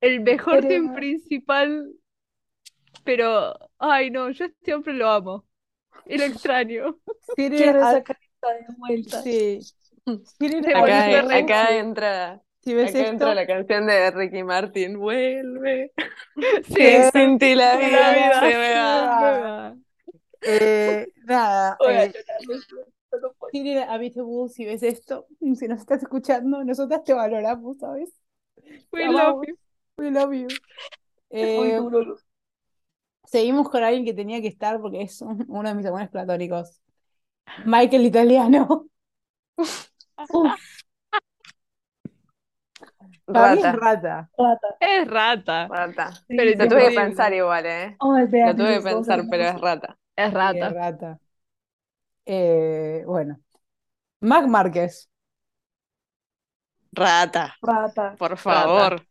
Speaker 3: el mejor
Speaker 4: Pero-
Speaker 3: team principal, pero ay no, yo siempre lo amo. Y lo extraño. *laughs*
Speaker 1: Cyril
Speaker 4: Quiero
Speaker 1: ha-
Speaker 4: esa carita de vuelta.
Speaker 1: sí. Cyril
Speaker 3: Te
Speaker 1: ha-
Speaker 2: Acá,
Speaker 3: volviste volviste re-
Speaker 2: acá entra,
Speaker 1: si ves
Speaker 2: acá entra
Speaker 1: esto,
Speaker 2: la canción de Ricky Martin. Vuelve.
Speaker 3: Sí,
Speaker 2: Que sin ti la
Speaker 1: sí,
Speaker 2: vida
Speaker 1: la vida
Speaker 2: se
Speaker 1: se
Speaker 2: me va.
Speaker 1: va. eh,
Speaker 2: *laughs*
Speaker 1: nada,
Speaker 4: Voy a
Speaker 1: eh,
Speaker 4: llorar, no, no puedo.
Speaker 1: Cyril Abiteboul, si ves esto, si nos estás escuchando, nosotras te valoramos, ¿sabes?
Speaker 3: we
Speaker 1: Te
Speaker 3: love
Speaker 1: amamos.
Speaker 3: you.
Speaker 1: We love you.
Speaker 4: Muy
Speaker 1: Eh,
Speaker 4: duro. lo-
Speaker 1: seguimos con alguien que tenía que estar porque es un- uno de mis amores platónicos. Michael Italiano. *laughs*
Speaker 4: Uf,
Speaker 1: Para mí es
Speaker 2: Rata.
Speaker 1: rata.
Speaker 4: rata.
Speaker 3: Es rata.
Speaker 2: Rata.
Speaker 4: Sí.
Speaker 3: Pero
Speaker 2: Lo
Speaker 3: es
Speaker 2: tuve que
Speaker 3: imposible.
Speaker 2: pensar igual, ¿eh?
Speaker 4: Ay,
Speaker 2: Lo
Speaker 4: vean
Speaker 2: tuve que
Speaker 4: esas cosas,
Speaker 2: pensar, pero
Speaker 4: hermanos.
Speaker 2: es rata.
Speaker 3: Es
Speaker 1: Sí, es
Speaker 3: rata.
Speaker 1: rata. Eh, bueno. Mac Márquez.
Speaker 2: Rata,
Speaker 4: Rata.
Speaker 2: por favor.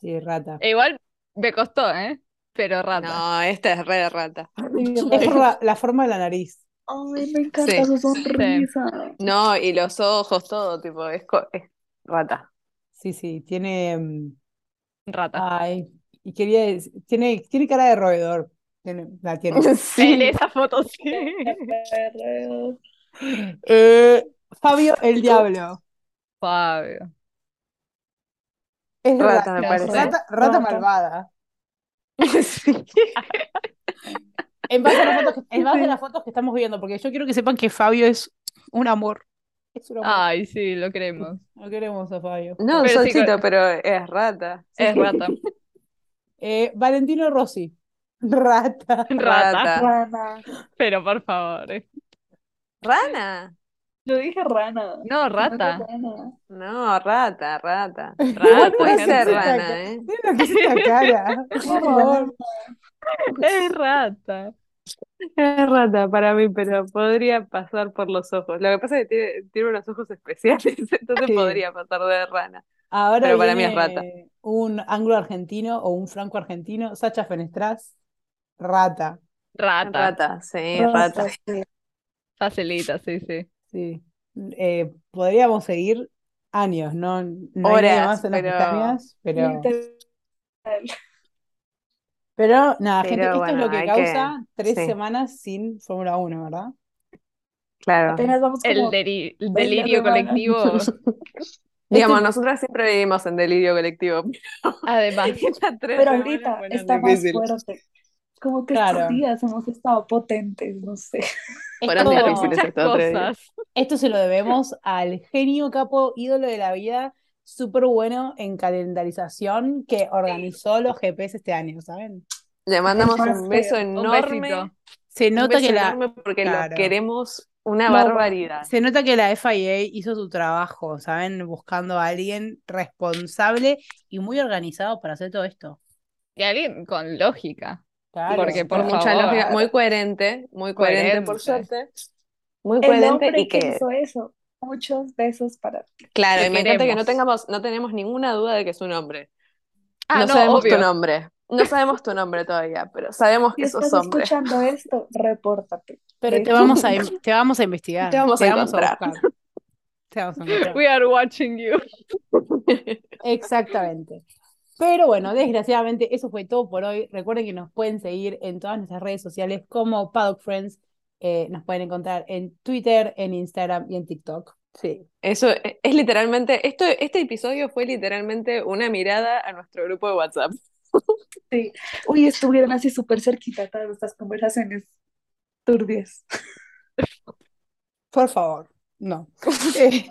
Speaker 1: Sí, rata.
Speaker 3: E Igual me costó, ¿eh? Pero rata.
Speaker 2: No, esta es re rata.
Speaker 4: Sí,
Speaker 1: Es
Speaker 2: *laughs*
Speaker 4: rata.
Speaker 1: por la, la forma de la nariz.
Speaker 4: Ay, me encanta
Speaker 2: Sí.
Speaker 4: su sonrisa.
Speaker 2: No, y los ojos, todo, tipo, es, co- es rata.
Speaker 1: Sí, sí, tiene. mm,
Speaker 3: Rata.
Speaker 1: Ay, y quería decir- tiene, tiene cara de roedor. Tiene, la tiene.
Speaker 2: *laughs*
Speaker 3: En esa foto sí.
Speaker 4: Perro.
Speaker 1: Eh, Fabio el Diablo.
Speaker 3: Fabio.
Speaker 1: Es
Speaker 2: Rata, me
Speaker 1: rata,
Speaker 2: parece.
Speaker 1: rata, rata
Speaker 4: Rata.
Speaker 1: malvada.
Speaker 2: *laughs* Sí.
Speaker 1: En base, a las fotos que, en base a las fotos que estamos viendo, porque yo quiero que sepan que Fabio es un amor. Es un amor.
Speaker 3: Ay, sí, lo queremos.
Speaker 1: No queremos a Fabio.
Speaker 2: No,
Speaker 3: Pero
Speaker 2: un
Speaker 3: sí,
Speaker 2: solcito, pero es rata.
Speaker 3: Es *laughs* rata.
Speaker 1: Eh, Valentino Rossi. Rata.
Speaker 2: Ah.
Speaker 3: Rata.
Speaker 4: Rana.
Speaker 3: Pero por favor. eh.
Speaker 2: ¿Rana?
Speaker 4: Yo dije rana.
Speaker 3: No, rata.
Speaker 4: Rana.
Speaker 2: No, rata, *laughs* rata. Ah,
Speaker 3: Rata.
Speaker 1: Rata,
Speaker 2: Puede ser
Speaker 1: sí,
Speaker 2: rana,
Speaker 1: rata.
Speaker 2: ¿eh?
Speaker 1: Mira lo que es
Speaker 2: *laughs*
Speaker 1: esta cara. Por favor.
Speaker 3: Es rata.
Speaker 2: Es rata para mí, pero podría pasar por los ojos. Lo que pasa es que tiene, tiene unos ojos especiales, *laughs* entonces
Speaker 1: Sí.
Speaker 2: podría pasar de rana.
Speaker 1: Ahora
Speaker 2: Pero para mí es
Speaker 1: viene un anglo-argentino o un franco-argentino. Sacha Fenestras. Rata.
Speaker 3: Rata.
Speaker 2: Rata, sí,
Speaker 4: Rata.
Speaker 2: rata.
Speaker 3: Facilita, sí, sí.
Speaker 1: Sí. Eh, podríamos seguir años, ¿no? No hay
Speaker 2: Horas,
Speaker 1: nada más en las
Speaker 2: pero-
Speaker 1: pestañas, pero...
Speaker 4: Literal.
Speaker 1: Pero nada, gente, esto
Speaker 2: Pero
Speaker 1: es
Speaker 2: bueno,
Speaker 1: lo que
Speaker 2: hay que-
Speaker 1: causa tres
Speaker 2: sí.
Speaker 1: semanas sin Fórmula 1, ¿verdad?
Speaker 2: Claro.
Speaker 4: Apenas vamos
Speaker 3: El
Speaker 4: como
Speaker 3: deli- el
Speaker 4: veinte
Speaker 3: delirio
Speaker 4: semanas.
Speaker 3: colectivo. *laughs*
Speaker 2: Digamos, nosotras siempre vivimos en delirio colectivo. *laughs*
Speaker 3: Además.
Speaker 4: Pero ahorita está más fuerte. Como que estos
Speaker 1: Claro.
Speaker 4: días hemos estado potentes, no sé.
Speaker 2: Fueron
Speaker 1: Esto-
Speaker 2: difíciles.
Speaker 3: Muchas
Speaker 2: Estos otros días.
Speaker 3: cosas.
Speaker 1: Esto se lo debemos al genio capo ídolo de la vida, súper bueno en calendarización que organizó los GPS este año, ¿saben?
Speaker 2: Le mandamos
Speaker 4: Más
Speaker 2: un beso
Speaker 4: feo.
Speaker 3: Un
Speaker 2: enorme.
Speaker 3: besito.
Speaker 1: Se
Speaker 2: un
Speaker 1: nota
Speaker 2: beso
Speaker 1: que la,
Speaker 2: enorme porque lo
Speaker 1: Claro.
Speaker 2: queremos una
Speaker 4: No,
Speaker 2: barbaridad.
Speaker 1: se nota que la FIA hizo su trabajo, ¿saben? Buscando a alguien responsable y muy organizado para hacer todo esto.
Speaker 3: Y alguien con lógica.
Speaker 1: Claro.
Speaker 3: Porque por
Speaker 2: Con mucha
Speaker 3: favor.
Speaker 2: lógica, muy coherente, muy coherente, por
Speaker 3: Coherente.
Speaker 2: suerte. Muy
Speaker 4: El
Speaker 2: coherente
Speaker 4: hombre
Speaker 2: y
Speaker 4: que
Speaker 2: que,
Speaker 4: hizo eso. Muchos besos para ti.
Speaker 2: claro,
Speaker 3: Te
Speaker 2: y me encanta que
Speaker 3: queremos.
Speaker 2: no tengamos, no tenemos ninguna duda de que es un hombre.
Speaker 3: Ah,
Speaker 2: no,
Speaker 3: no,
Speaker 2: sabemos tu
Speaker 3: obvio.
Speaker 2: nombre. No sabemos tu nombre todavía, pero sabemos
Speaker 4: Si
Speaker 2: que sos
Speaker 4: estás
Speaker 2: hombre.
Speaker 4: escuchando esto, repórtate.
Speaker 1: Pero te
Speaker 4: Besos.
Speaker 1: vamos
Speaker 2: *laughs*
Speaker 1: a, in- te vamos a investigar,
Speaker 2: Te vamos a encontrar.
Speaker 1: buscar. Te vamos a encontrar.
Speaker 3: We are watching you. *laughs*
Speaker 1: Exactamente. Pero bueno, desgraciadamente eso fue todo por hoy. Recuerden que nos pueden seguir en todas nuestras redes sociales como Paddock Friends. Eh, nos pueden encontrar en Twitter, en Instagram y en TikTok. Sí.
Speaker 2: *laughs* Eso es, es literalmente, esto, este episodio fue literalmente una mirada a nuestro grupo de WhatsApp.
Speaker 4: Uy, estuvieron así súper cerquita todas estas conversaciones turbias.
Speaker 1: Por favor, *laughs* no. Eh,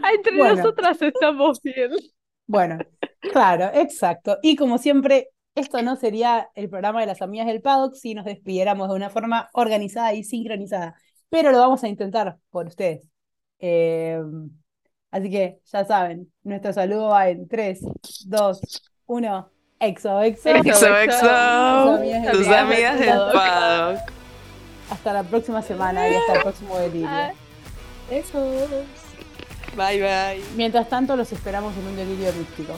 Speaker 3: Ah, Entre
Speaker 1: Bueno.
Speaker 3: nosotras estamos bien.
Speaker 1: bueno, claro, exacto. Y como siempre, esto no sería el programa de las amigas del Paddock si nos despidiéramos de una forma organizada y sincronizada. Pero lo vamos a intentar por ustedes. Eh, así que ya saben, nuestro saludo va en 3, 2, 1. Exo, exo.
Speaker 3: Exo, exo.
Speaker 1: Tus amigas del
Speaker 2: paddock.
Speaker 1: Hasta la próxima semana y hasta el próximo delirio.
Speaker 3: Ah,
Speaker 4: Besos.
Speaker 2: Bye bye.
Speaker 1: Mientras tanto, los esperamos en un delirio místico.